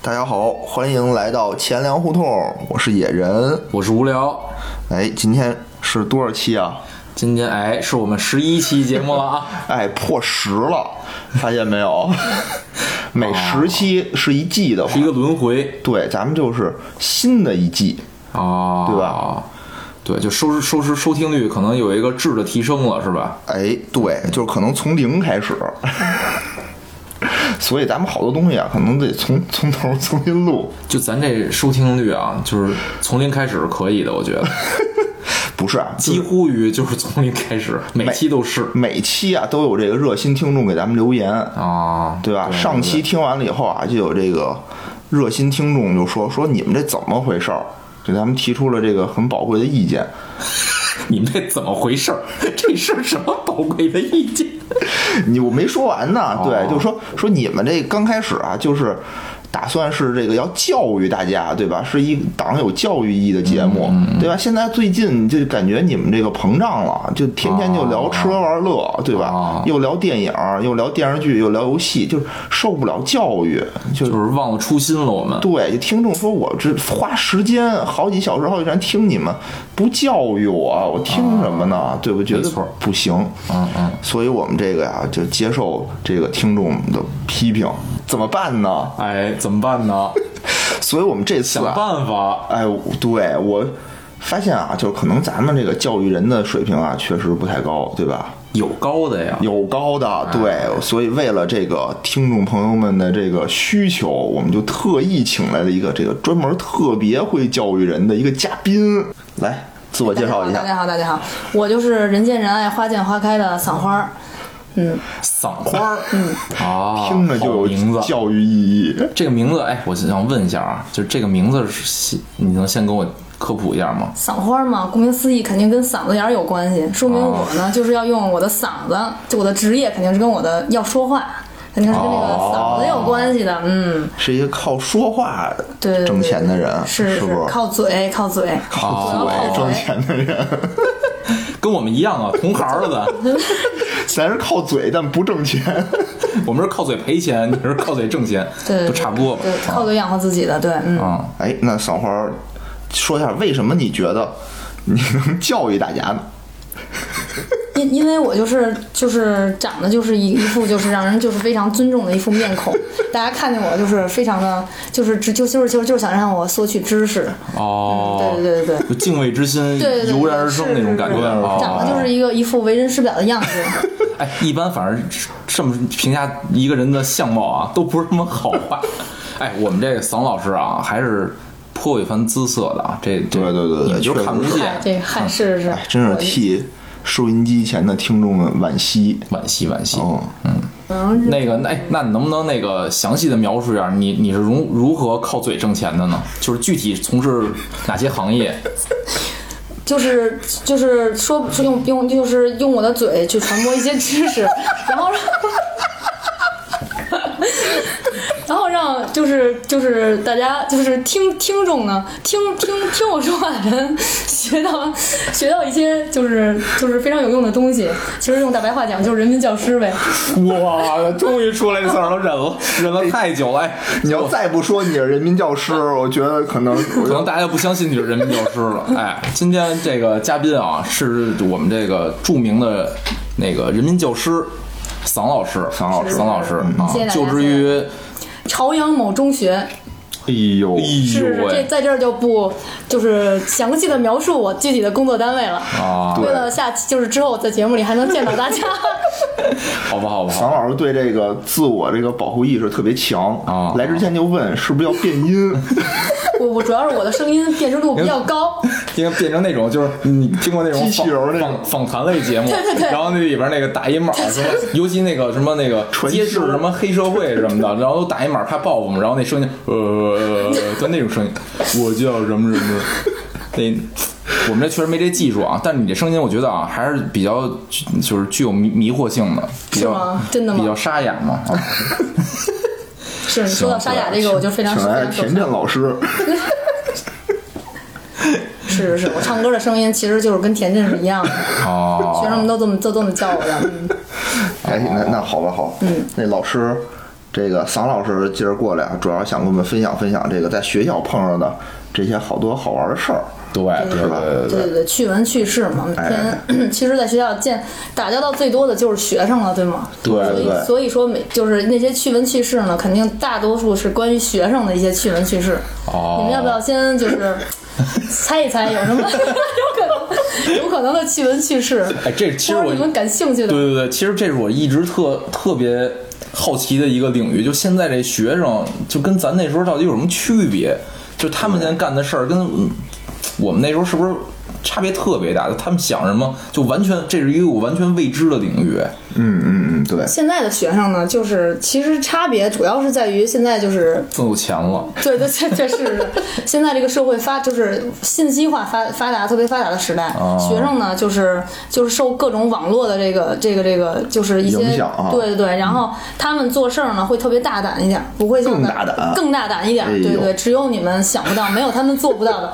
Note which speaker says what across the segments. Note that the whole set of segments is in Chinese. Speaker 1: 大家好，欢迎来到钱粮胡同，我是野人。
Speaker 2: 我是无聊。
Speaker 1: 哎，今天是多少期啊？
Speaker 2: 今天哎，是我们十一期节目了啊！
Speaker 1: 哎，破十了，发现没有？每十期是一季的话
Speaker 2: 是一，个轮回
Speaker 1: 对，咱们就是新的一季。
Speaker 2: 啊，
Speaker 1: 对
Speaker 2: 吧？对，就收视收视收听率可能有一个质的提升了，是吧？
Speaker 1: 哎，对，就是可能从零开始。 所以咱们好多东西啊，可能得从 从头重新录。
Speaker 2: 就咱这收听率啊，就是从零开始是可以的，我 觉得
Speaker 1: 不是啊，
Speaker 2: 几乎于就是从零开始，每期都是
Speaker 1: 每期啊都有这个热心听众给咱们留言，
Speaker 2: 啊，
Speaker 1: 对吧？上期听完了以后啊，就有这个热心听众就说说你们这怎么回事儿，给咱们提出了这个很宝贵的意见。
Speaker 2: 你们这怎么回事儿？ 这是什么宝贵的意见？
Speaker 1: 你我没说完呢，对
Speaker 2: 哦，
Speaker 1: 就说说你们这刚开始啊，就是打算是这个要教育大家，对吧？是一档有教育意义的节目，
Speaker 2: 嗯
Speaker 1: 对吧？现在最近就感觉你们这个膨胀了，就天天就聊吃喝玩乐，对吧？
Speaker 2: 哦
Speaker 1: 又聊电影，又聊电视剧，又聊游戏，就是受不了教育，就
Speaker 2: 就是忘了初心了，我们
Speaker 1: 对，听众说我这花时间好几小时、好几天听你们，不教育我，我听什么呢？对不？觉得
Speaker 2: 啊没错
Speaker 1: 不行。
Speaker 2: 嗯嗯。
Speaker 1: 所以我们这个呀，就接受这个听众的批评，怎么办呢？
Speaker 2: 哎，怎么办 呢？
Speaker 1: 所以我们这次
Speaker 2: 想
Speaker 1: 啊，
Speaker 2: 办法。
Speaker 1: 哎，对我发现啊，就是可能咱们这个教育人的水平啊，确实不太高，对吧？
Speaker 2: 有高的呀，
Speaker 1: 有高的，
Speaker 3: 哎
Speaker 1: 对，所以为了这个听众朋友们的这个需求，我们就特意请来了一个这个专门特别会教育人的一个嘉宾，来自我介绍一
Speaker 3: 大
Speaker 1: 下。
Speaker 3: 家好，大家好，我就是人见人爱、花见花开的赏花儿。嗯，
Speaker 2: 赏花儿，嗯啊，
Speaker 1: 听着就
Speaker 2: 好名
Speaker 1: 有
Speaker 2: 字。
Speaker 1: 教育意义，
Speaker 2: 这个名字，哎，我就想问一下啊，就这个名字是先，你能先给我科普一下吗？
Speaker 3: 赏花儿嘛，顾名思义，肯定跟嗓子眼儿有关系。说明我呢，
Speaker 1: 哦
Speaker 3: 就是要用我的嗓子，就我的职业肯定是跟我的要说话，肯定是跟这个嗓子有关系的。嗯，
Speaker 1: 是一个靠说话
Speaker 3: 对对对，
Speaker 1: 哦挣钱的人，
Speaker 3: 是
Speaker 1: 不是？
Speaker 3: 靠嘴，靠嘴，
Speaker 1: 靠
Speaker 3: 主要
Speaker 1: 嘴
Speaker 3: 靠
Speaker 1: 挣
Speaker 3: 嘴
Speaker 1: 钱的人，
Speaker 2: 跟我们一样啊，同行了 的，
Speaker 1: 咱是靠嘴但不挣钱。
Speaker 2: 我们是靠嘴赔钱，你是靠嘴挣钱，
Speaker 3: 对对，
Speaker 2: 都差不多吧？
Speaker 3: 对，靠嘴养活自己的，对，嗯。
Speaker 2: 啊，
Speaker 1: 哎，那小花儿说一下，为什么你觉得你能教育大家呢？
Speaker 3: 因因为我就是就是长得就是一一副就是让人就是非常尊重的一副面孔，大家看见我就是非常的就是只就就是就是就是想让我索取知识，
Speaker 2: 哦，
Speaker 3: 嗯对对对对
Speaker 2: 就敬畏之心
Speaker 3: 对对对，
Speaker 2: 油然而生
Speaker 3: 是
Speaker 2: 那种感觉，
Speaker 3: 是是
Speaker 2: 哦
Speaker 3: 长得就是一个一副为人师表的 样子。
Speaker 2: 哎，一般反正这么评价一个人的相貌啊，都不是什么好 话。哎，我们这个桑老师啊，还是颇有一番姿色的啊。这这
Speaker 1: 对对对对
Speaker 2: 你们就
Speaker 1: 确实
Speaker 2: 看不
Speaker 1: 是
Speaker 2: 见
Speaker 3: 嗨，，这嗨是是，
Speaker 1: 哎，真是
Speaker 3: 我
Speaker 1: 替收音机前的听众们惋惜。
Speaker 2: 惋惜惋惜。
Speaker 1: 嗯，
Speaker 3: 嗯
Speaker 2: 那个，哎，那你能不能那个详细的描述一下，你你是如如何靠嘴挣钱的呢？就是具体从事哪些行业？
Speaker 3: 就是就是说说用用就是用我的嘴去传播一些知识， 然后让。然后让就是就是大家就是听听众呢，听听听我说话的人学到学到一些就是就是非常有用的东西。其实用大白话讲就是人民教师呗。
Speaker 2: 哇，终于出来这词儿了，忍了，忍了太久了。 哎，
Speaker 1: 你要再不说你是人民教师，我觉得可能我
Speaker 2: 可
Speaker 1: 就
Speaker 2: 能大家不相信你是人民教师了。 哎，今天这个嘉宾啊，是我们这个著名的那个人民教师。桑老师，桑老
Speaker 3: 是
Speaker 2: 桑老师啊
Speaker 3: 谢谢，大家
Speaker 2: 就职于，
Speaker 3: 朝阳某中学
Speaker 1: 哎呦，
Speaker 3: 是
Speaker 2: 哎呦
Speaker 3: 这
Speaker 2: 喂，
Speaker 3: 在这儿就不就是详细的描述我具体的工作单位了。
Speaker 2: 啊，
Speaker 1: 对
Speaker 3: 为了下期就是之后在节目里还能见到大家。
Speaker 2: 好吧，好吧，
Speaker 1: 唐老师对这个自我这个保护意识特别强
Speaker 2: 啊
Speaker 1: 来之前就问是不是要变音，
Speaker 3: 我我主要是我的声音辨识度比较高，
Speaker 2: 应该变成那种就是你听过那种
Speaker 1: 机器
Speaker 2: 访
Speaker 1: 人儿那种
Speaker 2: 访访谈类节目，
Speaker 3: 对对对
Speaker 2: 然后那里边那个打一码什 么，尤其那个什么那个
Speaker 1: 传
Speaker 2: 揭示
Speaker 1: 销
Speaker 2: 什么黑社会什么的，然后都打一码怕报复嘛，然后那声音呃呃，呃就那种 声音，我叫什么什么，那。我们这确实没这技术啊，但是你这声音，我觉得啊，还是比较具就是具有迷迷惑性的，比
Speaker 3: 是
Speaker 2: 较
Speaker 3: 吗真的吗
Speaker 2: 比较沙哑嘛。啊
Speaker 3: 是你说到沙哑这个，我就非常
Speaker 1: 请
Speaker 3: 非
Speaker 1: 来了
Speaker 3: 常受
Speaker 1: 田震
Speaker 3: 伤。
Speaker 1: 老师。
Speaker 3: 是是是，我唱歌的声音其实就是跟田震是一样的，
Speaker 2: 哦，
Speaker 3: 学生们都这么都这么叫我的。嗯
Speaker 1: 哎，那那好吧，好，嗯，那老师这个桑老师今儿过来啊，主要想跟我们分享分享这个在学校碰上的这些好多好玩的事儿。
Speaker 2: 对对对
Speaker 3: 对对对，趣闻趣事嘛，每
Speaker 2: 哎
Speaker 3: 天、 其实，在学校见打交道最多的就是学生了，对吗？
Speaker 2: 对
Speaker 3: 所
Speaker 1: 对
Speaker 3: 以
Speaker 1: 对
Speaker 3: 所以说每就是那些趣闻趣事呢，肯定大多数是关于学生的一些趣闻趣事。
Speaker 2: 哦
Speaker 3: 你们要不要先就是 猜一猜有什么 有可能有可能的趣闻趣事？
Speaker 2: 哎，这其实
Speaker 3: 让
Speaker 2: 我
Speaker 3: 你们感兴趣的，
Speaker 2: 对对对，其实这是我一直特特别好奇的一个领域，就现在这学生就跟咱那时候到底有什么区别？就他们现在干的事儿跟嗯我们那时候是不是差别特别大？就他们想什么，就完全这是一个我完全未知的领域。
Speaker 1: 嗯嗯嗯，对，
Speaker 3: 现在的学生呢，就是其实差别主要是在于现在就是
Speaker 2: 更有钱了，
Speaker 3: 对对，这这是的现在这个社会发就是信息化发发达特别发达的时代，
Speaker 2: 哦
Speaker 3: 学生呢就是就是受各种网络的这个这个这个就是一些
Speaker 1: 影响啊
Speaker 3: 对对对，然后他们做事儿呢会特别大胆一点，不会像
Speaker 1: 更
Speaker 3: 咱
Speaker 1: 大胆
Speaker 3: 更大胆一点，
Speaker 1: 哎呦
Speaker 3: 对对，只有你们想不到，没有他们做不 到的，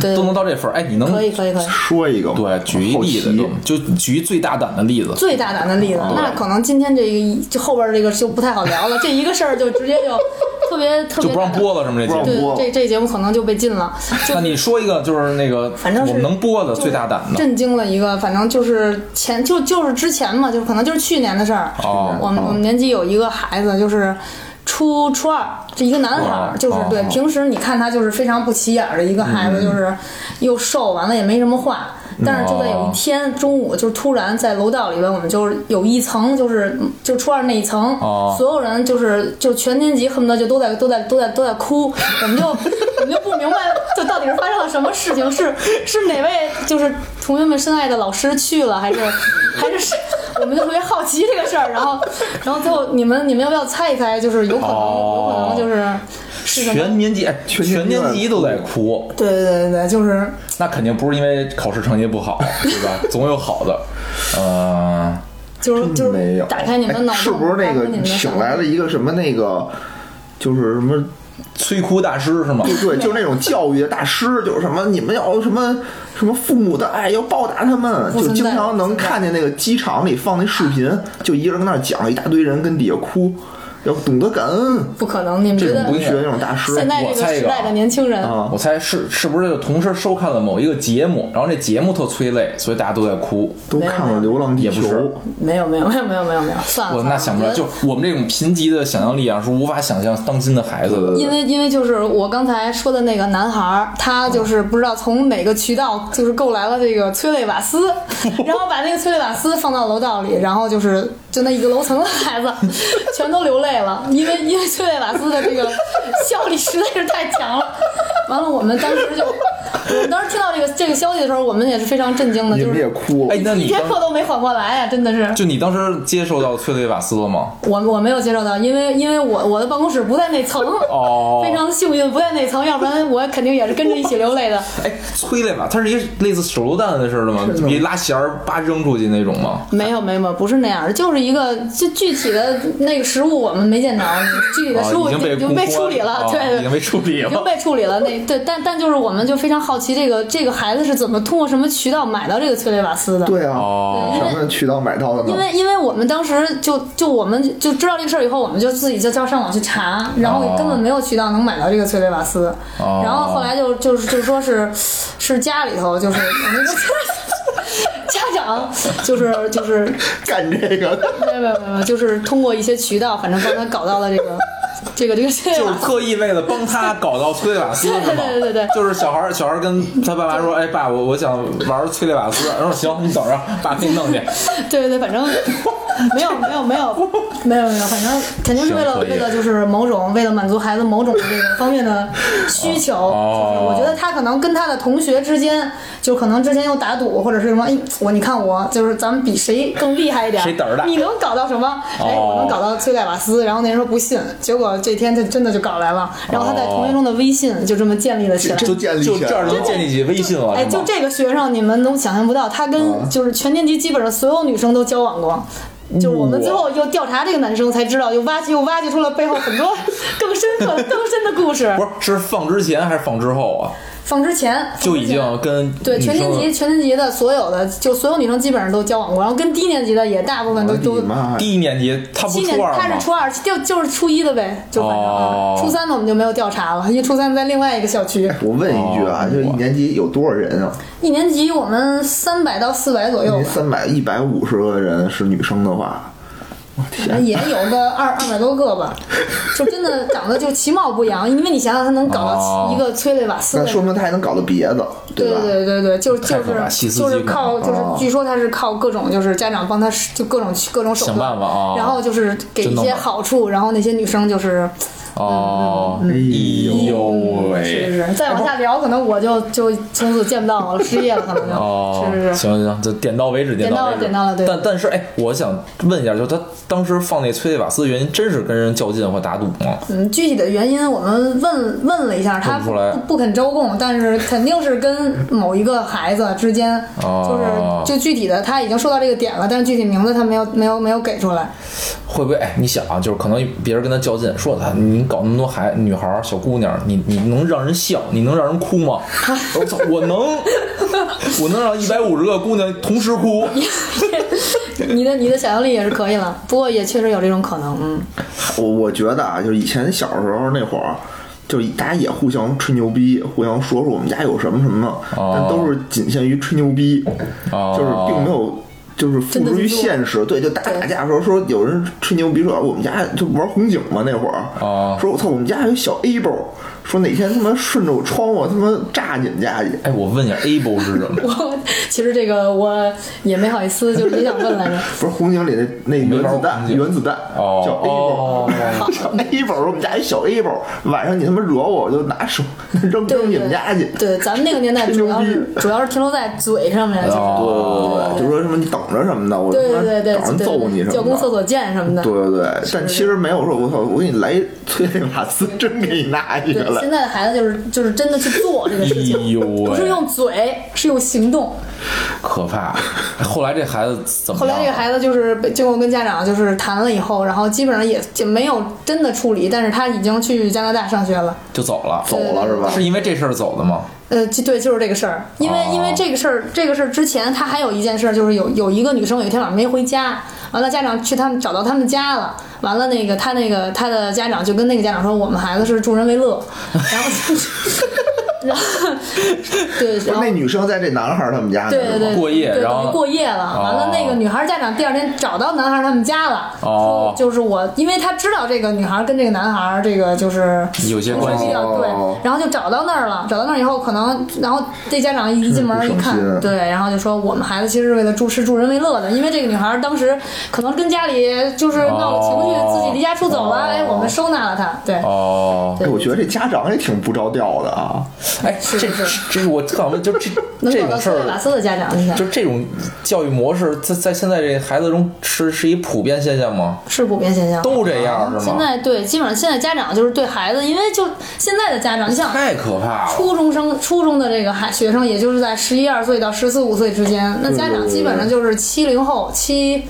Speaker 3: 对
Speaker 2: 都，能到这份儿，哎，你能
Speaker 3: 可以可以可以。
Speaker 1: 说一个，
Speaker 2: 对举一
Speaker 1: 好
Speaker 2: 例子
Speaker 1: 奇，
Speaker 2: 就就举最大胆的例子。
Speaker 3: 最大胆的例子，
Speaker 1: 哦
Speaker 3: 那可能今天这个一就后边这个就不太好聊了，这一个事儿就直接就特别特
Speaker 2: 就
Speaker 3: 别
Speaker 2: 不让
Speaker 3: 大胆
Speaker 2: 播了，是吗？这
Speaker 1: 不让
Speaker 2: 节目？
Speaker 3: 对
Speaker 1: 播，
Speaker 3: 这这节目可能就被禁 了。
Speaker 2: 那你说一个，就是那个
Speaker 3: 反正是
Speaker 2: 我们能播的
Speaker 3: 就
Speaker 2: 最大胆的，
Speaker 3: 震惊了一个，反正就是前就就是之前嘛，就可能就是去年的事儿。
Speaker 2: 哦
Speaker 3: 我们我们年级有一个孩子，就是初初二，这一个男孩
Speaker 2: 哦
Speaker 3: 儿，就是
Speaker 2: 哦嗯
Speaker 3: 对
Speaker 2: 哦
Speaker 3: 平时你看他就是非常不起眼儿的一个孩子，就是又瘦，完了也没什么话。但是就在有一天中午，就是突然在楼道里边，我们就是有一层，就是就初二那一层，
Speaker 2: 哦
Speaker 3: 所有人就是就全年级恨不得就都在都在都在都在哭，我们就 我们就不明白，就到底是发生了什么事情，是是哪位就是同学们深爱的老师去了，还是 还是是，我们就特别好奇这个事儿，然后然后最后你们你们要不要猜一猜，就是有可能、
Speaker 2: 哦
Speaker 3: 有可能就是是
Speaker 1: 哦
Speaker 3: 什么？
Speaker 2: 全年级哎
Speaker 1: 全
Speaker 2: 全
Speaker 1: 年级
Speaker 2: 年级都在哭，
Speaker 3: 对对对对，就是
Speaker 2: 那肯定不是因为考试成绩不 好，对吧？总有好的。呃，
Speaker 3: 就是就
Speaker 1: 嗯没
Speaker 3: 是
Speaker 1: 有，
Speaker 3: 打开你们的脑
Speaker 1: 哎
Speaker 3: 洞，
Speaker 1: 是不是那
Speaker 3: 打开你
Speaker 1: 个
Speaker 3: 们的
Speaker 1: 请
Speaker 3: 想
Speaker 1: 来了一个什么那个，就是什么？
Speaker 2: 摧枯大师是吗？
Speaker 1: 对，就是那种教育的大师，就是什么你们要什么什么父母的爱，要报答他们，
Speaker 3: 不
Speaker 1: 就
Speaker 3: 存在
Speaker 1: 经常能
Speaker 3: 不存在
Speaker 1: 看见那个机场里放那视频，就一个人跟那儿讲，一大堆人跟底下哭，要懂得感恩，
Speaker 3: 不可能，你们觉
Speaker 2: 这种
Speaker 3: 得
Speaker 2: 不应
Speaker 1: 学那种大师。
Speaker 3: 现在
Speaker 2: 我
Speaker 3: 这
Speaker 2: 猜一
Speaker 3: 个
Speaker 2: 个
Speaker 3: 时代的年轻人，
Speaker 1: 啊
Speaker 2: 我猜是是不是就同时收看了某一个节目，然后这节目特催泪，所以大家都在哭。
Speaker 1: 都看了《流浪地球
Speaker 2: 也不》是
Speaker 3: 没有没有没有没有没有没有，算了，
Speaker 2: 我
Speaker 3: 算
Speaker 2: 那
Speaker 3: 了
Speaker 2: 想不出来，
Speaker 3: 啊我
Speaker 2: 就
Speaker 3: 觉得
Speaker 2: 我们这种贫瘠的想象力啊，是无法想象当今的孩子的。
Speaker 3: 因为因为就是我刚才说的那个男孩儿，他就是不知道从哪个渠道就是购来了这个催泪瓦斯， 然后把那个催泪瓦斯放到楼道里，然后就是就那一个楼层的孩 子全都流泪了，因为因为催泪瓦斯的这个效力实在是太强了。完了，我们当时就，我们当时听到这个这个消息的时候，我们也是非常震惊的，
Speaker 1: 你
Speaker 3: 就
Speaker 1: 们也
Speaker 3: 是
Speaker 1: 哭了
Speaker 2: 哎，，那
Speaker 3: 一
Speaker 2: 你
Speaker 3: 天
Speaker 2: 当
Speaker 3: 课都没缓过来呀、啊真的是。
Speaker 2: 就你当时接受到催泪瓦斯了吗？
Speaker 3: 我我没有接受到，因为因为我我的办公室不在那层，
Speaker 2: 哦
Speaker 3: 非常幸运不在那层，要不然我肯定也是跟着一起流泪的。
Speaker 2: 哎，催泪瓦，它是一个类似手榴弹的似的吗？你拉弦儿叭扔出去那种吗？
Speaker 3: 没有没有，没有不是那样的，就是一个就具体的那个食物我们没见着，具体的
Speaker 2: 啊，
Speaker 3: 食物
Speaker 2: 已经被
Speaker 3: 经被处理了，
Speaker 2: 公关
Speaker 3: 对
Speaker 2: 啊
Speaker 3: 对，
Speaker 2: 已经被处理
Speaker 3: 已经
Speaker 2: 了。
Speaker 3: 被处理了。那对，但但就是我们就非常好奇这个这个孩子是怎么通过什么渠道买到这个催泪瓦斯的？
Speaker 1: 对啊，
Speaker 2: 哦
Speaker 1: 什么渠道买到的
Speaker 3: 因
Speaker 1: 呢？
Speaker 3: 为因为我们当时就就我们就知道这个事儿以后，我们就自己就叫上网去查，然后
Speaker 2: 哦
Speaker 3: 根本没有渠道能买到这个催泪瓦斯。
Speaker 2: 哦
Speaker 3: 然后后来就就是就说是是家里头就是我们就家长就是就是
Speaker 1: 干这个的，
Speaker 3: 没有没有没有，就是通过一些渠道，反正帮他搞到了这个这个这个催泪
Speaker 2: 就是
Speaker 3: 瓦斯。
Speaker 2: 特意为了帮他搞到催泪瓦斯，是吗？
Speaker 3: 啊对对对对对
Speaker 2: 就是小孩儿，小孩儿跟他爸爸说：“哎，爸，我我想玩催泪瓦斯。”然后行，你等着，爸给你弄去。
Speaker 3: 对对对，反 正没有没有没有没有没有，反正肯定是为了
Speaker 2: 行啊可以
Speaker 3: 为了就是某种为了满足孩子某种这个方面的需求，
Speaker 2: 哦
Speaker 3: 就是我觉得他可能跟他的同学之间，就可能之前又打赌或者是什么，哎，我你看我就是咱们比谁更厉害一点，
Speaker 2: 谁胆儿大
Speaker 3: 你能搞到什么？哎，
Speaker 2: 哦
Speaker 3: 我能搞到崔代瓦斯，然后那人说不信，结果这天他真的就搞来了，然后他
Speaker 2: 哦
Speaker 3: 在同学中的微信就这么建立了起来，
Speaker 1: 就建立
Speaker 2: 就
Speaker 1: 起来
Speaker 2: 这儿能建立起微信了，
Speaker 3: 哎，
Speaker 2: 是
Speaker 3: 就
Speaker 2: 吗？嗯
Speaker 3: 这个学生，你们都想象不到，他跟就是全年级基本上所有女生都交往过。就是我们最后又调查这个男生，才知道又挖掘又挖掘出了背后很多更深刻、更深的故事
Speaker 2: 不。是，是放之前还是放之后啊？
Speaker 3: 放之前放之前
Speaker 2: 就已经跟
Speaker 3: 对
Speaker 2: 女
Speaker 3: 全年
Speaker 2: 生
Speaker 3: 级全年级的所有的就所有女生基本上都交往过，然后跟低年级的也大部
Speaker 2: 哦
Speaker 3: 分都
Speaker 1: 我
Speaker 3: 都
Speaker 1: 的妈呀！
Speaker 2: 低一年级，他不
Speaker 3: 今年
Speaker 2: 初二
Speaker 3: 他
Speaker 2: 吗
Speaker 3: 是？初二，就就是初一的呗，就反正、
Speaker 2: 哦
Speaker 3: 啊，初三的我们就没有调查了，因为初三在另外一个校区。
Speaker 1: 我问一句啊，就是一年级有多少人啊？
Speaker 3: 一年级我们三百到四百左右
Speaker 1: 您
Speaker 3: 吧，
Speaker 1: 三百一百五十个人是女生的话，
Speaker 3: 也有个二二百多个吧，就真的长得就其貌不扬，因为你想想他能搞
Speaker 4: 哦
Speaker 3: 到一个催泪瓦斯
Speaker 1: 那
Speaker 3: 的。
Speaker 1: 说明他还能搞到别的，
Speaker 3: 对
Speaker 1: 吧？
Speaker 3: 对对对，就就
Speaker 4: 太可怕细
Speaker 3: 是
Speaker 4: 思极
Speaker 3: 就
Speaker 4: 恐
Speaker 3: 是靠就是
Speaker 1: 哦，
Speaker 3: 据说他是靠各种就是家长帮他就各种各种手
Speaker 2: 想办
Speaker 3: 段，
Speaker 2: 法啊，
Speaker 3: 然后就是给
Speaker 2: 真
Speaker 3: 一
Speaker 2: 弄
Speaker 3: 些
Speaker 2: 吧
Speaker 3: 好处，然后那些女生就是
Speaker 2: 哦，
Speaker 1: 哎呦
Speaker 2: 哎呦
Speaker 3: 嗯是
Speaker 2: 喂，
Speaker 3: 是是，再往下聊，可能我就就从此见不到了，失业了，可能就、
Speaker 2: 哦，
Speaker 3: 是是是。
Speaker 2: 行行行，就点到为止，
Speaker 3: 点
Speaker 2: 到
Speaker 3: 到
Speaker 2: 为止，
Speaker 3: 点到了对
Speaker 2: 但但是哎，我想问一下，就他当时放那催泪瓦斯的原因，真是跟人较劲或打赌吗？
Speaker 3: 嗯，具体的原因我们问问了一下，他
Speaker 2: 问不出来
Speaker 3: 不不肯招供，但是肯定是跟某一个孩子之间，
Speaker 2: 哦
Speaker 3: 就是就具体的他已经说到这个点了，但是具体名字他没有没有没有给出来。
Speaker 2: 会不会？哎，你想啊，就是可能别人跟他较劲，说他你搞那么多孩女孩儿小姑娘，你你能让人笑，你能让人哭 吗？我操，我能，我能让一百五十个姑娘同时哭，
Speaker 3: 你的你的想象力也是可以了，不过也确实有这种可能，嗯，
Speaker 1: 我我觉得啊，就是以前小时候那会儿，就是大家也互相吹牛逼，互相说说我们家有什么什么，
Speaker 2: 哦
Speaker 1: 但都是仅限于吹牛逼，就是并没有。就是付诸于现实，对，就大家打架的时候说有人吹牛逼说啊我们家就玩红警嘛那会儿，
Speaker 2: 哦
Speaker 1: 说我操我们家有小 A 包，说哪天他妈顺着我窗户他妈炸你们家去，
Speaker 2: 哎，我问一下，able 是什么？
Speaker 3: 我其实这个我也没好意思，就是也想问来着。
Speaker 1: 不是红警里的那原子
Speaker 2: 红
Speaker 1: 弹，
Speaker 2: 警
Speaker 1: 原子弹
Speaker 2: 哦
Speaker 1: 叫 A
Speaker 2: 哦
Speaker 1: 包，小 A 包，我们家一小 A 包，晚上你他妈惹我，我就拿手扔
Speaker 3: 对
Speaker 1: 扔你
Speaker 3: 对
Speaker 1: 们家去。
Speaker 3: 对，咱们那个年代主要是主要是停留在嘴上面，就是
Speaker 1: 对对对，就说什么你等着什么的，我他
Speaker 3: 对
Speaker 1: 妈
Speaker 3: 对对对
Speaker 1: 找哦人
Speaker 3: 对
Speaker 1: 揍你
Speaker 3: 对，
Speaker 1: 什么的。
Speaker 3: 教工厕所见什么的。
Speaker 1: 对对对，但其实没有说，我操，我给你来一催泪瓦斯，真给你拿一个
Speaker 3: 对，
Speaker 1: 来
Speaker 3: 现。在的孩子就是就是真的去做这个事
Speaker 2: 哎呦
Speaker 3: 情，
Speaker 2: 喂
Speaker 3: 不是用嘴，是用行动。
Speaker 2: 可怕！哎后来这孩子怎么
Speaker 3: 后
Speaker 2: 样？啊
Speaker 3: 来这个孩子就是被经过跟家长就是谈了以后，然后基本上也也没有真的处理，但是他已经去加拿大上学了。
Speaker 2: 就走了，
Speaker 1: 走了是吧？
Speaker 2: 是因为这事儿走的吗？
Speaker 3: 呃，就对，就是这个事儿，因为、
Speaker 2: 哦
Speaker 3: 因为这个事儿，这个事儿之前他还有一件事儿，就是有有一个女生有一天晚上没回家，完了家长去他们找到他们家了，完了那个他那个他的家长就跟那个家长说，我们孩子是助人为乐，然后 然后对，
Speaker 1: 不
Speaker 3: 然
Speaker 1: 是
Speaker 3: 后
Speaker 1: 那女生在这男孩他们家呢，
Speaker 3: 对对对，
Speaker 2: 过夜
Speaker 3: 对
Speaker 2: 然后
Speaker 3: 等于过夜了。完了，那个女孩家长第二天找到男孩他们家了，
Speaker 2: 哦
Speaker 3: 说就是我，因为他知道这个女孩跟这个男孩这个就是
Speaker 2: 有些关系
Speaker 3: 比较对
Speaker 1: 哦，
Speaker 3: 然后就找到那儿了。找到那儿以后，可能然后这家长一进门一看
Speaker 1: 不省心，
Speaker 3: 对，然后就说我们孩子其实是为了助是助人为乐的，因为这个女孩当时可能跟家里就是闹了情绪，
Speaker 2: 哦
Speaker 3: 自己离家出走了，哎，我们收纳了她，对。
Speaker 2: 哦，
Speaker 1: 哎，我觉得这家长也挺不着调的啊。
Speaker 2: 哎，这
Speaker 3: 是
Speaker 2: 这
Speaker 3: 是
Speaker 2: 这我特想问，就这
Speaker 3: 能
Speaker 2: 这
Speaker 3: 找到
Speaker 2: 种事
Speaker 3: 斯莱瓦
Speaker 2: 儿，
Speaker 3: 斯的家长，你看
Speaker 2: 就这种教育模式，在在现在这孩子中是是一普遍现象吗？
Speaker 3: 是普遍现象。
Speaker 2: 都这样是
Speaker 3: 啊现
Speaker 2: 吗？
Speaker 3: 在对，基本上现在家长就是对孩子，因为就现在的家长，你想
Speaker 2: 太可怕了！
Speaker 3: 初中生、初中的这个孩学生，也就是在十一二岁到十四五岁之间，那家长基本上就是七零后、七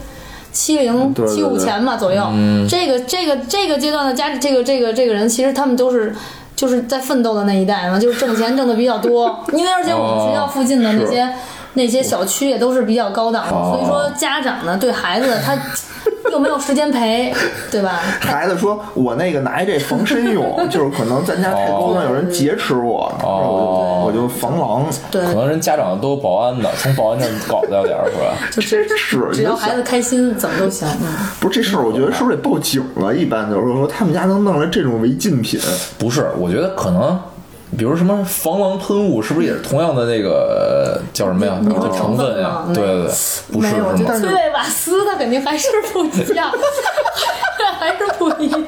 Speaker 3: 七零
Speaker 1: 嗯对对嗯
Speaker 3: 七五前吧左右。这个这个这个阶段的家，这个这个这个人，其实他们都是。就是在奋斗的那一代嘛，就是挣钱挣的比较 多，因为而且我们学校附近的那些、
Speaker 1: 哦
Speaker 3: 那些小区也都是比较高档的，所以说家长呢对孩子他又没有时间陪，对吧？
Speaker 1: 孩子说：“我那个拿一这防身用，就是可能咱家太高端，有人劫持我，
Speaker 2: 哦
Speaker 1: 我就我就防狼。
Speaker 3: 对，
Speaker 2: 可能人家长都保安的，从保安这儿搞掉点儿是 吧？
Speaker 3: 就是
Speaker 1: 是
Speaker 3: 只要孩子开心，怎么 都行。嗯，
Speaker 1: 不是这事儿，我觉得是不是得报警啊？一般就是说他们家能弄来这种违禁品，
Speaker 2: 不是，我觉得可能，比如什么防狼喷雾，是不是也是同样的那个叫什么呀？
Speaker 3: 你说
Speaker 2: 成分呀？
Speaker 3: 成分吗
Speaker 2: 对对对，不是
Speaker 3: 没有，
Speaker 2: 是
Speaker 3: 就
Speaker 2: 吗？
Speaker 3: 催泪瓦斯，它肯定还是不一 样，还是不一 样。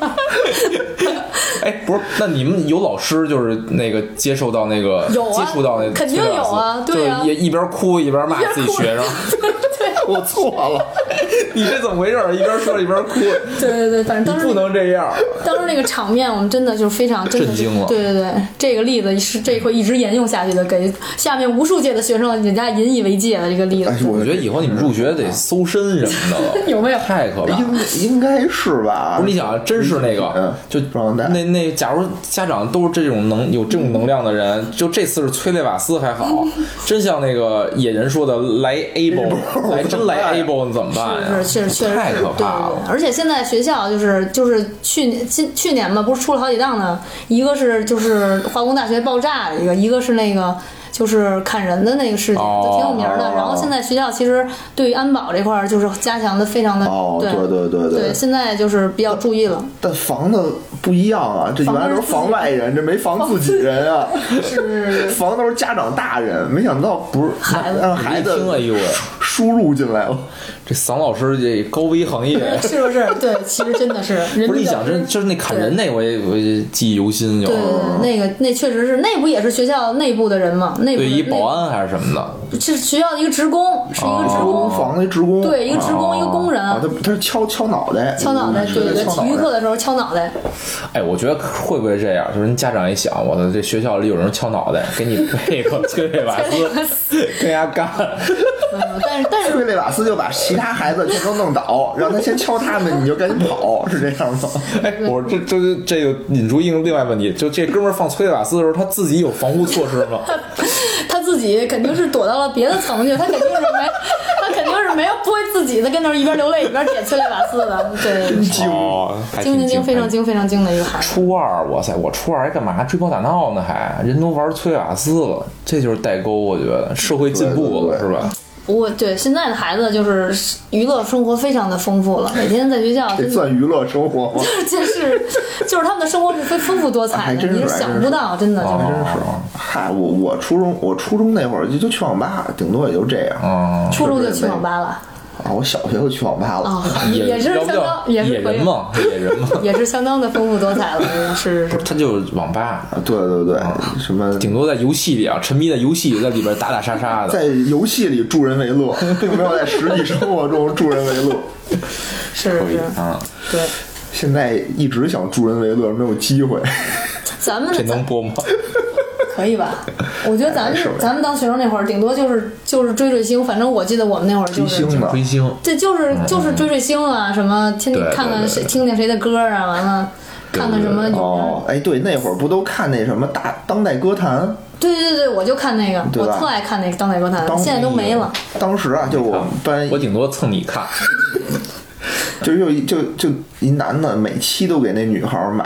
Speaker 2: 哎，不是，那你们有老师就是那个接受到那个
Speaker 3: 有啊
Speaker 2: 接触到那
Speaker 3: 肯定有啊
Speaker 2: 对
Speaker 3: 对啊
Speaker 2: 也一边哭一边骂自己学生，
Speaker 1: 我错了。
Speaker 2: 你这怎么回事儿？一边说一边哭，
Speaker 3: 对对对，反正
Speaker 2: 你
Speaker 3: 当时
Speaker 2: 不能这样。
Speaker 3: 当时那个场面，我们真的就是非常真的
Speaker 2: 震惊了
Speaker 3: 对对对，这个例子是这会一直沿用下去的，给下面无数届的学生人家引以为戒的一个例子
Speaker 1: 哎。，我
Speaker 2: 我觉得以后你们入学得搜身什么的了，
Speaker 3: 有没有
Speaker 2: 太可怕了。
Speaker 1: 应应该是吧？
Speaker 2: 不是你想啊，真是那
Speaker 1: 嗯
Speaker 2: 个，就
Speaker 1: 不让带
Speaker 2: 那那，假如家长都是这种能有这种能量的人，就这次是催泪瓦斯还 好，真像那个野人说的来 able，来真来 able 你怎么办呀？
Speaker 3: 是是，确实确实
Speaker 2: 啊太
Speaker 3: 是
Speaker 2: 可怕
Speaker 3: 对对对
Speaker 2: 了。
Speaker 3: 而且现在学校就是就是去年今去年吧，不是出了好几档呢，一个是就是化工大学爆炸的一个，一个是那个。就是砍人的那个事情，
Speaker 2: 哦
Speaker 3: 就挺有名的。然后现在学校其实对于安保这块儿就是加强的非常的，
Speaker 1: 哦，
Speaker 3: 对
Speaker 1: 对对对
Speaker 3: 对，现在就是比较注意了。
Speaker 1: 但防的不一样啊，这原来都是防外人，这没防自己人啊， 防都是家长大人，没想到不是
Speaker 3: 孩子
Speaker 1: 让孩
Speaker 2: 我一听哎
Speaker 1: 子
Speaker 2: 呦喂，
Speaker 1: 输入进来了，
Speaker 2: 这桑老师这高危行 业，
Speaker 3: 是不是？对，其实真的是，人
Speaker 2: 不是
Speaker 3: 比
Speaker 2: 你
Speaker 3: 较
Speaker 2: 想真就是那砍人那我也我也记忆犹新，有
Speaker 3: 对对对，那个那确实是，那不也是学校内部的人嘛？内部
Speaker 2: 对
Speaker 3: 的
Speaker 2: 一保，啊哦安还是什么的，
Speaker 3: 内是学校的一个职工，是一个职
Speaker 1: 工
Speaker 3: 工，
Speaker 1: 防那职工，
Speaker 3: 对，一个职工，一个工人，
Speaker 1: 啊，他他是敲敲脑袋，
Speaker 3: 嗯敲脑袋，
Speaker 1: 嗯
Speaker 3: 对对对，
Speaker 1: 敲
Speaker 3: 体
Speaker 1: 脑
Speaker 3: 育
Speaker 1: 袋
Speaker 3: 课的时候敲脑袋，
Speaker 2: 哎，我觉得会不会这样？就是人家长一想，我的这学校里有人敲脑袋，给你配个催泪瓦斯，跟人家干。
Speaker 3: 嗯但是但 是
Speaker 1: 瑞雷瓦斯就把其他孩子全都弄倒，让他先敲他们，你就赶紧跑，是这样吗？
Speaker 2: 哎，我这这这个引出另另外问题，就这哥们儿放催泪瓦斯的时候，他自己有防护措施 吗？
Speaker 3: 他自己肯定是躲到了别的层去，他肯定是没，他肯定是没有不会自己的跟那儿一边流泪一边点催泪瓦斯的， 对，
Speaker 2: 哦，还
Speaker 3: 精
Speaker 2: 挺
Speaker 3: 精精，非常。
Speaker 2: 还挺
Speaker 3: 精，非常精的一个孩子。
Speaker 2: 初二，哇塞！我初二还干嘛追跑打闹呢还？人都玩催泪瓦斯了，这就是代沟，我觉得社会进步了
Speaker 1: 对对对
Speaker 2: 是吧？
Speaker 3: 不过对现在的孩子就是娱乐生活非常的丰富了，每天 在学校
Speaker 1: 这
Speaker 3: 真的
Speaker 1: 算娱乐生活吗？
Speaker 3: 就是就是他们的生活是非丰富多彩
Speaker 1: 啊还
Speaker 3: 的，
Speaker 1: 真
Speaker 3: 你
Speaker 1: 是哦
Speaker 3: 是想不到，真的就是。
Speaker 1: 真
Speaker 2: 啊
Speaker 1: 是，嗨，我我初中我初中那会儿就就去网吧，顶多也就这样
Speaker 2: 嗯，
Speaker 3: 初中就去网吧了
Speaker 1: 啊。我小学就去网吧 了，
Speaker 3: 啊、也也是
Speaker 2: 要
Speaker 3: 相
Speaker 2: 不叫
Speaker 3: 当也
Speaker 2: 野
Speaker 3: 是可以
Speaker 2: 人，嘛，野人嘛，
Speaker 3: 也是相当的丰富多彩了，是是是。
Speaker 2: 他就是网吧，
Speaker 1: 啊对对对，什么
Speaker 2: 顶多在游戏里啊，沉迷在游戏，在里边打打杀杀的。
Speaker 1: 在游戏里助人为乐，并没有在实际生活中助人为乐。
Speaker 3: 是是，
Speaker 2: 嗯，
Speaker 3: 对，
Speaker 1: 现在一直想助人为乐，没有机会。
Speaker 3: 咱们
Speaker 2: 这能播吗？
Speaker 3: 可以吧？我觉得咱
Speaker 1: 没事
Speaker 3: 们
Speaker 1: 没事
Speaker 3: 咱们当学生那会儿，顶多就是就是追追星，反正我记得我们那会儿就
Speaker 1: 追
Speaker 3: 是
Speaker 1: 星。呢？
Speaker 2: 追星，
Speaker 3: 对，就是就是追追星啊，什么听
Speaker 2: 对对
Speaker 3: 看看谁听听谁的歌啊，完了看看什么有名。
Speaker 1: 哦，哎，对，那会儿不都看那什么大当代歌坛？
Speaker 3: 对对对，我就看那个，
Speaker 1: 对
Speaker 3: 我
Speaker 1: 吧
Speaker 3: 特爱看那个当代歌坛，
Speaker 1: 当
Speaker 3: 现在都没了。
Speaker 1: 当时啊，就我们班
Speaker 2: 我顶多蹭你看。
Speaker 1: 就又一就就一男的，每期都给那女孩儿买，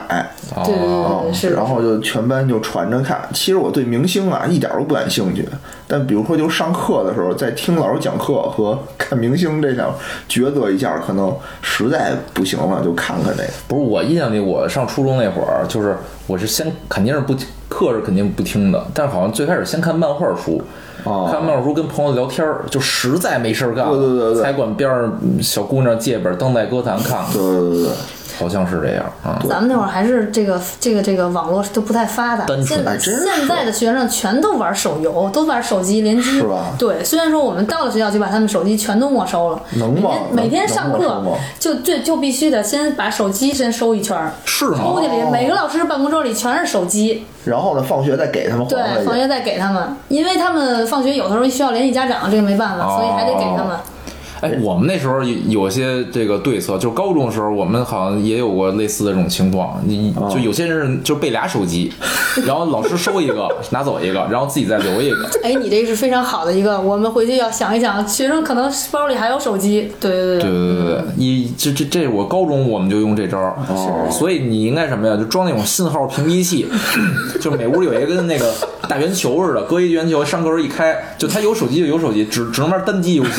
Speaker 2: 哦
Speaker 3: 对对对对，是。
Speaker 1: 然后就全班就传着看。其实我对明星啊一点儿都不感兴趣，但比如说就上课的时候，在听老师讲课和看明星这两抉择一下，可能实在不行了就看看这个。
Speaker 2: 不是我印象里，我上初中那会儿，就是我是先肯定是不课是肯定不听的，但是好像最开始先看漫画书，
Speaker 1: 哦
Speaker 2: 看漫画书跟朋友聊天儿，就实在没事儿干了，
Speaker 1: 对对对对
Speaker 2: 才管边上小姑娘借本《当代歌坛》看看，
Speaker 1: 对对对对，
Speaker 2: 好像是这样啊。
Speaker 3: 咱们那会儿还是这个这个这个网络都不太发达，
Speaker 2: 单纯
Speaker 3: 现
Speaker 1: 哎真是
Speaker 3: 现在的学生全都玩手游，都玩手机联机，
Speaker 1: 是吧
Speaker 3: 对，虽然说我们到了学校就把他们手机全都没收了，
Speaker 1: 能
Speaker 3: 每
Speaker 1: 吗
Speaker 3: 天每天上
Speaker 1: 能
Speaker 3: 课
Speaker 1: 能没收吗
Speaker 3: 就就就必须得先把手机先收一圈儿，
Speaker 2: 是
Speaker 1: 哦
Speaker 2: 吗
Speaker 3: 抽？屉里每个老师办公桌里全是手机，
Speaker 1: 然后呢，放学再给他们还
Speaker 3: 对，
Speaker 1: 回
Speaker 3: 放
Speaker 1: 去。
Speaker 3: 学再给他们，因为他们放学有的时候需要联系家长，这个没办法，所以还得给他
Speaker 1: 哦
Speaker 3: 们。
Speaker 2: 哎，我们那时候有有些这个对策，就是高中的时候，我们好像也有过类似的这种情况。你
Speaker 1: 哦
Speaker 2: 就有些人就备俩手机，然后老师收一个 拿走一个，然后自己再留一个。
Speaker 3: 哎，你这是非常好的一个，我们回去要想一想，学生可能包里还有手机，对对
Speaker 2: 对对对对，
Speaker 1: 嗯
Speaker 2: 一这这这我高中我们就用这招儿，
Speaker 1: 哦
Speaker 2: 所以你应该什么呀？就装那种信号屏蔽器，就每屋有一个跟那个大圆球似的，搁一圆球，上课时候一开，就他有手机就有手机，只只能玩单机游戏。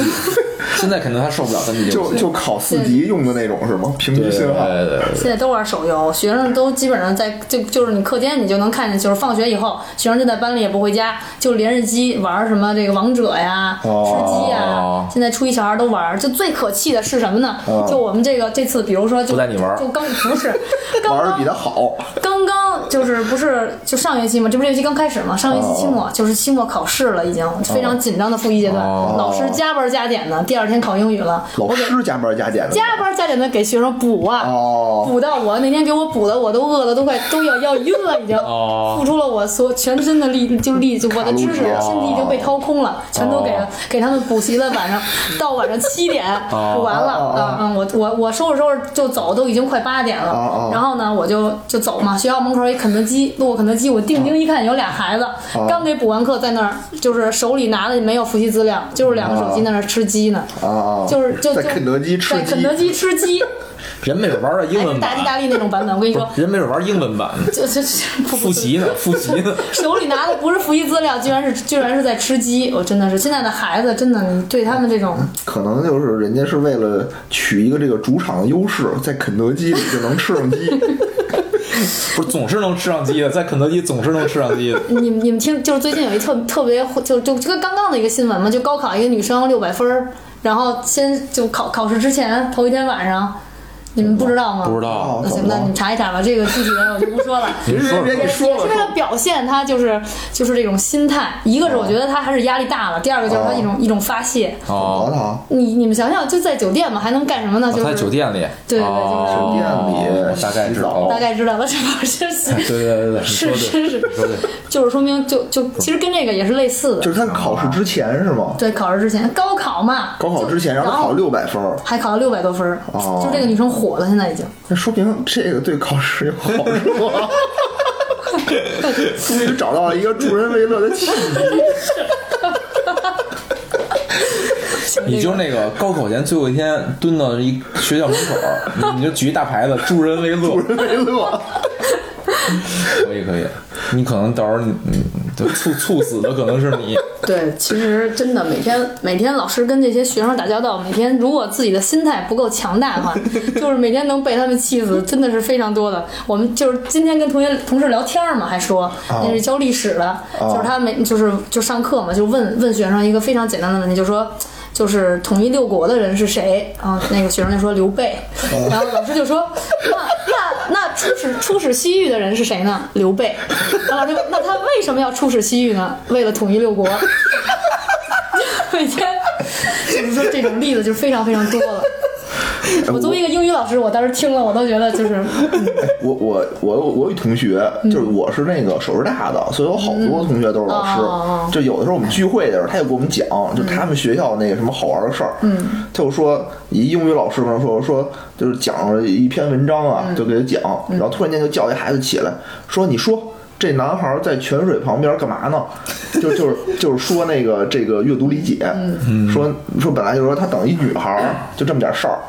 Speaker 2: 现在肯定他受不了单机游戏，
Speaker 1: 就就考四级用的那种是吗？屏蔽
Speaker 2: 对
Speaker 1: 信
Speaker 2: 对
Speaker 1: 号。
Speaker 2: 对对对
Speaker 3: 现在都玩手游，学生都基本上在就就是你课间你就能看见，就是放学以后，学生就在班里也不回家，就连着机玩什么这个王者呀、吃鸡
Speaker 2: 哦
Speaker 3: 呀。现在初一小孩都玩，就最可气的是什么呢？就我们这个这次，比如说就
Speaker 2: 不带你玩
Speaker 3: 就刚不是刚
Speaker 1: 玩的
Speaker 3: 刚
Speaker 1: 比他好，
Speaker 3: 刚刚就是不是就上学期嘛，这不是学期刚开始嘛，上学期期末就是期末考试了，已经非常紧张的复习阶段，
Speaker 4: 哦
Speaker 3: 老师加班加点的，第二天考英语了，
Speaker 1: 老
Speaker 3: 我给
Speaker 1: 师加班加点的，
Speaker 3: 加班加点的给学生补啊，
Speaker 1: 哦
Speaker 3: 补到我那天给我补的我都饿的都快都要要晕了，已经、
Speaker 2: 哦
Speaker 3: 付出了我所全身的力就力就我的知识
Speaker 1: 哦
Speaker 3: 身体已经被掏空了，全都给了、给他们补习了， 晚上到晚上七点、
Speaker 1: 哦
Speaker 3: 补完了啊、嗯，我我我收拾收拾就走，都已经快八点了，
Speaker 1: 哦哦
Speaker 3: 然后呢我就就走嘛，学校门口有一肯德基，路过肯德基，我
Speaker 1: 哦
Speaker 3: 定睛一看有俩孩子、刚给补完课在那儿，就是手里拿的没有复习资料，就是两个手机在那儿吃鸡呢。
Speaker 1: 啊，
Speaker 3: 就是就
Speaker 1: 哦在
Speaker 3: 就
Speaker 1: 肯德基吃
Speaker 3: 在
Speaker 1: 鸡
Speaker 3: 肯德基吃鸡，
Speaker 2: 人没准玩的英
Speaker 3: 还
Speaker 2: 文
Speaker 3: 哎是大吉
Speaker 2: 版，
Speaker 3: 大利那种版本。我跟你说，
Speaker 2: 人没准玩英文版，
Speaker 3: 就就 就不
Speaker 2: 复习呢，复习呢。
Speaker 3: 手里拿的不是复习资料，居然是居然是在吃鸡，我真的是现在的孩子，真的你对他们这种
Speaker 1: 可能就是人家是为了取一个这个主场的优势，在肯德基里就能吃上 鸡。
Speaker 2: 不是总是能吃上鸡的，在肯德基总是能吃上鸡的。
Speaker 3: 你们你们听，就是最近有一特特别就就就跟刚刚的一个新闻嘛，就高考一个女生六百分儿，然后先就考考试之前头一天晚上，你们不知道吗？
Speaker 2: 不知道
Speaker 1: 哦，
Speaker 3: 那行，那你们查一查吧，这个具体的我就不 说了。
Speaker 2: 您
Speaker 1: 别
Speaker 2: 说说
Speaker 1: 别，你说
Speaker 3: 也是为
Speaker 1: 吧，
Speaker 3: 了表现他就是就是这种心态，一个是我觉得他还是压力大了，第二个就是他一种、一种发泄。
Speaker 1: 我
Speaker 2: 哦，
Speaker 1: 操，
Speaker 3: 你你们想想，就在酒店嘛，还能干什
Speaker 1: 哦
Speaker 3: 么呢？就是
Speaker 2: 在酒，店里，
Speaker 3: 对对对
Speaker 2: 哦
Speaker 1: 酒店里
Speaker 2: 我大概
Speaker 1: 洗
Speaker 2: 知道
Speaker 1: 澡
Speaker 2: 了。
Speaker 3: 大概知道了是吧？就是
Speaker 2: 对对对对，你说
Speaker 3: 是
Speaker 2: 对，
Speaker 3: 是是，
Speaker 2: 说对，
Speaker 3: 就是说明就就其实跟这个也是类似的
Speaker 1: 就。是他考试之前是吗？
Speaker 3: 对，考试之前，高考嘛，
Speaker 1: 高考之前
Speaker 3: 就
Speaker 1: 让他考，六百分儿，
Speaker 3: 还考了六百多分儿，
Speaker 1: 哦
Speaker 3: 就这个女生火了，现在已经。
Speaker 1: 那说明这个对考试有好处啊。 终于找到了一个助人为乐的契机。
Speaker 2: 你就那个高考前最后一天蹲到一学校门口儿，你你就举一大牌子“助人为乐
Speaker 1: 助人为乐，”，
Speaker 2: 可以可以。你可能到时候你你就猝猝死的可能是你，
Speaker 3: 对，其实真的每天每天老师跟这些学生打交道，每天如果自己的心态不够强大 的话，就是每天能被他们气死，真的是非常多的。我们就是今天跟同学同事聊天嘛，还说
Speaker 1: 哦
Speaker 3: 那是教历史的，就是他每就是就上课嘛，就问问学生一个非常简单的问题，就说。就是统一六国的人是谁啊？那个学生就说刘备，然后老师就说那那那出使出使西域的人是谁呢？刘备。然后老师就那他为什么要出使西域呢？为了统一六国。 每天就是说这种例子就非常非常多了。我作为一个英语老师，我当时听了我都觉得就是嗯
Speaker 1: 我我我我有一同学，就是我是那个首师大的，所以我好多同学都是老师。
Speaker 3: 哦
Speaker 1: 就有的时候我们聚会的时候，他也给我们讲，就他们学校那个什么好玩的事儿。嗯，他就说一英语老师跟他说说，就是讲了一篇文章啊，就给他讲，然后突然间就叫一孩子起来，说你说。这男孩在泉水旁边干嘛呢？就就是就是说那个这个阅读理解，说说本来就说他等一女孩儿，就这么点事儿，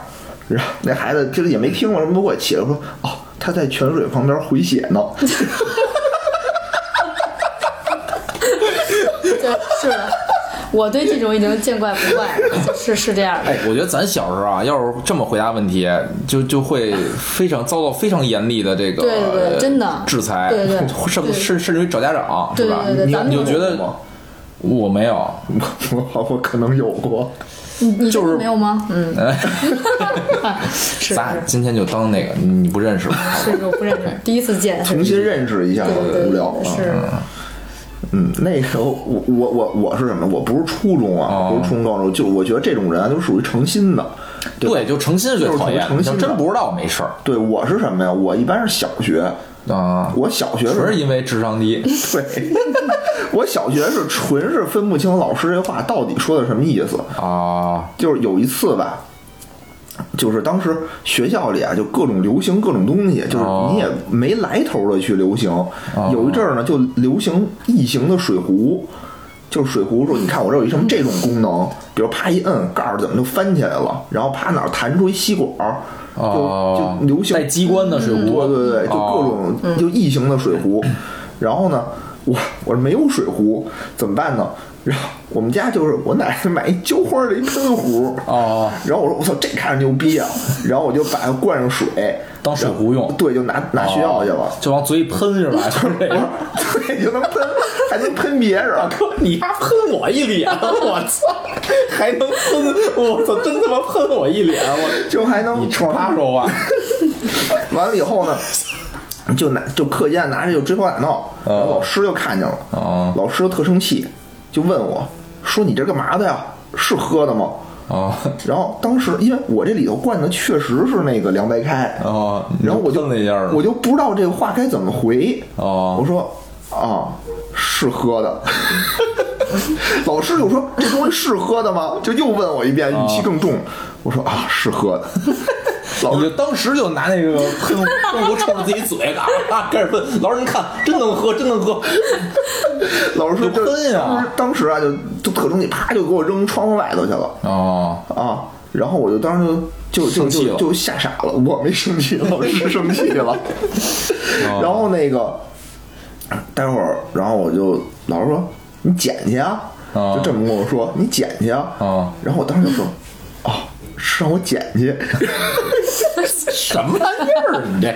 Speaker 1: 然后那孩子其实也没听过什么我起来说哦，他在泉水旁边回血呢。
Speaker 3: 对，是的，我对这种已经见怪不怪了，是是这样 的。
Speaker 2: 哎，我觉得咱小时候啊，要是这么回答问题，就就会非常遭到非常严厉的这个呃
Speaker 3: 对对对真的
Speaker 2: 制裁，
Speaker 3: 对 对
Speaker 2: 甚
Speaker 3: 对
Speaker 2: 甚甚至于找家长，
Speaker 3: 对
Speaker 2: 是吧？
Speaker 3: 对对
Speaker 2: 你
Speaker 3: 咱们
Speaker 2: 你就 觉得
Speaker 1: 有吗
Speaker 2: 我没有，
Speaker 1: 我我可能有过，
Speaker 3: 你你
Speaker 2: 就是嗯
Speaker 3: 没有吗？嗯， 是
Speaker 2: 咱俩今天就当那个你不认识我，
Speaker 3: 是是，我不认识，第一次见。
Speaker 1: 重新认识一下，
Speaker 3: 对对
Speaker 1: 无聊
Speaker 3: 对
Speaker 1: 啊。
Speaker 3: 是，
Speaker 1: 嗯，那时候我我我我是什么？我不是初中啊，
Speaker 2: 哦
Speaker 1: 不是初中高中，就我觉得这种人啊都属于诚心的。对吧
Speaker 2: 对，就诚心是最讨厌的，
Speaker 1: 就是诚心
Speaker 2: 要
Speaker 1: 的
Speaker 2: 真不知道没事儿
Speaker 1: 对我是什么呀？我一般是小学，
Speaker 2: 啊，
Speaker 1: 我小学
Speaker 2: 纯是
Speaker 1: 是
Speaker 2: 因为智商低。
Speaker 1: 对， 我小学是纯是分不清老师这话到底说的什么意思。
Speaker 2: 啊，
Speaker 1: 就是有一次吧，就是当时学校里啊，就各种流行各种东西，就是
Speaker 2: 哦
Speaker 1: 你也没来头的去流行。有一阵儿呢，就流行异形的水壶，就是水壶说，你看我这有一什
Speaker 2: 嗯
Speaker 1: 么这种功能，比如啪一摁盖儿怎么就翻起来了，然后啪哪儿弹出一吸管儿，
Speaker 2: 哦
Speaker 1: 就就流行
Speaker 2: 带机关的水壶
Speaker 1: 对对对，就各种就异形的水壶。然后呢，我我没有水壶，怎么办呢？然后我们家就是我奶奶买一浇花的一喷壶，
Speaker 2: 哦，
Speaker 1: 然后我说我操，这看着牛逼啊！然后我就把它灌上水，
Speaker 2: 当水壶用
Speaker 1: 对，就拿拿学校去了，
Speaker 2: 就往嘴里喷是 吧？就是这样。
Speaker 1: 对，就能喷，还能喷别人。
Speaker 2: 哥，你丫喷我一脸， 我操，还能喷，我操，真他妈喷我一脸，我
Speaker 1: 就还能
Speaker 2: 你冲他说话，
Speaker 1: 完了以后呢，就拿就课间拿着就追跑打闹，然后老师就看见了，
Speaker 4: 哦
Speaker 1: 老师特生气，就问我说：“你这干嘛的呀？是喝的吗
Speaker 4: 哦？”
Speaker 1: 然后当时因为我这里头灌的确实是那个凉白开，
Speaker 4: 哦，
Speaker 1: 然后我就
Speaker 4: 瞪了一下儿，
Speaker 1: 我就不知道这个话该怎么回。
Speaker 4: 哦
Speaker 1: 我说啊，是喝的。 老师就说这东西是喝的吗？就又问我一遍，语
Speaker 4: 哦
Speaker 1: 气更重。我说啊，是喝的。老
Speaker 2: 你
Speaker 1: 师
Speaker 2: 就当时就拿那个 喷喷壶冲着自己嘴，嘎嘎 开始喷。老师，您看，真能喝，真能 喝。
Speaker 1: 老师就
Speaker 2: 就喷呀
Speaker 1: 当时当时啊，就就特生气，啪就给我扔窗户外头去了
Speaker 4: 哦，
Speaker 1: 啊。然后我就当时就就就
Speaker 4: 生气
Speaker 1: 就
Speaker 4: 了
Speaker 1: 就吓傻了，我没生气，老师生气 了。哦然后那个待会儿，然后我就老师说你捡去啊，
Speaker 4: 啊
Speaker 1: 就这么跟我说你捡去啊。
Speaker 4: 啊
Speaker 1: 然后我当时就说哦，是让我捡去。
Speaker 2: 什么玩意儿？你这，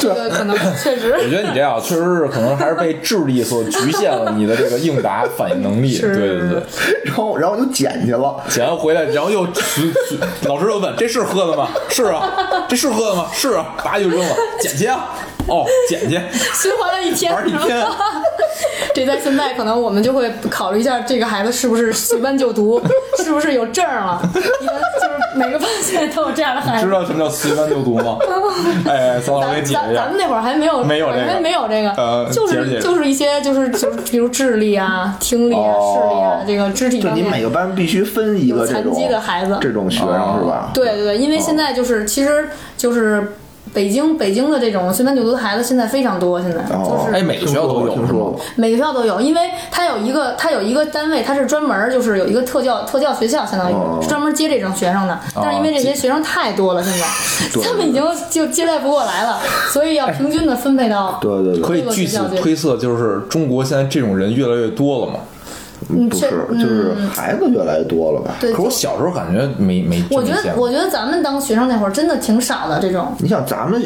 Speaker 3: 这个可能确实
Speaker 2: 我觉得你这啊，确实是可能还是被智力所局限了你的这个应答反应能力。
Speaker 3: 是
Speaker 2: 对对对，
Speaker 1: 然后然后我就捡去了。
Speaker 2: 捡完回来，然后又去去老师又问：“这是喝的吗？”“是啊。”“这是喝的吗？”“是啊。”叭就扔了，捡去啊！哦，捡去。
Speaker 3: 循环了一天，
Speaker 2: 玩一天
Speaker 3: 是吧 这在现在可能我们就会考虑一下，这个孩子是不是随班就读，是不是有证儿了？一般就是每个班现在都有这样的孩
Speaker 2: 知
Speaker 3: 子。
Speaker 2: 道什么叫随班就读吗？哎，桑老师，我给
Speaker 3: 咱
Speaker 2: 你解释
Speaker 3: 咱
Speaker 2: 一
Speaker 3: 咱
Speaker 2: 下
Speaker 3: 们。那会儿还没有，
Speaker 2: 没有这个
Speaker 3: 还没有这个，
Speaker 2: 呃
Speaker 3: 就
Speaker 2: 解释解
Speaker 3: 是
Speaker 2: 释
Speaker 3: 就是一些就是就是比如智力啊、听力啊、视力
Speaker 2: 哦
Speaker 3: 啊这个肢体
Speaker 1: 就
Speaker 3: 方
Speaker 1: 你
Speaker 3: 面。
Speaker 1: 每个班必须分一个这
Speaker 3: 有残
Speaker 1: 种
Speaker 3: 疾的孩子
Speaker 1: 这种学生是吧？
Speaker 3: 对对对，因为现在就是、其实就是北京北京的这种随班就读的孩子现在非常多，现在、
Speaker 1: 哦
Speaker 3: 就是
Speaker 2: 哎，每个学校都有，
Speaker 1: 听
Speaker 2: 是
Speaker 1: 说
Speaker 2: 吗？
Speaker 1: 过。
Speaker 3: 每个学校都有，因为它有一个它有一个单位，它是专门儿就是有一个特教特教学校，相当于、
Speaker 1: 哦
Speaker 3: 是专门接这种学生的。但是因为这些学生太多了，现在他们已经就接待不过来了，所以要平均的分配到。
Speaker 1: 对对对，
Speaker 2: 可以据此推测，就是中国现在这种人越来越多了嘛。
Speaker 3: 嗯
Speaker 1: 不是，就是孩子越来越多了吧？
Speaker 3: 对，
Speaker 2: 可我
Speaker 3: 呃就
Speaker 2: 小时候感觉没没这
Speaker 3: 我
Speaker 2: 么
Speaker 3: 觉
Speaker 2: 见
Speaker 3: 得
Speaker 2: 过
Speaker 3: 我觉得咱们当学生那会儿真的挺少的这种。
Speaker 1: 你想咱们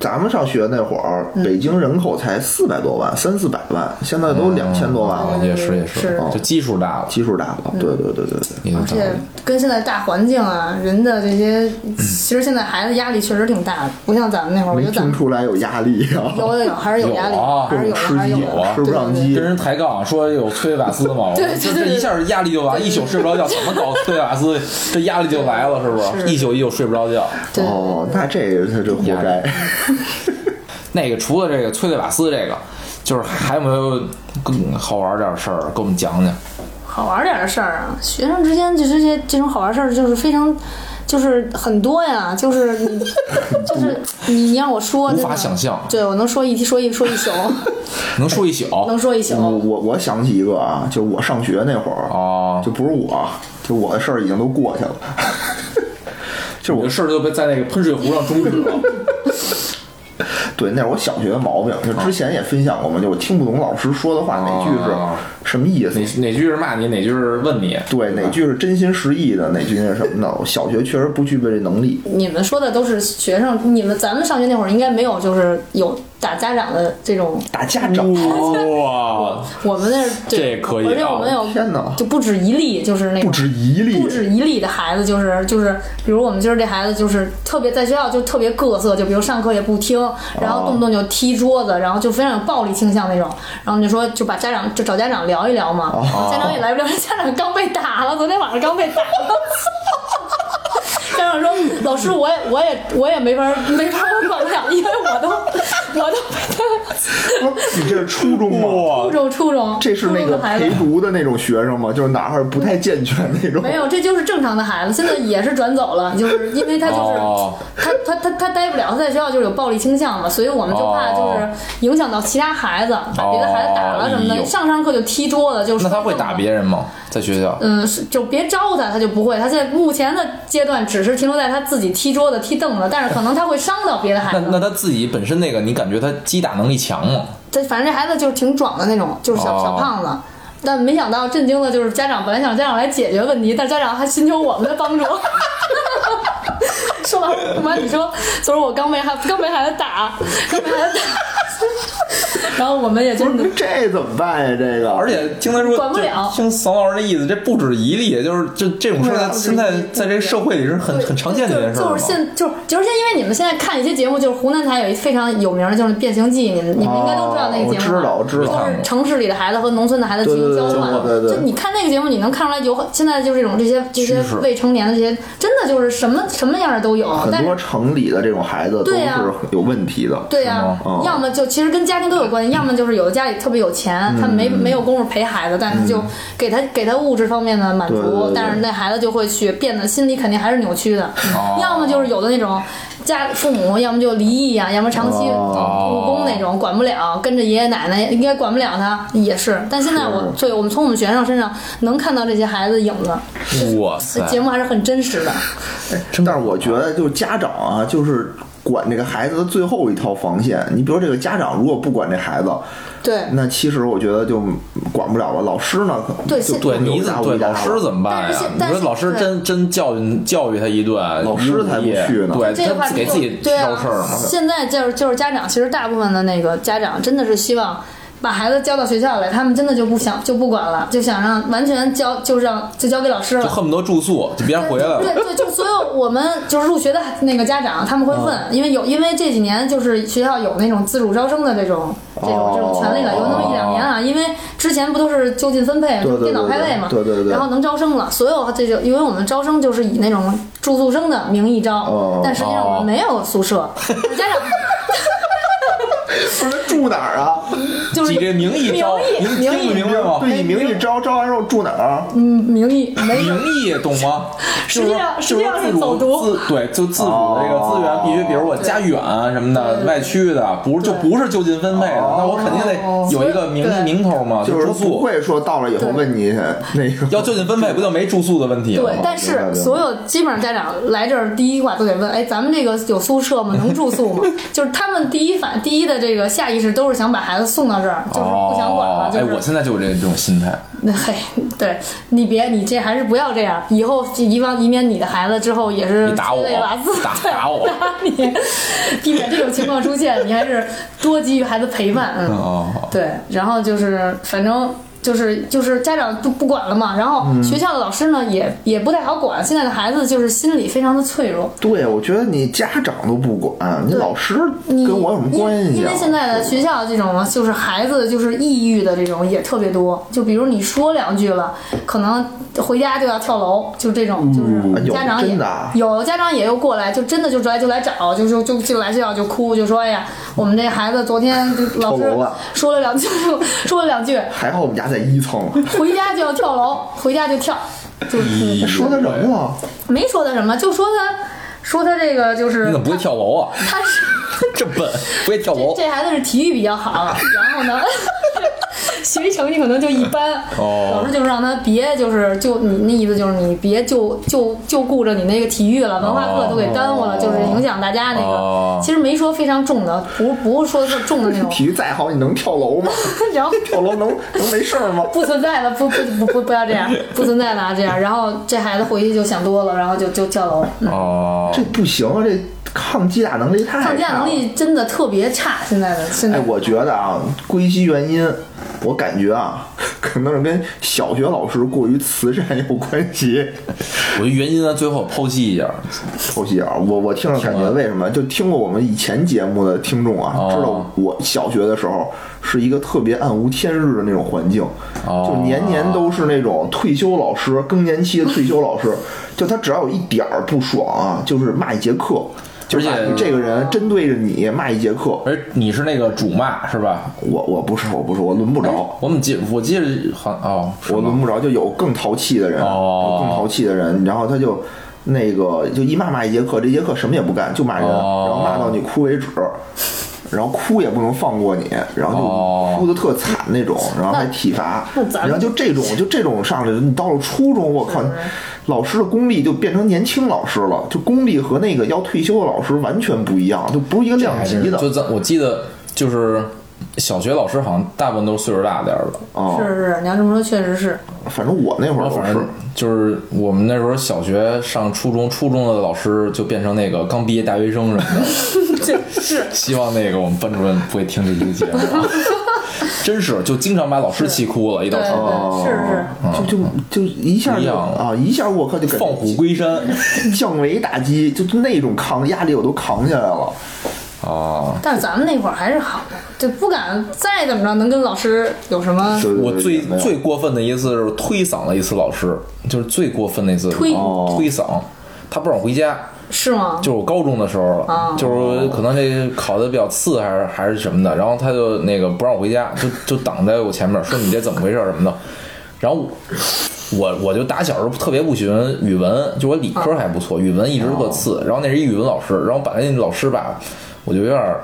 Speaker 1: 咱们上学那会儿，
Speaker 3: 嗯
Speaker 1: 北京人口才四百多万，三四百万，现在都两千多万
Speaker 2: 啊，
Speaker 3: 嗯
Speaker 1: 了，
Speaker 2: 也是也
Speaker 3: 是
Speaker 2: 是，就基数大了，
Speaker 1: 基数大了。
Speaker 3: 嗯
Speaker 1: 对对对对对。
Speaker 2: 也有
Speaker 3: 而
Speaker 2: 道理
Speaker 3: 且跟现在大环境啊，人的这些，其实现在孩子压力确实挺大的，不像咱们那会儿。我
Speaker 1: 没
Speaker 3: 觉得咱
Speaker 1: 听
Speaker 3: 们
Speaker 1: 出来有压力呀、
Speaker 3: 有有有，还是有压力
Speaker 2: 有啊，
Speaker 3: 还是有
Speaker 1: 各种
Speaker 3: 的，还是有
Speaker 1: 吃鸡啊
Speaker 3: 的。
Speaker 1: 吃不上
Speaker 3: 对对对
Speaker 1: 鸡
Speaker 2: 跟人抬杠说有催瓦斯嘛，我
Speaker 3: 对对
Speaker 2: 这
Speaker 3: 对
Speaker 2: 这
Speaker 3: 对
Speaker 2: 一下压力就完，一宿睡不着觉，怎么搞催瓦斯？这压力就来了，是不
Speaker 3: 是
Speaker 2: 是？一宿一宿睡不着觉。
Speaker 3: 对
Speaker 1: 哦，那这个他就活该。
Speaker 2: 那个除了这个催泪瓦斯这个，就是还有没有更好玩点儿事儿？给我们讲讲。
Speaker 3: 好玩点的事儿啊，学生之间就是这这种好玩事儿，就是非常，就是很多呀，就是 你，就是你你让我说，
Speaker 2: 无
Speaker 3: 真的
Speaker 2: 法想象
Speaker 3: 哦对我能说一说一说 一宿，
Speaker 2: 能说一宿
Speaker 3: 能说一宿。
Speaker 2: 嗯
Speaker 1: 我我我想起一个啊，就我上学那会儿，
Speaker 2: 哦
Speaker 1: 就不是我，就我的事儿已经都过去了。 就是
Speaker 2: 我
Speaker 1: 我
Speaker 2: 的事儿就被在那个喷水壶上终止了。
Speaker 1: 对，那是我小学的毛病，就之前也分享过嘛，就我听不懂老师说的话哪句
Speaker 2: 哦
Speaker 1: 是什么意思
Speaker 2: 哪，哪句是骂你，哪句是问你？
Speaker 1: 对，哪句是真心实意的，哪句那什 么的。我小学确实不具备这能力。
Speaker 3: 你们说的都是学生，你们咱们上学那会儿应该没有，就是有打家长的这种，
Speaker 1: 打家长，
Speaker 4: 嗯
Speaker 2: 哦哇，
Speaker 3: 我们那是对
Speaker 2: 这可以啊
Speaker 3: 而且我们有
Speaker 1: 天哪
Speaker 3: 就不止一例，就是那种
Speaker 1: 不止一例
Speaker 3: 不，止一例的孩子，就是就是，比如我们今儿这孩子就是特别在学校就特别各色，就比如上课也不听，然
Speaker 1: 哦
Speaker 3: 后动不动就踢桌子，然后就非常有暴力倾向那种。然后你说就把家长就找家长聊一聊嘛，
Speaker 1: 哦
Speaker 3: 家长也来不了， 家长刚被打了，昨天晚上刚被打了。 家长说：“老师，我也我也我也没法没法管不了，因为我都我都被
Speaker 1: 不是你这是初中吗？
Speaker 3: 他初中初中
Speaker 1: 哦这是那
Speaker 3: 初中
Speaker 1: 个
Speaker 3: 的孩子
Speaker 1: 陪读的那种学生吗？就是哪儿不太健全那种。
Speaker 3: 没有，这就是正常的孩子，现在也是转走了，就是因为他就是、
Speaker 2: 哦
Speaker 3: 他他他他待不了，他在学校就是有暴力倾向嘛，所以我们就怕
Speaker 2: 哦
Speaker 3: 就是影响到其他孩子，把别的孩子打了什么
Speaker 2: 哎
Speaker 3: 的，
Speaker 2: 呦
Speaker 3: 上上课就踢桌子，就是
Speaker 2: 那他会打别人吗？在学校？
Speaker 3: 嗯，是就别招他，他就不会。他现在目前的阶段只是停留在他自己踢桌子、踢凳子，但是可能他会伤到别的孩
Speaker 2: 那
Speaker 3: 子。
Speaker 2: 那他自己本身那个，你感觉他击打能力强吗？
Speaker 3: 这反正这孩子就是挺壮的那种，就是小、
Speaker 2: 哦
Speaker 3: 小胖子。但没想到震惊的就是家长，本来想家长来解决问题，但家长还寻求我们的帮助。 说完，说完你说，昨儿我刚被孩刚被孩子打，刚被孩子打，然后我们也
Speaker 1: 不
Speaker 3: 真的
Speaker 1: 是这怎么办呀？这个，
Speaker 4: 而且听他说，
Speaker 3: 管不
Speaker 4: 就
Speaker 3: 了
Speaker 4: 听桑老师的意思，这不止一例，就是这这种事儿
Speaker 1: 对
Speaker 4: 在
Speaker 1: 啊
Speaker 4: 现在在这个社会里是很
Speaker 3: 对
Speaker 4: 很常见的一件事
Speaker 3: 就
Speaker 4: 儿
Speaker 3: 就
Speaker 4: 嘛
Speaker 3: 是。现就是就是现在，因为你们现在看一些节目，就是湖南台有一非常有名的，就是《变形记》，你们你们应该都知道那个节目吧。
Speaker 1: 哦我知道我知道
Speaker 3: 就是城市里的孩子和农村的孩子进行交换。
Speaker 1: 对对对对对对
Speaker 3: 就你看那个节目，你能看出来有现在就是这种这些这些
Speaker 4: 势
Speaker 3: 未成年的这些，真的就是什么什么样的都有。但
Speaker 1: 很
Speaker 3: 是
Speaker 1: 多城里的这种孩子都
Speaker 3: 对呀
Speaker 1: 是有问题的。
Speaker 3: 对呀、
Speaker 1: 嗯
Speaker 3: 要么就其实跟家庭都有关系，要么就是有的家里特别有钱，
Speaker 1: 嗯
Speaker 3: 他没没有功夫陪孩子，但是就给他给他物质方面的满足，
Speaker 1: 对对对对
Speaker 3: 但是那孩子就会去变得心里肯定还是扭曲的。
Speaker 4: 哦
Speaker 3: 要么就是有的那种家父母，要么就离异啊呀、要么长期
Speaker 1: 哦
Speaker 3: 务工那种，管不了，跟着爷爷奶奶应该管不了他也是。但现在我对我们从我们学生身上能看到这些孩子影子，
Speaker 4: 哇
Speaker 3: 这
Speaker 4: 塞！
Speaker 3: 节目还是很真实的。
Speaker 1: 但是我觉得，就是家长啊，就是管这个孩子的最后一套防线。你比如这个家长如果不管这孩子，
Speaker 3: 对，
Speaker 1: 那其实我觉得就管不了了。老师呢，可
Speaker 3: 对
Speaker 1: 就
Speaker 3: 现
Speaker 4: 对，你
Speaker 1: 有
Speaker 4: 怎
Speaker 1: 大
Speaker 4: 么
Speaker 1: 无
Speaker 4: 对
Speaker 1: 大
Speaker 4: 老
Speaker 1: 了
Speaker 4: 师怎么办
Speaker 3: 但
Speaker 4: 呀
Speaker 3: 是？
Speaker 4: 你
Speaker 3: 但
Speaker 4: 说
Speaker 3: 是
Speaker 4: 老师
Speaker 3: 对
Speaker 4: 真真教育教育他一顿，老
Speaker 1: 师才不去呢
Speaker 4: 对
Speaker 3: 这个话
Speaker 4: 他
Speaker 3: 题
Speaker 4: 给
Speaker 3: 就
Speaker 4: 自己
Speaker 3: 对啊
Speaker 4: 挑事儿嘛。
Speaker 3: 现在就是就是家长，其实大部分的那个家长真的是希望。把孩子交到学校来，他们真的就不想就不管了，就想让完全交就让就交给老师了
Speaker 4: 就，恨不得住宿，就别回来了。
Speaker 3: 对对，就所有我们就是入学的那个家长，他们会问，
Speaker 1: 嗯
Speaker 3: 因为有因为这几年就是学校有那种自主招生的这种这
Speaker 1: 哦
Speaker 3: 种这种权利了，有那么一两年啊。因为之前不都是就近分配，
Speaker 1: 对
Speaker 3: 就
Speaker 1: 对对
Speaker 3: 电脑派位嘛，
Speaker 1: 对对对对
Speaker 3: 然后能招生了，所有这就因为我们招生就是以那种住宿生的名义招
Speaker 1: 哦，
Speaker 3: 但实际上我们没有 宿舍，家长
Speaker 1: 不是住哪儿 啊？
Speaker 3: 就是
Speaker 4: 以这名义招，
Speaker 3: 名
Speaker 4: 您
Speaker 3: 义
Speaker 4: 听不
Speaker 3: 名义
Speaker 4: 明白吗？
Speaker 1: 对，以名义招，招完之后住哪儿啊？
Speaker 3: 嗯名义没有
Speaker 4: 名义懂 吗？
Speaker 3: 实际上
Speaker 4: 就是
Speaker 3: 实
Speaker 4: 说
Speaker 3: 际上是
Speaker 4: 就是说
Speaker 3: 走
Speaker 4: 自主
Speaker 3: 读
Speaker 4: 自对，就自主的这个
Speaker 1: 哦
Speaker 4: 资源必须，比如我家远啊什么的，外区的，不是就不是就近分配的，那我肯定得有一个名
Speaker 3: 哦对
Speaker 4: 名头嘛，
Speaker 1: 就是
Speaker 4: 住
Speaker 1: 说不
Speaker 4: 宿。
Speaker 1: 会说到了以后问你那个
Speaker 4: 要就近分配，不就没住宿的问题了
Speaker 3: 对
Speaker 4: 吗？，
Speaker 3: 但
Speaker 1: 明白明白
Speaker 3: 是所有基本上家长来这儿第一话都得问，哎，咱们这个有宿舍吗？能住宿吗？ 就是他们第一反第一的这个下意识都是想把孩子送到这儿，就是不想管了，
Speaker 4: 哦，
Speaker 3: 就
Speaker 4: 哎，
Speaker 3: 是。
Speaker 4: 我现在就有这这种心态。
Speaker 3: 那嘿， 对你别，你这还是不要这样，以后以往以免你的孩子之后也是
Speaker 4: 你打我
Speaker 3: 缺位瓦斯
Speaker 4: 打
Speaker 3: 对
Speaker 4: 打我
Speaker 3: 打你， 避免这种情况出现，你还是多给予孩子陪伴，嗯，
Speaker 4: 哦，好
Speaker 3: 对，然后就是反正。就是就是家长都不管了嘛，然后
Speaker 1: 嗯
Speaker 3: 学校的老师呢也也不太好管，现在的孩子就是心理非常的脆弱。
Speaker 1: 对，我觉得你家长都不管，你
Speaker 3: 对
Speaker 1: 老师
Speaker 3: 你
Speaker 1: 跟我有什么关系啊？
Speaker 3: 因为现在的学校这种就是孩子就是抑郁的这种也特别多，就比如你说两句了，可能回家就要跳楼，就这种，就是
Speaker 1: 有
Speaker 3: 家长也
Speaker 1: 真的啊
Speaker 3: 有家长也又过来，就真的就来就来找，就就就就来学校就哭，就说哎呀，我们这孩子昨天就老 师
Speaker 1: 跳楼了
Speaker 3: 说了两句， 说了两句，
Speaker 1: 还好我们家在一层，
Speaker 3: 回家就要跳楼，回家就跳，就、
Speaker 4: 哎
Speaker 3: 嗯
Speaker 1: 说他什么了？。
Speaker 3: 没说他什么，就说他说他这个就是
Speaker 4: 你怎么不会跳 楼啊？
Speaker 3: 他是。
Speaker 4: 这笨，不会跳
Speaker 2: 哦
Speaker 4: 楼。
Speaker 3: 这孩子是体育比较好，然后呢， 学习成绩可能就一般。
Speaker 4: 哦
Speaker 3: 老师就是让他别，就是就你那意思就是你别就就就顾着你那个体育了，文化课都给耽误了，就是影响大家那个。
Speaker 4: 哦
Speaker 3: 其实没说非常重的，不不是说特重的那种
Speaker 1: 体育再好，你能跳楼 吗？
Speaker 3: 然后
Speaker 1: 跳楼能能没事儿吗？
Speaker 3: 不存在了，不不不不不要这样，不存在了啊这样。然后这孩子回去就想多了，然后就就跳楼。嗯，
Speaker 4: 哦，
Speaker 1: 这不行啊，这抗击打能力太
Speaker 3: 抗击
Speaker 1: 差了
Speaker 3: 打能力真的特别差， 现在的现在
Speaker 1: 哎，。我觉得啊，归其原因，我感觉啊，可能是跟小学老师过于慈善有关系。
Speaker 4: 我觉得原因呢，最后剖析一下。
Speaker 1: 偷袭啊，我我听
Speaker 4: 嗯
Speaker 1: 着感觉为什么？就听过我们以前节目的听众啊，
Speaker 4: 哦
Speaker 1: 知道我小学的时候是一个特别暗无天日的那种环境，
Speaker 4: 哦
Speaker 1: 就年年都是那种退休老师，更年期的退休老师，就他只要有一点儿不爽啊，就是骂一节课。就是
Speaker 4: 而且
Speaker 1: 这个人针对着你骂一节课，
Speaker 4: 而你是那个主骂是吧？
Speaker 1: 我我不是我不是我轮不着，
Speaker 4: 我怎么记？我记得好哦，是
Speaker 1: 我
Speaker 4: 吗
Speaker 1: 轮不着，就有更淘气的人，
Speaker 4: 哦
Speaker 1: 有更淘气的人，然后他就那个就一骂骂一节课，这节课什么也不干，就骂人，
Speaker 4: 哦
Speaker 1: 然后骂到你哭为止，然后哭也不能放过你，然
Speaker 4: 哦
Speaker 1: 后就哭的特惨那种，然后还体罚，
Speaker 3: 那咱们
Speaker 1: 然后就这种就这种上来，你到了初中，我靠，老师的功力就变成年轻老师了，就功力和那个要退休的老师完全不一样，就不是一个量
Speaker 2: 还
Speaker 1: 级
Speaker 2: 真是
Speaker 1: 的。
Speaker 4: 就咱我记得就是
Speaker 2: 小学老师好像大部分都是岁数大点儿的，
Speaker 1: 啊
Speaker 3: 是，是是，你要这么说确实是，
Speaker 1: 反正我那
Speaker 3: 哦
Speaker 1: 会儿都
Speaker 2: 反
Speaker 1: 是
Speaker 2: 正就是我们那时候小学上初中，初中的老师就变成那个刚毕业大学生什么的。
Speaker 3: 这是
Speaker 2: 希望那个我们班主任不会听这期节目啊，真是就经常把老师气哭了，一
Speaker 3: 对
Speaker 2: 道
Speaker 3: 对
Speaker 2: 题
Speaker 1: 哦
Speaker 3: 是是，
Speaker 1: 就就就一下
Speaker 2: 一
Speaker 1: 就
Speaker 2: 样
Speaker 1: 啊，一下我靠就感
Speaker 2: 放虎归山
Speaker 1: 觉降维打击，就那种扛压力我都扛下来 了。
Speaker 2: 啊！
Speaker 3: 但是咱们那会儿还是好的，就不敢再怎么着能跟老师有什么
Speaker 1: 对对对
Speaker 2: 我最
Speaker 1: 没有
Speaker 2: 最过分的一次是推搡了一次老师，就是最过分的一次
Speaker 3: 推
Speaker 1: 哦
Speaker 2: 推搡，他不让我回家，
Speaker 3: 是吗？
Speaker 2: 就是我高中的时候了
Speaker 3: 哦，
Speaker 2: 就是可能这考的比较次还是还是什么的，然后他就那个不让我回家，就就挡在我前面说你这怎么回事儿什么的，然后我我就打小就特别不喜欢语文，就我理科还不错，语文一直特次，然后那是一语文老师，然后本来那老师吧，我就有点儿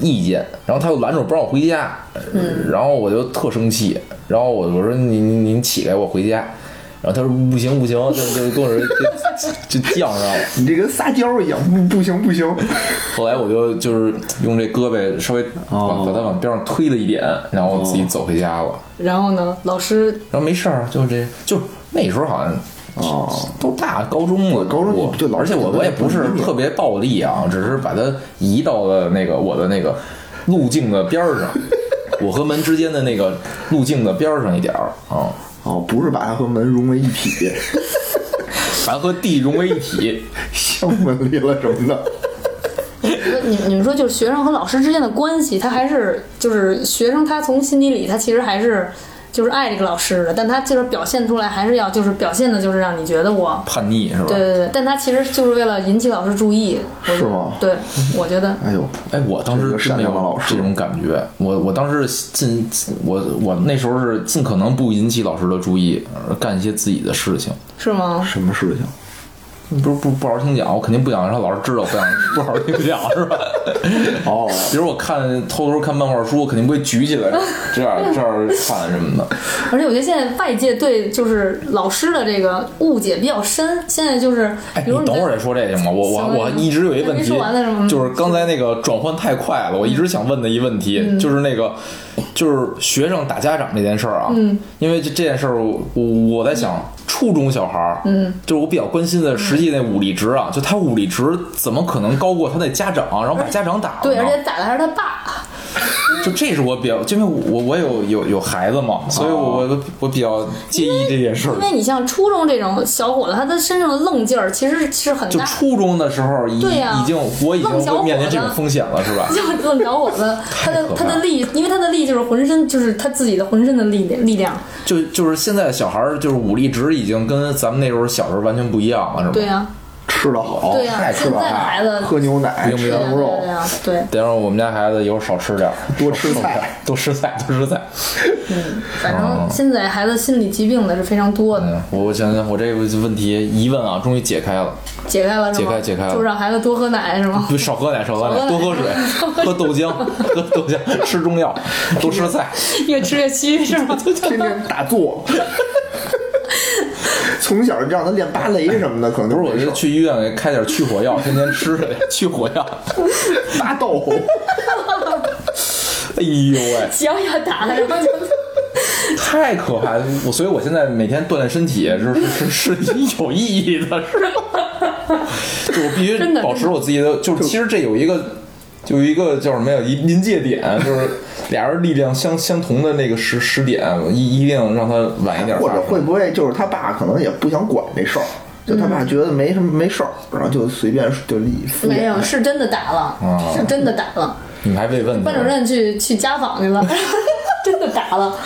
Speaker 2: 意见，然后他又拦着我不让我回家，呃然后我就特生气，然后我我说你你你起来我回家。然后他说不行不行，就就跟我说就就犟上了，
Speaker 1: 你这跟撒娇一样，不不行不 行，
Speaker 2: 后来我就就是用这胳膊稍微往把它往边上推了一点，然后自己走回家了。
Speaker 3: 然后呢，老师
Speaker 2: 然后没事儿，就这就那时候好像
Speaker 1: 哦
Speaker 2: 都大高中了，
Speaker 1: 高中
Speaker 2: 我
Speaker 1: 就老
Speaker 2: 而且我我也不是特别暴力啊，只是把它移到了那个我的那个路径的边儿上， 我和门之间的那个路径的边儿上一点儿啊，
Speaker 1: 哦，不是把它和门融为一 体，
Speaker 2: 咱和地融为一体。
Speaker 1: 相分离了什么的。
Speaker 3: 你你们说就是学生和老师之间的关系，他还是就是学生，他从心底里他其实还是就是爱这个老师的，但他就是表现出来还是要就是表现的就是让你觉得我。
Speaker 2: 叛逆是吧？
Speaker 3: 对对对，但他其实就是为了引起老师注意，我
Speaker 1: 是吗
Speaker 3: 对，我觉得
Speaker 1: 哎呦，
Speaker 2: 哎，我当时真
Speaker 1: 这
Speaker 2: 没
Speaker 1: 个善良的老
Speaker 2: 有
Speaker 1: 师
Speaker 2: 这种感觉。我我当时尽我我那时候是尽可能不引起老师的注意，而干一些自己的事情。
Speaker 3: 是吗？
Speaker 1: 什么事情？
Speaker 2: 不是不不好好听讲，我肯定不想让老师知道，不想不好好听讲是吧？
Speaker 1: 哦，
Speaker 2: 比如我看偷偷看漫画书，我肯定不会举起 来这样这样看什么的。
Speaker 3: 而且我觉得现在外界对就是老师的这个误解比较深，现在就是
Speaker 2: 哎，
Speaker 3: 比如
Speaker 2: 你等会儿
Speaker 3: 在
Speaker 2: 再说这个嘛，我我
Speaker 3: 行
Speaker 2: 我一直有一问
Speaker 3: 还没
Speaker 2: 题
Speaker 3: 说完呢是吗，嗯
Speaker 2: 就是刚才那个转换太快了，我一直想问的一问题，就是那个就是学生打家长这件事儿啊，
Speaker 3: 嗯
Speaker 2: 因为这这件事儿我我我在想初中小孩儿，嗯，就是我比较关心的实际那武力值啊，就他武力值怎么可能高过他那家长，啊然后把家长打了呢？
Speaker 3: 对，而且打的还是他爸，
Speaker 2: 就这是我比较，因为我我有有有孩子嘛，所以我我我比较介意这件事儿
Speaker 3: 哦因。为你像初中这种小伙子，他的身上的愣劲儿其实是很
Speaker 2: 就
Speaker 3: 大，
Speaker 2: 初中的时候已
Speaker 3: 对呀
Speaker 2: 已经我已经
Speaker 3: 愣小
Speaker 2: 会
Speaker 3: 伙
Speaker 2: 面临这
Speaker 3: 子
Speaker 2: 种风险了，是吧？
Speaker 3: 就愣小伙 子，他的
Speaker 2: 可怕
Speaker 3: 他
Speaker 2: 了
Speaker 3: 的力，因为他的力就是浑身就是他自己的浑身的力量力量，
Speaker 2: 就就是现在小孩儿就是武力值已经跟咱们那时候小时候完全不一样了，是吧？
Speaker 3: 对啊呀、
Speaker 1: 吃的好，
Speaker 3: 对呀、
Speaker 1: 太吃
Speaker 3: 现
Speaker 1: 的
Speaker 3: 在的
Speaker 1: 好，
Speaker 3: 孩子
Speaker 1: 喝牛奶，
Speaker 2: 不
Speaker 1: 吃
Speaker 2: 用
Speaker 1: 羊肉，
Speaker 3: 对呀、对。啊
Speaker 2: 得让我们家孩子以后少吃点儿，
Speaker 1: 多吃菜
Speaker 2: 少，多吃菜，多吃菜。
Speaker 3: 反正现在孩子心理疾病的是非常多的，
Speaker 2: 哦嗯，我我想想，我这个问题疑问啊，终于解开了。
Speaker 3: 解开了是
Speaker 2: 解
Speaker 3: 吗？
Speaker 2: 开解开了
Speaker 3: 就让孩子多喝奶是 吗？
Speaker 2: 不少喝奶，少喝奶，
Speaker 3: 少
Speaker 2: 多
Speaker 3: 喝
Speaker 2: 喝水，喝豆浆，喝豆浆，吃中药，多吃菜。
Speaker 3: 越吃越虚是 吗？
Speaker 1: 天天打坐。从小让他练芭蕾什么的，可能
Speaker 2: 不
Speaker 1: 都
Speaker 2: 是，我
Speaker 1: 没事
Speaker 2: 就
Speaker 1: 儿
Speaker 2: 去医院给开点去火药，天天吃 去火药。
Speaker 1: 发抖。
Speaker 2: 哎呦喂！
Speaker 3: 脚也打了，然 后就
Speaker 2: 太可怕了！我所以，我现在每天锻炼身 体是是是是有意义的，是吧？就我必须
Speaker 3: 真的
Speaker 2: 保持我自己的，就是其实这有一个，就有一个叫什么呀？一临界点，就是俩人力量相相同的那个时时点，一一定让它晚一点
Speaker 1: 或
Speaker 2: 发
Speaker 1: 者会
Speaker 2: 生。
Speaker 1: 不会就是他爸可能也不想管这事儿，就他爸觉得没什么没事儿，然后就随便就敷衍
Speaker 3: 嗯没有，是真的打了，
Speaker 1: 啊
Speaker 3: 是真的打了。
Speaker 2: 你们还慰问
Speaker 3: 班主
Speaker 2: 呢？
Speaker 3: 任去去家访去了， 真的打了，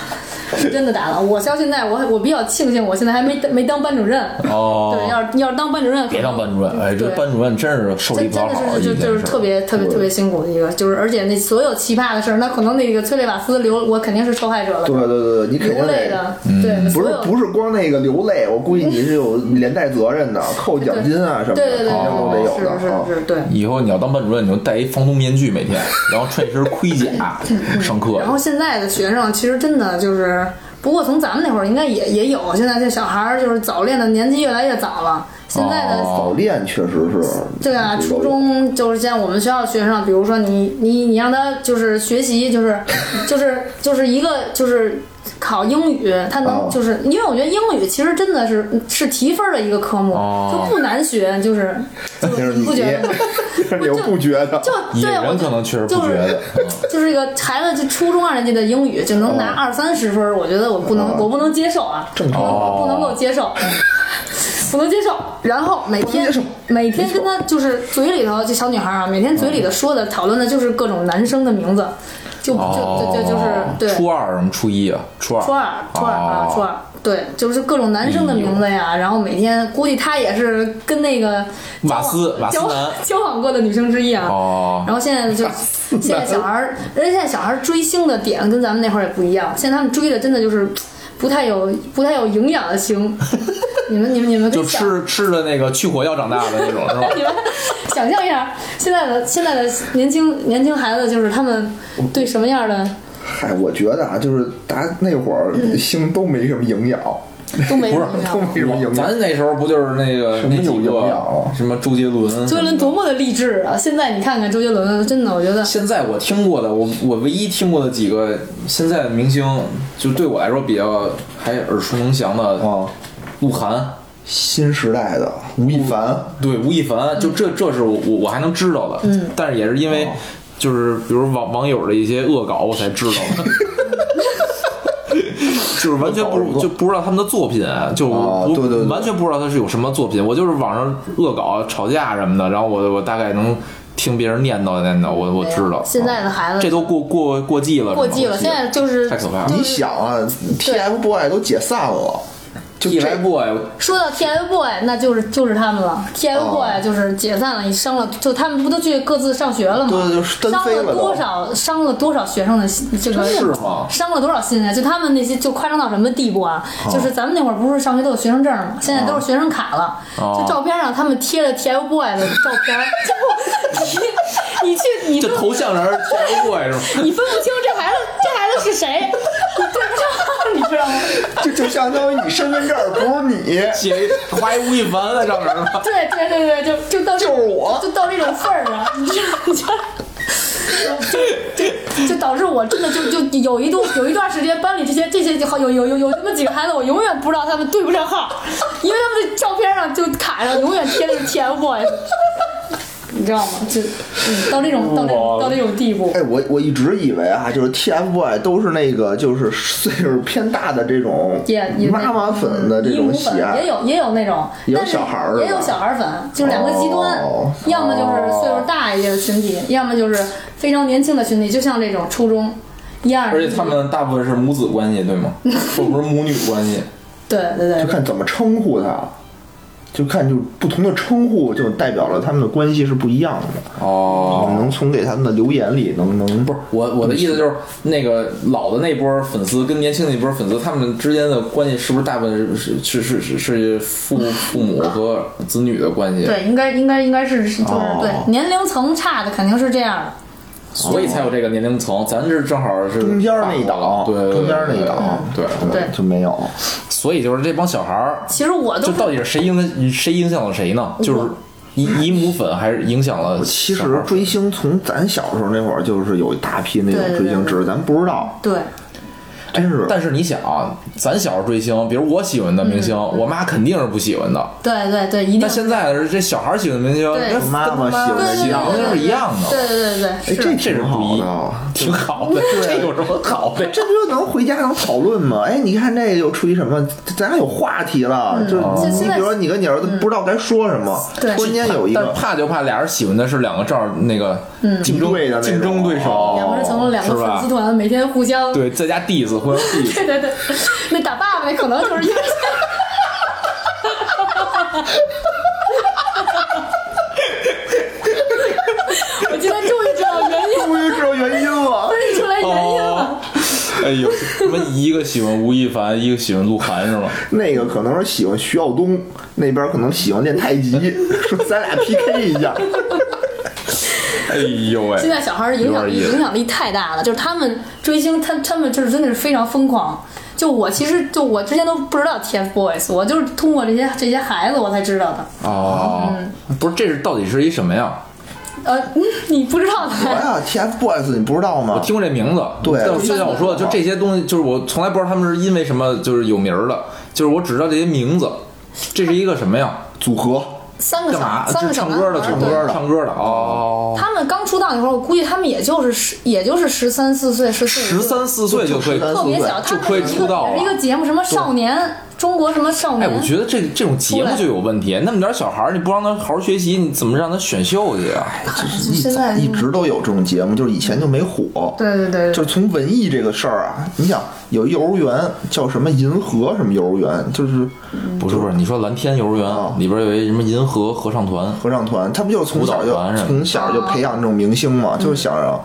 Speaker 3: 是真的打了。我到现在我我比较庆幸，我现在还没没当班主任。
Speaker 2: 哦
Speaker 3: 对，要是要是当班主任，
Speaker 2: 别当班主任，哎，这
Speaker 3: 对
Speaker 2: 班主任真是受力
Speaker 3: 真
Speaker 2: 不
Speaker 3: 真
Speaker 2: 讨
Speaker 3: 的
Speaker 2: 好，
Speaker 3: 是就
Speaker 2: 一件
Speaker 3: 就是
Speaker 2: 事
Speaker 3: 特别特别特别辛苦的一个，就是而且那所有奇葩的事儿，那可能那个催泪瓦斯流，我肯定是受害者了，
Speaker 1: 对对对对，你肯
Speaker 3: 流
Speaker 1: 定
Speaker 3: 泪
Speaker 1: 得。
Speaker 3: 的，对，
Speaker 1: 不
Speaker 3: 所
Speaker 1: 是
Speaker 3: 有
Speaker 1: 不是光那个流泪，我估计你是有连带责任的，扣奖金啊什么的，
Speaker 3: 对对对
Speaker 1: 肯定都得有的。啊
Speaker 3: 对，是是是，对。
Speaker 2: 以后你要当班主任，你就戴一防毒面具，每 天，然后穿一身盔甲上课。
Speaker 3: 然后现在的学生其实真的就是不过从咱们那会儿应该也也有，现在这小孩儿就是早恋的年纪越来越早了。现在的
Speaker 4: 哦
Speaker 1: 早恋确实是
Speaker 3: 对啊，初中就是像我们学校学生，比如说你你你让他就是学习，就是就是就是一个就是考英语，他能
Speaker 1: 哦
Speaker 3: 就是因为我觉得英语其实真的是是提分儿的一个科目，
Speaker 2: 哦
Speaker 3: 就不难学，就是就
Speaker 1: 就是
Speaker 3: 你
Speaker 1: 你
Speaker 3: 不觉得吗？
Speaker 1: 你又不觉得？
Speaker 3: 就
Speaker 2: 野
Speaker 3: 对，我
Speaker 2: 人
Speaker 3: 就
Speaker 2: 可能确实不
Speaker 3: 就
Speaker 2: 觉
Speaker 3: 是
Speaker 2: 得，嗯
Speaker 3: 就是这个孩子，就初中二年级的英语就能拿
Speaker 2: 哦
Speaker 3: 二三十分儿，我觉得我不能，我不能接受啊，
Speaker 1: 正常
Speaker 3: 我不能够接
Speaker 2: 哦
Speaker 3: 受， 不能接受。然后每天
Speaker 1: 不能接受
Speaker 3: 每天跟他就是嘴里头，这小女孩啊，每天嘴
Speaker 2: 嗯
Speaker 3: 里头说的、讨论的就是各种男生的名字，就就就就就是
Speaker 2: 哦
Speaker 3: 对
Speaker 2: 初二什么初一啊，初二
Speaker 3: 初二初二啊
Speaker 2: 哦哎
Speaker 3: 初二。对，就是各种男生的名字呀，然后每天估计他也是跟那个
Speaker 2: 瓦斯瓦斯
Speaker 3: 交
Speaker 2: 男
Speaker 3: 交往过的女生之一啊。
Speaker 2: 哦，
Speaker 3: 然后现 在就现在小孩儿，人家现在小孩儿追星的点跟咱们那会儿也不一样，现在他们追的真的就是不太有不太有营养的 星。你们你们你们可以
Speaker 2: 就
Speaker 3: 想
Speaker 2: 吃吃的那个去火药长大的那 种是吧？
Speaker 3: 你们 想象一下，现在的现在的年轻年轻孩子就是他们对什么 样的
Speaker 1: 嗨，我觉得啊，就是大家那会
Speaker 3: 嗯
Speaker 1: 儿星都没什么营养，
Speaker 3: 都没有
Speaker 2: 不是
Speaker 3: 营
Speaker 1: 都
Speaker 3: 养。
Speaker 1: 没什么营养。
Speaker 2: 咱那时候不就是那个
Speaker 1: 什么
Speaker 2: 那
Speaker 1: 有
Speaker 2: 几
Speaker 1: 营养
Speaker 2: 个
Speaker 1: 啊
Speaker 2: 什么周杰伦什么的？
Speaker 3: 周杰伦多么的励志啊！现在你看看周杰伦，真的我觉得
Speaker 2: 现在我听过的，我我唯一听过的几个现在的明星，就对我来说比较还耳熟能详的，
Speaker 1: 啊，
Speaker 2: 鹿晗，
Speaker 1: 新时代的吴亦凡，
Speaker 2: 对吴亦凡，
Speaker 3: 嗯
Speaker 2: 就这这是我我我还能知道的，嗯，但是也是因
Speaker 3: 哦
Speaker 2: 为就是比如网网友的一些恶搞，我才知道的。 就是完全不
Speaker 1: 恶搞恶搞
Speaker 2: 就不知道他们的作品，啊就
Speaker 1: 哦
Speaker 2: 不
Speaker 1: 对对对
Speaker 2: 完全不知道他是有什么作品。我就是网上恶搞、啊吵架什么的，然后我我大概能听别人念叨念叨，我我知道。
Speaker 3: 哎
Speaker 2: 啊
Speaker 3: 现在的孩子
Speaker 2: 这都过过过季了，
Speaker 3: 过季了，现在就是
Speaker 2: 太可怕了
Speaker 1: 你想啊，TFBOY 都解散了，就
Speaker 2: 一
Speaker 1: 这
Speaker 2: 来过呀，
Speaker 3: 说到 TFBOY，那就是就是他们了。TFBOY
Speaker 1: 哦
Speaker 3: 就是解散了，升了，就他们不都去各自上学了吗？
Speaker 1: 对就是单
Speaker 3: 伤
Speaker 1: 飞了
Speaker 3: 了
Speaker 1: 都
Speaker 3: 多少，伤了多少学生的心这个
Speaker 2: 是吗
Speaker 3: 伤了多少心啊！就他们那些就夸张到什么地步啊？
Speaker 1: 哦
Speaker 3: 就是咱们那会儿不是上学都有学生证吗？现在都是学生卡了。
Speaker 2: 哦
Speaker 3: 就照片上他们贴着 TFBOY 的照片，就 你你去你分
Speaker 2: 这头像人跳不过呀，是吗？
Speaker 3: 你分不清这孩子这孩子是谁， 你对不上，你知道吗？
Speaker 1: 就就相当于你身份证不是 你，
Speaker 2: 写怀吴亦凡在上面吗？
Speaker 3: 对对对对，就就到就是我，就到这种份儿上，你知道你知道。就就就导致我真的就就有一度有一段时间，班里这些这些就好有有有有那么几个孩子，我永远不知道他们对不上号，因为他们的照片上就卡上永远贴的是 TFBOYS，你知道吗？就、嗯、到这种到这种到这种地步，
Speaker 1: 哎，我我一直以为啊，就是 TFBOY 都是那个就是岁数偏大的这种
Speaker 3: 也也
Speaker 1: 妈妈粉的这
Speaker 3: 姨母
Speaker 1: 种喜
Speaker 3: 粉也
Speaker 1: 爱，
Speaker 3: 有也有那种，
Speaker 1: 也有
Speaker 3: 但是
Speaker 1: 小孩儿的
Speaker 3: 也有
Speaker 1: 吧
Speaker 3: 小孩儿粉，就是两个极端
Speaker 1: 哦，
Speaker 3: 要么就是岁数大一些的群体，要么就是非常年轻的群体，就像这种初中一二
Speaker 2: 而
Speaker 3: 年
Speaker 2: 且
Speaker 3: 级，
Speaker 2: 他们大部分是母子关系， 对吗？或不是母女关系？
Speaker 3: 对对
Speaker 1: 就
Speaker 3: 对，
Speaker 1: 看怎么称呼他，就看就不同的称呼就代表了他们的关系是不一样的。
Speaker 2: 哦
Speaker 1: 我们能从给他们的留言里能能不是
Speaker 2: 我我的意思就是，那个老的那波粉丝跟年轻的那波粉丝，他们之间的关系是不是大部分是是是是是父父母和子女的关系？，
Speaker 3: 对应该应该应该是是就是
Speaker 1: 哦
Speaker 3: 对年龄层差的肯定是这样的，
Speaker 2: 所以才有这个年龄层。咱这正好是
Speaker 1: 中间那一档，
Speaker 2: 对，对
Speaker 1: 中间那一档，
Speaker 2: 对。
Speaker 3: 对
Speaker 1: 就没有。
Speaker 2: 所以就是这帮小孩儿，
Speaker 3: 其实我都
Speaker 2: 就到底是谁影谁影响了谁呢？就是姨姨母粉还是影响了小孩
Speaker 1: 其
Speaker 2: 儿？
Speaker 1: 实追星从咱小时候那会儿就是有一大批那
Speaker 3: 对对
Speaker 1: 种追星，
Speaker 3: 对
Speaker 1: 只是咱不知道，
Speaker 3: 对
Speaker 1: 真是。
Speaker 2: 但是你想啊，咱小时候追星，比如我喜欢的明
Speaker 3: 嗯
Speaker 2: 星，我妈肯定是不喜欢的。
Speaker 3: 对对对，一定
Speaker 2: 但现在的这小孩喜欢的明星，
Speaker 3: 对
Speaker 2: 跟
Speaker 1: 妈妈
Speaker 2: 跟
Speaker 1: 喜欢
Speaker 3: 对
Speaker 1: 的一样
Speaker 2: 想的
Speaker 3: 对对
Speaker 2: 是一样的，
Speaker 3: 对对对对，
Speaker 1: 哎，这
Speaker 3: 是
Speaker 1: 挺
Speaker 2: 是不
Speaker 1: 好
Speaker 2: 一
Speaker 1: 的啊，
Speaker 2: 挺好的。这有什么好的？
Speaker 1: 这不就能回家能讨论吗？哎，你看这又出一什么，咱俩有话题了。就是
Speaker 3: 现
Speaker 1: 你
Speaker 3: 现
Speaker 1: 你
Speaker 3: 在
Speaker 1: 比如说你跟你儿子不知道该说什么，
Speaker 3: 对
Speaker 1: 突然间有一
Speaker 2: 但
Speaker 1: 个
Speaker 2: 怕就怕俩人喜欢的是两个正好那个竞争
Speaker 1: 敌对的那种
Speaker 2: 竞争对手，
Speaker 3: 嗯哦两个人从两个
Speaker 2: 是
Speaker 3: 粉
Speaker 2: 吧
Speaker 3: 丝？团每天互相
Speaker 2: 对，在家 diss 互相 diss，
Speaker 3: 对对 对，那打爸爸那可能就是因为。我今天终于知道原因，
Speaker 1: 终于知道原因了。
Speaker 3: 分析出来原因
Speaker 2: 哦
Speaker 3: 了。，
Speaker 2: 哎呦，什么一个喜欢吴亦凡，一个喜欢鹿晗是吗？
Speaker 1: 那个可能是喜欢徐耀东，那边可能喜欢练太极，说咱俩 PK 一下。
Speaker 2: 哎呦喂，
Speaker 3: 现在小孩儿的影响力
Speaker 2: 有点意思
Speaker 3: 影响力太大了，就是他们追星，他他们就是真的是非常疯狂。就我其实就我之前都不知道 TFBOYS，我就是通过这些这些孩子我才知道的。
Speaker 4: 哦，
Speaker 2: 啊
Speaker 3: 嗯
Speaker 2: 不是，这是到底是一什么呀？
Speaker 3: 呃，你你不知道的，
Speaker 1: 哎呀，TFBOYS 你不知道吗
Speaker 2: 我？听过这名字，
Speaker 1: 对
Speaker 2: 但是就像我说的，就这些东西，就是我从来不知道他们是因为什么就是有名儿的，就是我只知道这些名字。这是一个什么呀？
Speaker 1: 组合
Speaker 3: 三个
Speaker 2: 干
Speaker 3: 小
Speaker 2: 嘛？
Speaker 3: 三
Speaker 2: 就
Speaker 3: 个
Speaker 2: 是
Speaker 3: 小
Speaker 2: 唱
Speaker 3: 男
Speaker 2: 歌的，
Speaker 3: 孩儿
Speaker 2: 唱
Speaker 3: 啊对
Speaker 2: 歌的，唱歌的哦。
Speaker 3: 他们刚出道那会儿，我估计他们也就是十，也就是十三四岁、十四
Speaker 2: 十三四岁就可以
Speaker 1: 就13
Speaker 3: 特别小，
Speaker 2: 呃就
Speaker 3: 他
Speaker 2: 可以
Speaker 3: 们是一
Speaker 2: 出
Speaker 3: 个
Speaker 2: 道
Speaker 3: 也是一个
Speaker 2: 了。
Speaker 3: 节目，什么少年中国什么少
Speaker 2: 哎，
Speaker 3: 年，
Speaker 2: 我觉得这这种节目就有问题。那么点小孩儿，你不让他好好学习，你怎么让他选秀去啊？
Speaker 1: 哎就是一
Speaker 3: 现在
Speaker 1: 早一直都有这种节目，就是以前就没火。
Speaker 3: 对对对，对
Speaker 1: 就是从文艺这个事儿啊，你想有一幼儿园叫什么银河什么幼儿园，就是
Speaker 2: 不是不是，你说蓝天幼儿园里边有一什么银河哦合唱团，
Speaker 1: 合唱团，他不就是从小
Speaker 2: 舞
Speaker 1: 就
Speaker 2: 蹈团是吧
Speaker 1: 从小就培养这种明星嘛，
Speaker 2: 嗯
Speaker 1: 就是想让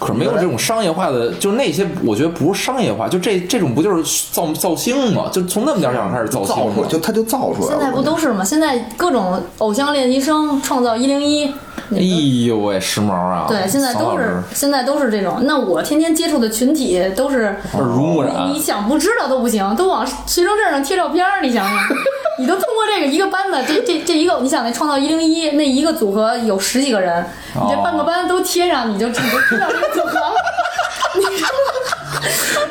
Speaker 2: 可是没有这种商业化的，就是那些我觉得不是商业化，就这这种不就是造造星吗？就从那么点儿小孩开始造星
Speaker 1: 造出
Speaker 2: 吗
Speaker 1: 来，？就他就造出来了。
Speaker 3: 现在不
Speaker 1: 我觉得
Speaker 3: 都是吗？现在各种偶像练习生、创造一零一，
Speaker 2: 哎呦喂，时髦啊！
Speaker 3: 嗯对，现在
Speaker 2: 桑
Speaker 3: 都
Speaker 2: 老
Speaker 3: 是
Speaker 2: 师
Speaker 3: 现在都是这种。那我天天接触的群体都是
Speaker 2: 耳濡目染
Speaker 3: 哦你想不知道都不行，都往学生证上贴照片儿，你想 想，你都通过这个一个班的这这这一个，你想那创造一零一那一个组合有十几个人，
Speaker 2: 哦
Speaker 3: 你这半个班都贴上，你就你就知道这个组 合了。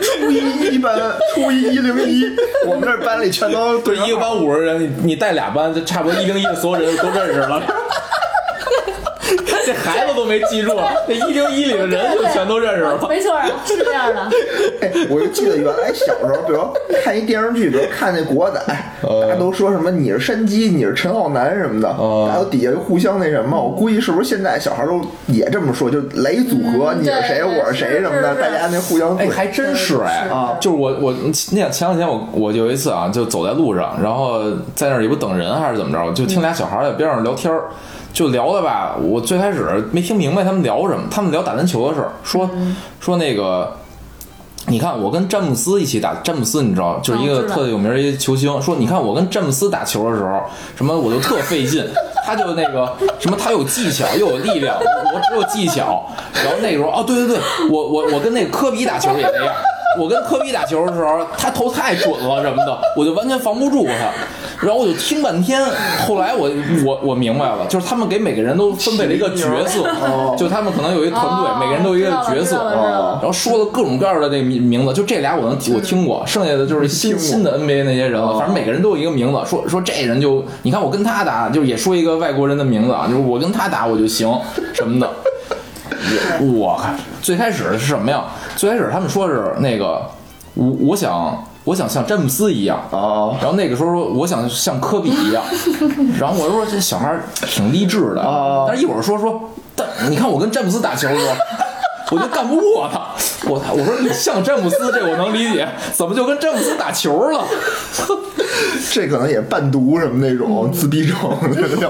Speaker 1: 初一一班，初一一零一，我们这班里全都
Speaker 2: 对一个班五十人，你你带俩班，就差不多一零一的所有人都认识 了。这孩子都没记住，啊这一零一里的人就全都认识了。
Speaker 3: 没错儿，啊是这样 的。
Speaker 1: 我就记得原来小时候，比如看一电视剧，比如看那国仔，大家都说什么你是山鸡，你是陈浩南什么的，还有底下互相那什么，我估计是不是现在小孩都也这么说，就来一组合，你是谁，
Speaker 3: 对
Speaker 1: 我是谁什么的，
Speaker 3: 是是
Speaker 1: 大家那互相
Speaker 2: 哎，还真是哎
Speaker 1: 啊
Speaker 2: 就是我我那两前两天我我有一次啊，就走在路上，然后在那儿也不等人还是怎么着，我就听俩小孩在边上聊天儿，就聊的吧，我最开始没听明白他们聊什么，他们聊打篮球的事儿，说
Speaker 3: 嗯
Speaker 2: 说那个。你看，我跟詹姆斯一起打，詹姆斯你知道，就是一
Speaker 3: 嗯
Speaker 2: 个
Speaker 3: 我知道
Speaker 2: 特有名儿一球星。说你看我跟詹姆斯打球的时候，什么我就特费劲， 他就那个什么他有技巧又有力量，我我只有技巧。然后那个时候哦，对对对，我我我跟那个科比打球也那样，我跟科比打球的时候，他投太准了什么的，我就完全防不住他。然后我就听半天，后来我我我明白了，就是他们给每个人都分配了一个角色，就他们可能有一团队，
Speaker 3: 哦
Speaker 2: 每个人都有一个
Speaker 3: 知道了
Speaker 2: 角
Speaker 3: 知
Speaker 2: 色
Speaker 3: 道。了知道了
Speaker 2: 然后说了各种各样的那个名名字，就这俩我能我听
Speaker 3: 嗯
Speaker 2: 过，剩下的就是新新的 NBA 那些人
Speaker 3: 哦
Speaker 2: 了，反正每个人都有一个名字，说说这人就你看我跟他打，就是也说一个外国人的名字啊，就是我跟他打我就行什么的。也我靠，最开始是什么呀？最开始他们说是那个我我想我想像詹姆斯一样，
Speaker 1: 啊
Speaker 2: 然后那个时候说我想像科比一样，然后我就说这小孩儿挺励志的，
Speaker 1: 哦
Speaker 2: 但是一会儿说说，但你看我跟詹姆斯打球的时候。我就干不过他，我我说你像詹姆斯这我能理解，怎么就跟詹姆斯打球了？
Speaker 1: 这可能也伴读什么那种自闭症，
Speaker 2: 不是不是，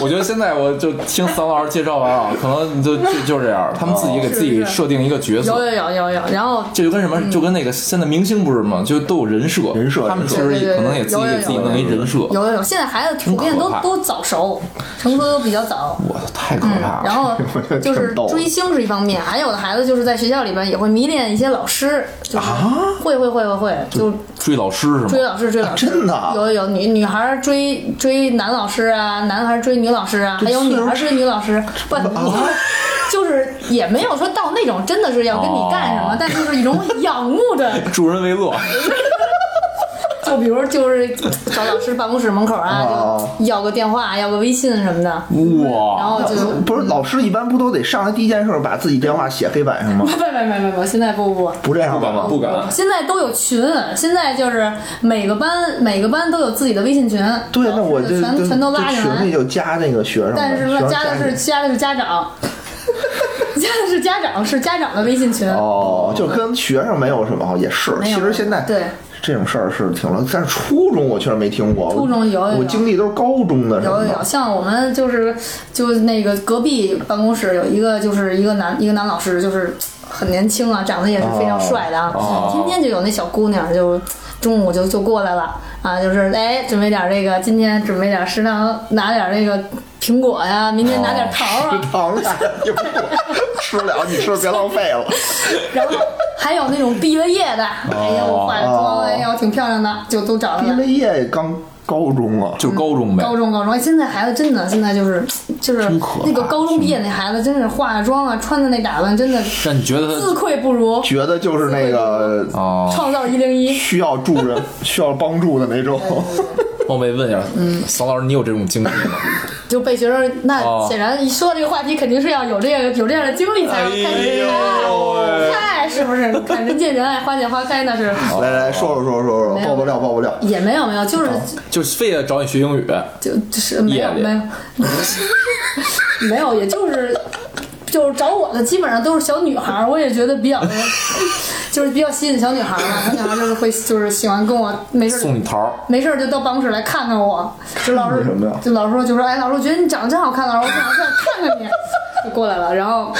Speaker 2: 我觉得现在我就听桑老师介绍完啊，可能就就就这样，他们自己给自己
Speaker 3: 是是
Speaker 2: 设定一个角色，
Speaker 3: 有有有有有，然后
Speaker 2: 这就跟什么，
Speaker 3: 嗯
Speaker 2: 就跟那个现在明星不是吗？就都有人设，
Speaker 1: 人设
Speaker 2: 他们
Speaker 1: 人
Speaker 2: 其
Speaker 1: 设
Speaker 2: 实
Speaker 3: 对对对
Speaker 2: 可能也自己
Speaker 3: 有有
Speaker 2: 给自己弄一人设，
Speaker 3: 有有有，现在孩子普遍
Speaker 2: 挺可
Speaker 3: 都
Speaker 2: 怕
Speaker 3: 都早熟，成熟都比较早。
Speaker 2: 我操，太可怕
Speaker 3: 嗯然
Speaker 2: 了！
Speaker 3: 后
Speaker 1: 挺
Speaker 3: 就是
Speaker 1: 逗的
Speaker 3: 追星是一方面，还有的孩子就是在学校里边也会迷恋一些老师，就是会会会会会，就
Speaker 2: 追老师是吗？
Speaker 3: 追老师追老师，
Speaker 1: 真的啊
Speaker 3: 有有有女女孩儿追追男老师啊，男孩儿追女老师啊，还有女孩儿追女老师，不，女孩儿就是也没有说到那种真的是要跟你干什么，
Speaker 2: 哦
Speaker 3: 但就是一种仰慕的。
Speaker 2: 助人为乐，
Speaker 3: 就比如就是找老师办公室门口啊
Speaker 1: 哦，
Speaker 3: 就要个电话，要个微信什么的，嗯然
Speaker 2: 哇！
Speaker 3: 后就
Speaker 1: 不是老师一般不都得上来第一件事把自己电话写黑板上吗？
Speaker 3: 不不不不不，现在不不不。
Speaker 1: 不这样
Speaker 2: 不敢
Speaker 1: 吧？
Speaker 2: 不敢，
Speaker 3: 现在都有群，现在就是每个班每个班都有自己的微信群，
Speaker 1: 对，那我就
Speaker 3: 全
Speaker 1: 就
Speaker 3: 全都
Speaker 1: 就
Speaker 3: 拉进
Speaker 1: 群里
Speaker 3: 来。
Speaker 1: 就加那个学生呗，
Speaker 3: 但是
Speaker 1: 学生
Speaker 3: 加的
Speaker 1: 进
Speaker 3: 是
Speaker 1: 去
Speaker 3: 加的是家 长，加的是家长，是家长的微信群。
Speaker 1: 哦，就跟学生没有什么，也是。
Speaker 3: 没
Speaker 1: 其
Speaker 3: 有
Speaker 1: 实现在
Speaker 3: 对
Speaker 1: 这种事儿是挺了，但是初中我确实没听过。
Speaker 3: 初中有有有
Speaker 1: 我经历都是高中的什
Speaker 3: 有
Speaker 1: 么
Speaker 3: 有
Speaker 2: 嗯
Speaker 3: 有，
Speaker 1: 的。
Speaker 3: 像我们就是就那个隔壁办公室有一个就是一个男一个男老师，就是很年轻啊，长得也是非常帅的啊，
Speaker 2: 哦
Speaker 3: 天天就有那小姑娘就中午就就过来了啊，就是哎准备点这个，今天准备点食堂拿点那个苹果呀，明天拿点桃儿
Speaker 2: 哦
Speaker 3: 啊，
Speaker 1: 糖了，吃不了，你吃别浪费了。
Speaker 3: 然后还有那种毕了业的，
Speaker 2: 哦
Speaker 3: 哎呀，我化了妆，哎呀，我挺漂亮的，就都找上
Speaker 1: 毕
Speaker 3: 来
Speaker 1: 了。业刚高中啊，
Speaker 4: 就是高中呗。
Speaker 3: 高中高中，哎，现在孩子真的现在就是就是
Speaker 1: 可怕
Speaker 3: 那个高中毕业那孩子，真是化了妆啊，穿的那打扮，真的
Speaker 4: 但你觉得
Speaker 3: 自
Speaker 4: 他
Speaker 3: 愧 不如，
Speaker 1: 觉得就是那个
Speaker 4: 哦，
Speaker 2: 啊
Speaker 3: 创造一零一。
Speaker 1: 需要助人、需要帮助的那种。
Speaker 2: 冒昧问一下，
Speaker 3: 嗯
Speaker 2: 桑老师，你有这种经历吗？
Speaker 3: 就被学生，那
Speaker 2: 哦
Speaker 3: 显然一说到这个话题，肯定是要有这个有 这样的经历才能开
Speaker 1: 哎
Speaker 3: 始看，看是不是？你看人见人爱，花见花开，那是
Speaker 1: 来来说说说说说，
Speaker 3: 没有
Speaker 1: 爆爆料爆 爆料。
Speaker 3: 也没有没有，就是
Speaker 1: 哦
Speaker 2: 就是非得找你学英语，
Speaker 3: 就就是没有
Speaker 2: 夜里
Speaker 3: 没有没有，也就是就是找我的基本上都是小女孩儿，我也觉得比较就是比较吸引小女孩儿嘛，小女孩儿就是会就是喜欢跟我没事儿
Speaker 2: 送你桃儿，
Speaker 3: 没事儿就到办公室来看看我，就老师
Speaker 1: 看你什么呀
Speaker 3: 就老师说就说哎老师我觉得你长得真好看，老师我想看看看你，就过来了，然后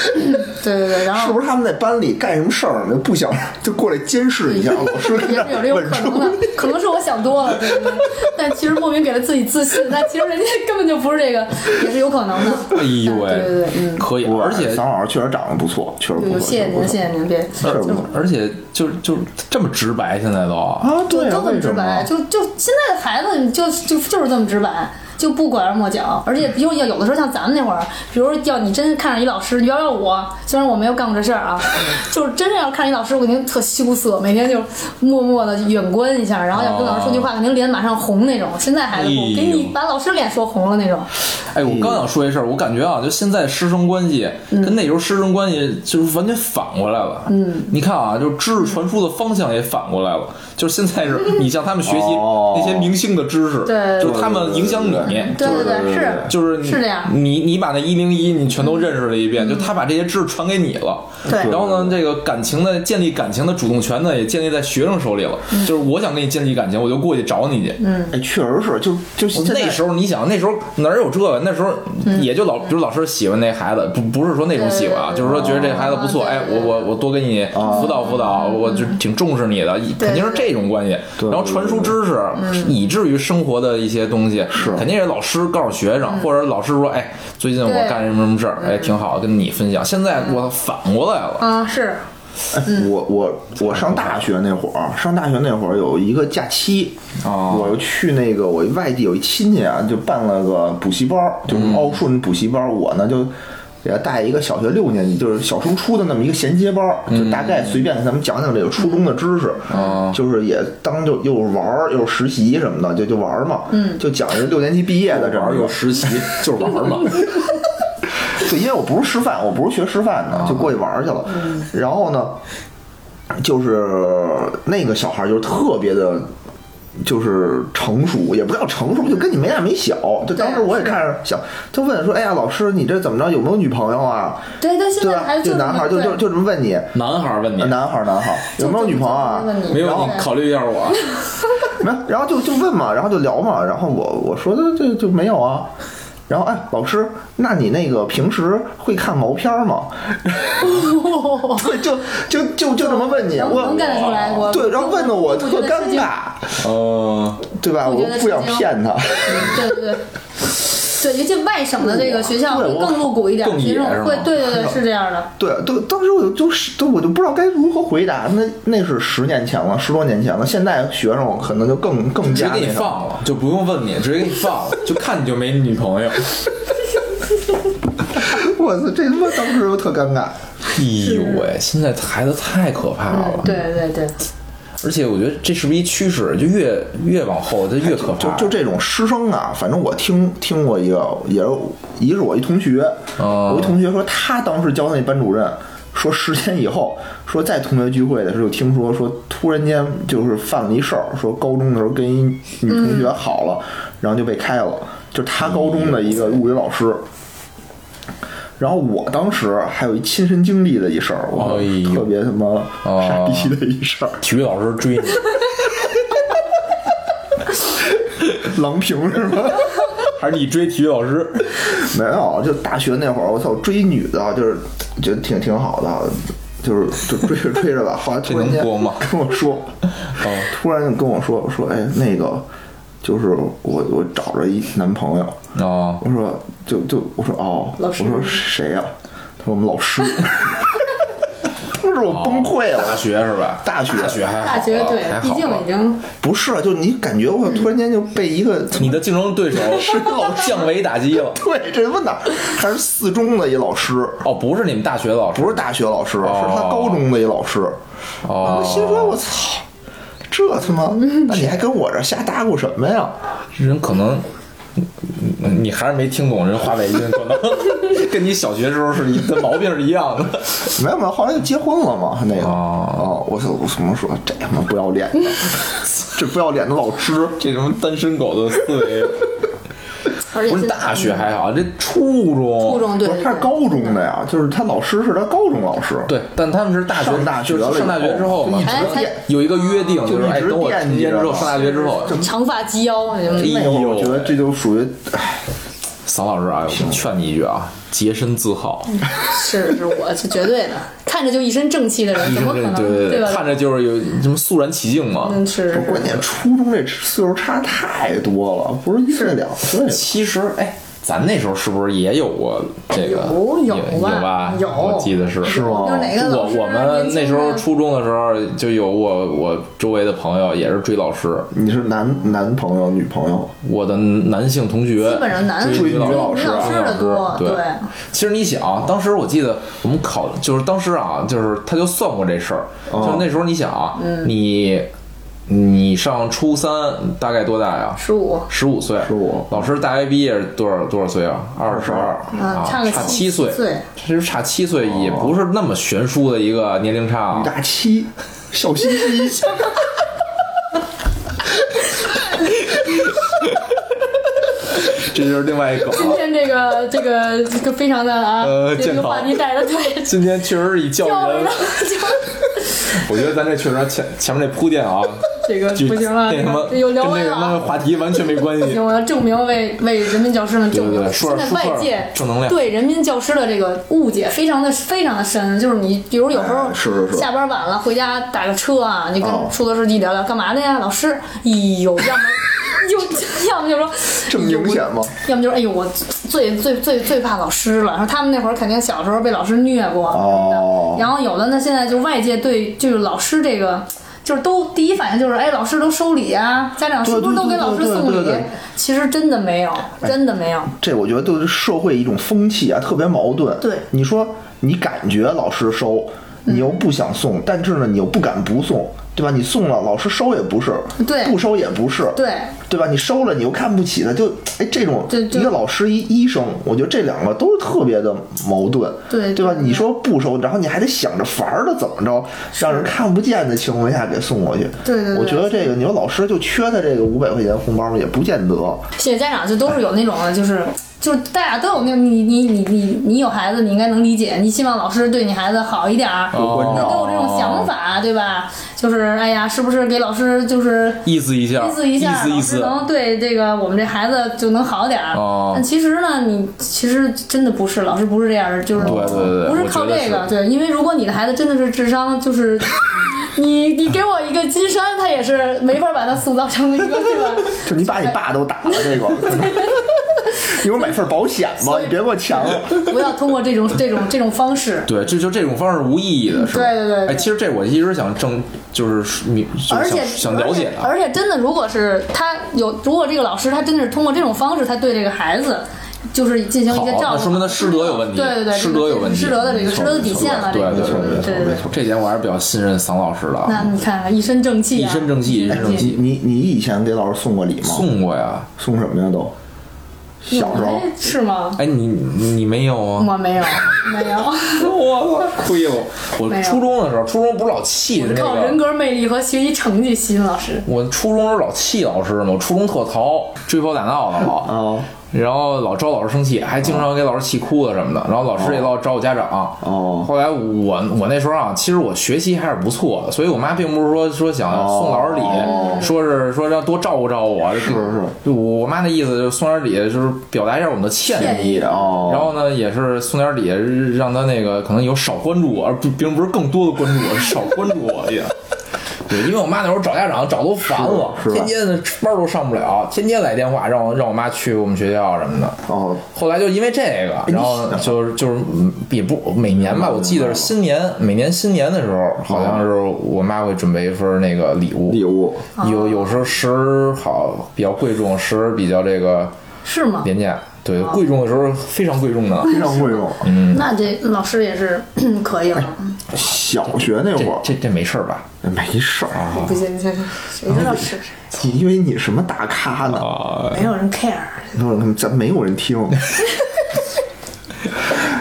Speaker 3: 对对对，然
Speaker 1: 是
Speaker 3: 后
Speaker 1: 不是他们在班里干什么事儿呢？不想就过来监视 一下，老师跟
Speaker 3: 也
Speaker 1: 那
Speaker 3: 是有这
Speaker 1: 儿稳
Speaker 3: 种可
Speaker 1: 住
Speaker 3: 能。的， 可能是我想多了，对对对。但其实莫名给了自己自信，但其实人家根本就不是这个，也是有可能的。
Speaker 2: 哎呦喂，
Speaker 3: 对对对，嗯，
Speaker 2: 可以，而且
Speaker 1: 桑老师确实长得不错，确实不啊错。
Speaker 3: 谢谢您，
Speaker 1: 确实
Speaker 3: 谢谢您，别
Speaker 1: 不错确实不错
Speaker 2: 而且就是就是这么直白，现在都
Speaker 1: 啊，对
Speaker 3: 就
Speaker 1: 啊，
Speaker 3: 都很
Speaker 1: 为
Speaker 3: 直
Speaker 1: 什
Speaker 3: 白，
Speaker 1: 么？
Speaker 3: 就就现在的孩子就就就是这么直白。就不拐弯抹角，而且比如要有的时候像咱们那会儿，比如要你真看上一老师，你要要我，虽然我没有干过这事儿 啊，就是真是要看上一老师，我肯定特羞涩，每天就默默的远观一下，然后要跟老师说句
Speaker 1: 哦
Speaker 3: 话，肯定脸马上红那种。现在孩子不
Speaker 2: 哎呦
Speaker 3: 给你把老师脸说红了那种，
Speaker 2: 哎，
Speaker 3: 嗯
Speaker 2: 我刚想说一事儿，我感觉啊，就现在师生关系跟那时候师生关系就是完全反过来了。嗯，你看啊，就是知识传输的方向也反过来了，就是现在 是你向他们学习
Speaker 1: 哦
Speaker 2: 那些明星的知识，
Speaker 3: 对
Speaker 2: 就是他们影响你。
Speaker 3: 对对对，是
Speaker 2: 就是你
Speaker 3: 是这样嗯
Speaker 2: 你你把那一零一你全都认识了一遍，就他把这些知识传给你了。
Speaker 3: 对
Speaker 2: 然后呢，这个感情的建立感情的主动权呢，也建立在学生手里了。
Speaker 3: 嗯
Speaker 2: 就是我想跟你建立感情，我就过去找你去。嗯，
Speaker 1: 哎，确实是，就就现在
Speaker 2: 那时候你想，那时候哪有这个？那时候
Speaker 3: 嗯
Speaker 2: 也就老，比如老师喜欢那孩子，不不是说那种喜欢啊，
Speaker 3: 对哦
Speaker 2: 就是说觉得这孩子不错，
Speaker 3: 对
Speaker 2: 哎，我我我多给你辅导辅导，我就挺重视你的，肯定是这种关系。然后传输知识，
Speaker 3: 嗯
Speaker 2: 以至于生活的一些东西，肯定是老师告诉学生，或者老师说，哎，最近我
Speaker 3: 嗯对嗯
Speaker 2: 干什么什么事儿，哎，挺好，跟你分享。现在我反过来了，
Speaker 3: 啊是，
Speaker 1: 哎
Speaker 2: 嗯
Speaker 1: 我我我上大学那会儿，上大学那会儿有一个假期，
Speaker 2: 哦
Speaker 1: 我又去那个我外地有一亲戚啊，就办了个补习班儿，就是
Speaker 2: 嗯
Speaker 1: 奥顺补习班儿，我呢就。给他带一个小学六年级，就是小升初的那么一个衔接班儿，就大
Speaker 2: 嗯
Speaker 1: 概随便给他们讲讲这个初中的知识，
Speaker 2: 哦
Speaker 1: 就是也当就又玩儿又实习什么的，就就玩儿嘛，就讲这六年级毕业的这
Speaker 2: 嗯玩
Speaker 1: 么
Speaker 2: 儿
Speaker 1: 一个
Speaker 2: 有实习，就是玩 儿嘛。
Speaker 1: 对，因为我不是师范，我不是学师范的，就过去玩儿去了。
Speaker 3: 嗯
Speaker 1: 然后呢，就是那个小孩儿就是特别的。就是成熟，也不叫成熟，就跟你没大没小。就当时我也看着想，就问说：“哎呀，老师，你这怎么着？有没有女朋友啊？”
Speaker 3: 对对，现
Speaker 1: 对
Speaker 3: 在
Speaker 1: 吧
Speaker 3: 孩？子
Speaker 1: 就
Speaker 3: 就
Speaker 1: 男孩儿就就就这么问你，呃
Speaker 2: 男孩儿问你，
Speaker 1: 啊男孩儿男孩儿有没有女朋友啊？
Speaker 2: 没有
Speaker 3: 嗯
Speaker 2: 你考虑一下我，啊
Speaker 1: 没有，然后就就问嘛，然后就聊嘛，然后我我说的这就没有啊。然后哎，老师，那你那个平时会看毛片儿吗？ 对，就就就就这么问你，
Speaker 3: 能
Speaker 1: 我
Speaker 3: 能干得出来我
Speaker 1: 对，然后问的我特尴尬，
Speaker 2: 嗯。
Speaker 1: 对吧？
Speaker 3: 我
Speaker 1: 我
Speaker 3: 觉得
Speaker 1: 不想
Speaker 3: 是这样
Speaker 1: 骗他，
Speaker 3: 对对对。对，尤其外省的这个学校会
Speaker 1: 对我
Speaker 3: 更露骨一点，
Speaker 2: 更
Speaker 3: 学
Speaker 2: 野是
Speaker 3: 生
Speaker 2: 吗
Speaker 3: 会，对对对，是这 样的。
Speaker 1: 对，都当时我就就是都我就不知道该如何回答。那那是十年前了，十多年前了，现在学生可能就更更
Speaker 2: 直接
Speaker 1: 加
Speaker 2: 给
Speaker 1: 那
Speaker 2: 你
Speaker 1: 什么
Speaker 2: 放了，就不用问你，直接给你放了，就看你就没女朋 友。
Speaker 1: 我操，这他妈当时就特尴尬。
Speaker 2: 哎呦喂，现在孩子太可怕了，
Speaker 3: 嗯对对对，
Speaker 2: 而且我觉得这是不是一趋势？就越越往后，它越可
Speaker 1: 就
Speaker 2: 怕。
Speaker 1: 就这种师生啊，反正我听听过一个，也是一是我一同学，
Speaker 2: 哦
Speaker 1: 我一同学说他当时教那班主任，说十年以后，说在同学聚会的时候听说说突然间就是犯了一事儿，说高中的时候跟一女同学好了，然后就被开了，就是他高中的一个物理老师。然后我当时还有一亲身经历的一事儿，我
Speaker 2: 哎呦
Speaker 1: 特别他妈傻
Speaker 2: 哦
Speaker 1: 逼的一事儿，
Speaker 2: 体育老师追你，
Speaker 1: 郎平是吗？
Speaker 2: 还是你追体育老师？
Speaker 1: 没有，就大学那会儿，我操，追女的，就是觉得挺挺好的，就是就追着追 着吧，后来突然
Speaker 2: 这
Speaker 1: 间
Speaker 2: 能播吗
Speaker 1: 跟我说，突然就跟我说说，哎，那个就是我我找着一男朋友，
Speaker 2: 哦，
Speaker 1: 我说就就我说哦，
Speaker 3: 老
Speaker 1: 我
Speaker 3: 师
Speaker 1: 说谁呀、他说我们老师，当时我崩溃了。
Speaker 2: 大学是吧？
Speaker 1: 大学
Speaker 2: 大学哎还好
Speaker 3: 大学对
Speaker 2: 还，
Speaker 3: 毕
Speaker 2: 好
Speaker 3: 竟
Speaker 2: 吧
Speaker 3: 已经
Speaker 1: 不是，就你感觉我突然间就被一个
Speaker 2: 你的竞争对手是降维打击 了。
Speaker 1: 对这问哪儿还是四中的一老师，
Speaker 2: 哦，不是你们大学的老师
Speaker 1: 不是大学老师，是他高中的一老师。我
Speaker 2: 哦，
Speaker 1: 心说，我操，这他 妈，那你还跟我这儿瞎搭咕什么呀？
Speaker 2: 人可能。嗯你还是没听懂人话外音，可能跟你小学时候是一的毛病是一样的。
Speaker 1: 没有没有，后来就结婚了嘛，那个
Speaker 2: 哦
Speaker 1: 哦，我操，我怎么说这他妈不要脸的，这不要脸的老师，
Speaker 2: 这什么 单身狗的思维，
Speaker 3: 而且
Speaker 2: 不是
Speaker 3: 现在
Speaker 2: 大学还好，这初中，
Speaker 3: 初中对
Speaker 1: 不是他是高中的呀，就是他老师是他高中老师，
Speaker 2: 对，但他们是大学，
Speaker 1: 上大学
Speaker 2: 就
Speaker 1: 了以
Speaker 2: 是上大学
Speaker 1: 后
Speaker 2: 之后嘛，
Speaker 3: 才才
Speaker 2: 有一个约定，就是
Speaker 1: 一
Speaker 2: 哎，
Speaker 1: 直
Speaker 2: 等我
Speaker 1: 惦
Speaker 2: 成
Speaker 1: 记
Speaker 2: 年之
Speaker 1: 着
Speaker 2: 后，
Speaker 1: 呢
Speaker 2: 上大学之后，
Speaker 3: 长发及腰，嗯
Speaker 2: 哎
Speaker 1: 那个我觉得这就属 于，哎
Speaker 2: 桑老师啊，我劝你一句啊，洁身自 好，
Speaker 3: 是是我是绝对的，看着就一身正气的人，
Speaker 2: 医
Speaker 3: 怎么
Speaker 2: 生
Speaker 3: 可
Speaker 2: 这
Speaker 3: 能
Speaker 2: 哎对对，看
Speaker 3: 吧？
Speaker 2: 着就是有什么肃然起敬嘛。
Speaker 3: 嗯，是
Speaker 1: 不是关键初中这岁数差太多了，不是一岁两岁了。
Speaker 2: 其实哎，咱那时候是不是也有过这个？
Speaker 3: 有有
Speaker 2: 有吧
Speaker 3: 吧？有
Speaker 2: 我记得是是吗？
Speaker 3: 就是哪个
Speaker 2: 我
Speaker 3: 老师
Speaker 2: 我们那时候
Speaker 3: 年轻的
Speaker 2: 初中的时候就有我我周围的朋友也是追老师，
Speaker 1: 你是男男朋友、女朋友？
Speaker 3: 啊
Speaker 2: 我的男性同学
Speaker 3: 基本上男
Speaker 2: 追
Speaker 1: 追女老
Speaker 3: 师
Speaker 2: 追
Speaker 3: 女老师的多
Speaker 2: 啊对
Speaker 3: 对，
Speaker 2: 其实你想啊，当时我记得我们考，就是当时啊，就是他就算过这事儿，就是那时候你想啊，
Speaker 3: 嗯
Speaker 2: 你你上初三大概多大呀？
Speaker 3: 十五，
Speaker 2: 十五岁，
Speaker 1: 15
Speaker 2: 老师大学毕业是多少多少岁啊？二十二哦啊，
Speaker 3: 差个
Speaker 2: 七岁，
Speaker 3: 岁
Speaker 2: 其实差七岁也不是那么悬殊的一个年龄差啊。
Speaker 1: 女大七，小心 机。
Speaker 2: 这就是另外一 个。
Speaker 3: 今天这个这个这个非常的啊，
Speaker 2: 呃
Speaker 3: 这
Speaker 2: 健
Speaker 3: 个
Speaker 2: 康
Speaker 3: 话题带的对，
Speaker 2: 今天确实是以教
Speaker 3: 教
Speaker 2: 育
Speaker 3: 育
Speaker 2: 人
Speaker 3: 了，就
Speaker 2: 我觉得咱这确实前前面这铺垫啊，
Speaker 3: 这个
Speaker 2: 就
Speaker 3: 不行了，
Speaker 2: 那
Speaker 3: 这
Speaker 2: 什么
Speaker 3: 个
Speaker 2: 跟
Speaker 3: 有聊
Speaker 2: 那
Speaker 3: 完
Speaker 2: 个
Speaker 3: 了
Speaker 2: 什么
Speaker 3: 啊。
Speaker 2: 话题完全没关系
Speaker 3: 行，。我要证明为为人民教师们证
Speaker 2: 对对
Speaker 3: 明，
Speaker 2: 对说
Speaker 3: 现
Speaker 2: 点
Speaker 3: 在外界
Speaker 2: 说点正能量
Speaker 3: 对人民教师的这个误解非常的非常的深，就是你比如有时候
Speaker 1: 哎是是是
Speaker 3: 下班晚了回家打个车啊，你跟
Speaker 1: 哦
Speaker 3: 出租车司机聊聊干嘛的呀？老师，哎呦， 要么就要么就说
Speaker 1: 这么明显吗？
Speaker 3: 要么就是哎呦，我最最最最怕老师了。然后他们那会儿肯定小时候被老师虐过什么的，
Speaker 1: 哦
Speaker 3: 然后有的呢现在就外界对就是老师这个。就是都第一反应就是，哎，老师都收礼啊，家长是不是都给老师送
Speaker 1: 对对对对
Speaker 3: 礼
Speaker 1: 对哎对？
Speaker 3: 其实真的没有，真的没有。
Speaker 1: 这我觉得对社会一种风气啊，特别矛盾。
Speaker 3: 对嗯
Speaker 1: 你说你感觉老师收，你又不想送，但是呢，你又不敢不送，对吧？你送了，老师收也不是，
Speaker 3: 对
Speaker 1: 不收也不是，
Speaker 3: 对，
Speaker 1: 对吧？你收了，你又看不起他，就哎，这种
Speaker 3: 对对
Speaker 1: 一个老师一医生，我觉得这两个都是特别的矛盾，
Speaker 3: 对
Speaker 1: 对吧？
Speaker 3: 对
Speaker 1: 你说不收，然后你还得想着法儿的怎么着，让人看不见的情况下给送过去。
Speaker 3: 对对对
Speaker 1: 我觉得这个，你说老师就缺他这个五百块钱红包吗也不见得。
Speaker 3: 现在家长就都是有那种的，就是就是大家都有那种，你你你你你有孩子，你应该能理解，你希望老师对你孩子好一点儿，
Speaker 2: 哦
Speaker 3: 你都有这种想法，对吧？就是哎呀，是不是给老师就是
Speaker 2: 意思一下，
Speaker 3: 意思一下，
Speaker 2: 意思
Speaker 3: 老
Speaker 2: 意
Speaker 3: 师
Speaker 2: 思。
Speaker 3: 能对这个我们这孩子就能好点儿。
Speaker 2: 哦
Speaker 3: 但其实呢，你其实真的不是，老师不是这样的，就是
Speaker 2: 对对对对
Speaker 3: 不是
Speaker 2: 我
Speaker 3: 靠
Speaker 2: 觉得
Speaker 3: 这个，
Speaker 2: 是
Speaker 3: 对，因为如果你的孩子真的是智商，就是你你给我一个金山，他也是没法把他塑造成一个对吧？
Speaker 1: 就你把你爸都打了，这 个，你给我买份保险吧，你别给我钱了。
Speaker 3: 不要通过这种这种这种方式。
Speaker 2: 对，这就这种方式无意义的，是吧？
Speaker 3: 对对对对
Speaker 2: 哎，其实这我一直想正，就是你，就
Speaker 3: 而
Speaker 2: 是
Speaker 3: 且
Speaker 2: 想想了解啊的。
Speaker 3: 而且，而且真的，如果是他有，如果这个老师他真的是通过这种方式，他对这个孩子就是进行一
Speaker 2: 好
Speaker 3: 些，照
Speaker 2: 那
Speaker 3: 顾，
Speaker 2: 说明他师德有问题，
Speaker 3: 对对对，
Speaker 2: 师德有问题，
Speaker 3: 师德的这个师德的底线了，
Speaker 2: 对
Speaker 3: 这
Speaker 2: 对
Speaker 3: 个
Speaker 2: 对
Speaker 3: 对
Speaker 2: 对
Speaker 3: 对对。
Speaker 2: 这点我还是比较信任桑老师的
Speaker 3: 那
Speaker 2: 啊，
Speaker 3: 你看，一身正气啊，
Speaker 2: 一身正气
Speaker 3: 一
Speaker 2: 一身正气
Speaker 1: 哎你你你以前给老师送过礼吗？
Speaker 2: 送过呀。
Speaker 1: 送什么呀都？小时候
Speaker 3: 哎是吗？
Speaker 2: 哎，你你没有啊？
Speaker 3: 我没 有，没有，
Speaker 2: 我操，亏了！我
Speaker 3: 没有
Speaker 2: 初中的时候，初中不是老气那
Speaker 3: 靠人
Speaker 2: 个。
Speaker 3: 格魅力和学习成绩吸引老师。
Speaker 2: 我初中时候老气老师嘛，我初中特淘，追跑打闹的老，
Speaker 1: 哦
Speaker 2: 然后老招老师生气，还经常给老师气哭了什么的。然后老师也老找我家长。
Speaker 1: 哦
Speaker 2: 后来我我那时候啊，其实我学习还是不错的，所以我妈并不是说说想送老师礼，说是说要多照顾照顾我。是
Speaker 1: 哦是
Speaker 2: 我我妈那意思就是送点礼，就是表达一下我们的歉
Speaker 3: 歉
Speaker 2: 意。
Speaker 3: 意
Speaker 1: 哦
Speaker 2: 然后呢，也是送点礼， 让她那个可能有少关注我，而不并不是更多的关注我，是少关注我一点。对，因为我妈那时候找家长找都烦了，
Speaker 1: 是是吧
Speaker 2: 天天的班都上不了，天天来电话让我让我妈去我们学校什么的。
Speaker 1: 哦，
Speaker 2: 后来就因为这
Speaker 4: 哎
Speaker 2: 个，然后就是就是嗯也不每年
Speaker 4: 嗯
Speaker 2: 吧，我记得是新年，每年新年的时候，好像是我妈会准备一份那个礼物，
Speaker 1: 礼物
Speaker 2: 有有时候时而好比较贵重，时而比较这个
Speaker 3: 是吗？
Speaker 2: 廉价。对，
Speaker 4: 啊
Speaker 2: 贵重的时候非常贵重的。
Speaker 1: 非常贵重。
Speaker 3: 那这老师也是 可以了，
Speaker 2: 嗯
Speaker 1: 小学那会
Speaker 2: 这
Speaker 1: 儿
Speaker 2: 这这没事儿吧？
Speaker 1: 没事儿啊，
Speaker 3: 不行，这谁知道是
Speaker 2: 嗯
Speaker 3: 谁？
Speaker 1: 你以为你什么大咖呢？
Speaker 2: 啊
Speaker 4: 啊
Speaker 3: 没有人 care。
Speaker 1: 那会儿咱没有人听。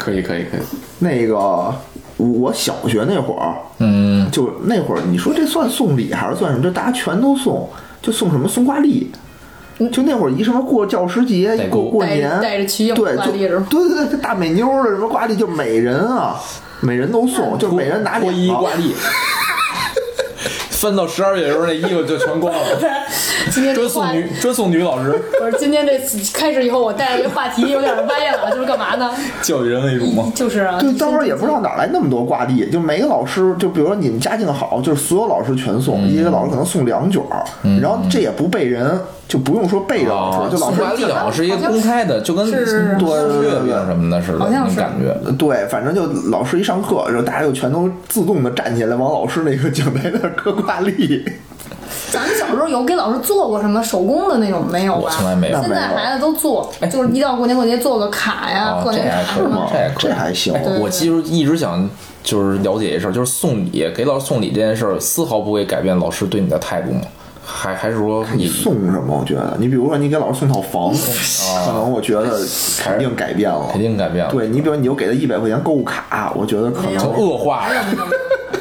Speaker 4: 可以可以可以，
Speaker 1: 那个我小学那会儿，嗯，就那会儿，你说这算送礼还是算什么？就大家全都送，就送什么松瓜粒。就那会儿一什么过教师节
Speaker 2: 代，购
Speaker 1: 过过
Speaker 3: 带着
Speaker 1: 年，
Speaker 3: 带着瞿颖
Speaker 1: 对，
Speaker 3: 瓜
Speaker 1: 就
Speaker 3: 粒
Speaker 1: 对
Speaker 3: 是吗
Speaker 1: 对对，这大美妞儿的什么瓜粒，就每人啊，每人都送，
Speaker 3: 嗯
Speaker 1: 就每人拿
Speaker 4: 脱
Speaker 1: 两
Speaker 4: 衣挂
Speaker 1: 个。
Speaker 4: 历，翻到十二月的时候，那衣服就 全光了。
Speaker 3: 今天这
Speaker 4: 专
Speaker 3: 话
Speaker 4: 送女专送女老师，
Speaker 3: 不是今天这开始以后，我带的这话题有点歪了，就是干嘛呢？
Speaker 4: 教育人为主嘛。
Speaker 3: 就是啊，
Speaker 1: 对，当时也不知道哪儿来那么多瓜粒，就每个老师，就比如说你们家境好，就是所有老师全送，
Speaker 2: 嗯
Speaker 1: 一个老师可能送两卷儿，然后这也不备人，就不用说备着老师，就老
Speaker 2: 哦送
Speaker 1: 师
Speaker 2: 花力好像是一个公开的，就跟
Speaker 3: 是是
Speaker 2: 月饼什么的似的
Speaker 3: 好
Speaker 2: 那
Speaker 3: 像
Speaker 2: 种
Speaker 3: 是
Speaker 2: 感觉。
Speaker 1: 对，反正就老师一上课，然后大家就全都自动的站起来往老师那个讲台那儿磕挂 历。
Speaker 3: 咱们小时候有给老师做过什么手工的那种没有吧？
Speaker 2: 我从来没有
Speaker 3: 现在孩子都做，就是一到过年过节做个卡呀，
Speaker 2: 啊，
Speaker 3: 过
Speaker 2: 这
Speaker 3: 年
Speaker 2: 还
Speaker 3: 卡
Speaker 2: 可以
Speaker 3: 什么。，
Speaker 2: 这还可以，
Speaker 1: 这还行
Speaker 2: 哎
Speaker 1: 对
Speaker 2: 我其实一直想就是了解一事儿，就是送礼给老师送礼这件事儿，丝毫不会改变老师对你的态度吗？还还是说
Speaker 1: 你
Speaker 2: 你
Speaker 1: 送什么？我觉得，你比如说你给老师送套房，可能我觉得肯定改变了
Speaker 2: 肯。定改变了？
Speaker 1: 对你，比如你又给他一百块钱购物卡，我觉得可
Speaker 2: 就
Speaker 1: 能
Speaker 2: 恶化
Speaker 3: 还有那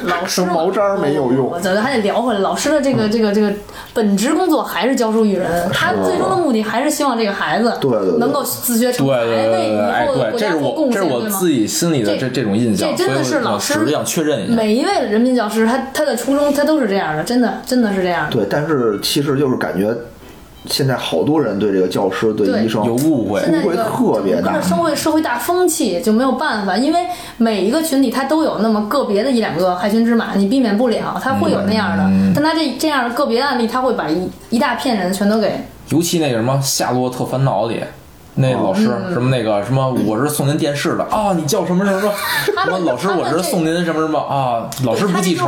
Speaker 3: 个老师
Speaker 1: 生毛毡儿没有用
Speaker 3: 我觉得还得聊回来，老师的这
Speaker 2: 嗯
Speaker 3: 个这个这个本职工作还是教书育人，他最终的目的还是希望这个孩子
Speaker 1: 对对对
Speaker 3: 能够自学
Speaker 2: 啊对
Speaker 3: 成才，
Speaker 2: 对对
Speaker 3: 为以
Speaker 2: 对对，哎
Speaker 3: 后的
Speaker 2: 对，
Speaker 3: 国
Speaker 2: 这
Speaker 3: 家
Speaker 2: 是
Speaker 3: 做
Speaker 2: 我
Speaker 3: 贡
Speaker 2: 这
Speaker 3: 献，
Speaker 2: 是我
Speaker 3: 对吗
Speaker 2: 自？己心里的
Speaker 3: 这
Speaker 2: 这这种印象，
Speaker 3: 这真的是
Speaker 2: 所以我
Speaker 3: 老师
Speaker 2: 只是想确认一下。
Speaker 3: 每一位人民教师，他他的初衷他都是这样的，真的真的是这样的。
Speaker 1: 对，但是其实就是感觉现在好多人对这个教师、对
Speaker 3: 对
Speaker 1: 医生
Speaker 2: 有误会
Speaker 3: 现在这
Speaker 1: 误
Speaker 3: 个
Speaker 1: 会特别大
Speaker 3: 整个社会社会大风气就没有办法，因为每一个群体它都有那么个别的一两个害群之马，你避免不了，它会有那样的。
Speaker 1: 嗯
Speaker 3: 但它这这样个别案例，它会把一一大片人全都给
Speaker 2: 尤其那个什么《夏洛特烦恼》里。那老师
Speaker 3: 嗯
Speaker 2: 什么那个什么，我是送您电视的啊，你叫什么什么什么？
Speaker 3: 他
Speaker 2: 什
Speaker 3: 们
Speaker 2: 么老师，
Speaker 3: 他
Speaker 2: 我
Speaker 3: 们
Speaker 2: 是
Speaker 3: 这
Speaker 2: 送您什么什么啊？老师不记仇，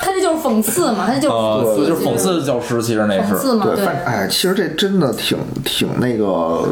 Speaker 3: 他这就是讽刺嘛，他这就是
Speaker 2: 啊，
Speaker 3: 讽刺
Speaker 2: 就是讽刺教师，其实那
Speaker 3: 讽
Speaker 2: 是
Speaker 3: 刺嘛，
Speaker 1: 哦对，反哎，其实这真的挺挺那个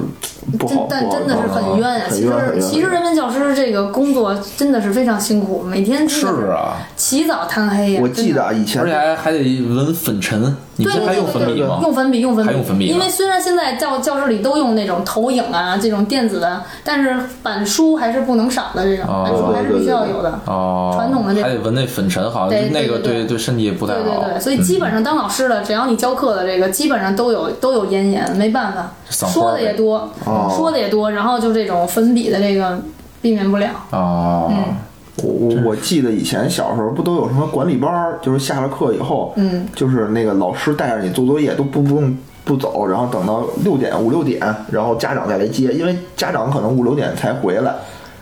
Speaker 1: 不
Speaker 3: 真
Speaker 1: 好，
Speaker 3: 但
Speaker 1: 不好
Speaker 3: 真的是很冤啊！
Speaker 1: 很
Speaker 3: 其
Speaker 1: 冤很
Speaker 3: 实
Speaker 1: 冤
Speaker 3: 其实人民教师这个工作真的是非常辛苦，每天真
Speaker 2: 是
Speaker 3: 的
Speaker 2: 啊，
Speaker 3: 起早贪黑呀。
Speaker 1: 我记
Speaker 3: 真
Speaker 1: 得
Speaker 3: 的
Speaker 1: 啊以前
Speaker 2: 而且还还得纹粉尘，你
Speaker 3: 对
Speaker 2: 这
Speaker 3: 对
Speaker 2: 还
Speaker 3: 对
Speaker 2: 用粉笔
Speaker 3: 对
Speaker 2: 吗？
Speaker 3: 用粉笔，用粉
Speaker 2: 啊
Speaker 3: 笔，
Speaker 2: 还用粉笔啊呢
Speaker 3: 因为虽然现在教教室里都用那种投影啊这种电子的，但是板书还是不能少的，这种板书还是必须要有的。
Speaker 2: 哦，
Speaker 3: 传统的这
Speaker 2: 还得纹那粉尘，好像
Speaker 3: 对
Speaker 2: 就那个
Speaker 3: 对对
Speaker 2: 对
Speaker 3: 对
Speaker 2: 身体也不太
Speaker 3: 对
Speaker 2: 好。嗯
Speaker 3: 对对，所以基本上当老师的，只要你教课的这个，基本上都有都有咽炎，没办法，
Speaker 2: 嗓花呗
Speaker 3: 说的也多，
Speaker 1: 哦
Speaker 3: 说的也多，然后就这种粉笔的这个避免不了。
Speaker 2: 哦，
Speaker 3: 嗯
Speaker 1: 我我我记得以前小时候不都有什么管理班儿，就是下了课以后，
Speaker 3: 嗯，
Speaker 1: 就是那个老师带着你做作业，都不不用不走，然后等到六点五六点，然后家长再来接，因为家长可能五六点才回来。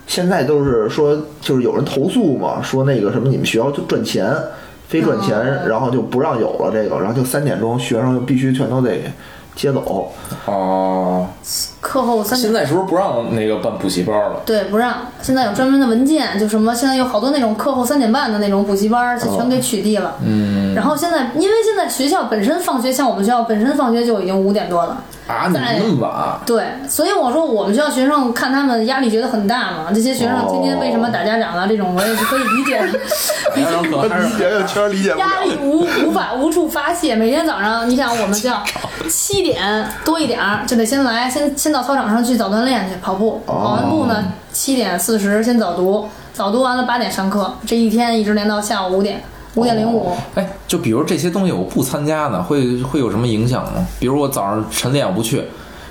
Speaker 1: 现在都是说，就是有人投诉嘛，说那个什么你们学校就赚钱，非赚钱，
Speaker 3: 哦
Speaker 1: 然后就不让有了这个，然后就三点钟学生就必须全都得接走。
Speaker 2: 哦，
Speaker 3: 课后三
Speaker 2: 现在是不是不让那个办补习班了？
Speaker 3: 对，不让。现在有专门的文件，就什么现在有好多那种课后三点半的那种补习班儿，就全给取缔了。嗯。然后现在，因为现在学校本身放学，像我们学校本身放学就已经五点多了。
Speaker 2: 啊，你
Speaker 3: 在
Speaker 2: 那么晚？
Speaker 3: 对，所以我说我们学校学生看他们压力觉得很大嘛，这些学生天天为什么打家长啊，这种我也是可以理解的。
Speaker 2: 家长可 能还
Speaker 1: 理
Speaker 2: 是
Speaker 1: 解有圈理解不
Speaker 3: 压
Speaker 1: 了
Speaker 3: 力。无无法无处发泄。每天早上，你想我们学校七点多一点儿就得先来，先先到操场上去早锻炼去跑步，跑完步
Speaker 2: 哦
Speaker 3: 呢七点四十先早读，早读完了八点上课，这一天一直连到下午五点，五点零五。
Speaker 2: 哎，就比如这些东西我不参加呢，会会有什么影响吗？比如我早上晨练我不去。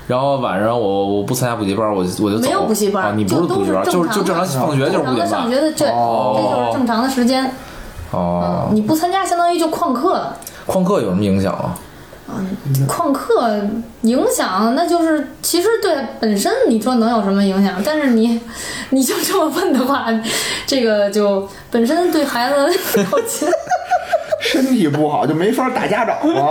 Speaker 2: 然后晚上我我不参加补习班，我就我就走
Speaker 3: 没有补习班
Speaker 2: 啊，你不
Speaker 3: 就都
Speaker 2: 补习班，
Speaker 3: 是
Speaker 2: 就是就
Speaker 3: 正
Speaker 2: 正
Speaker 3: 常
Speaker 2: 常
Speaker 3: 的
Speaker 2: 放学就是
Speaker 3: 正
Speaker 2: 五
Speaker 3: 常的
Speaker 2: 点
Speaker 3: 上
Speaker 2: 半
Speaker 3: 学的这，
Speaker 2: 哦
Speaker 3: 这就是正常的时间。
Speaker 2: 哦。
Speaker 3: 你不参加，相当于就旷课了。
Speaker 2: 旷课有什么影响啊？
Speaker 3: 旷课影响，那就是其实对本身你说能有什么影响？但是你你就 这么问的话，这个就本身对孩子考勤
Speaker 1: 身体不好就没法打家长了。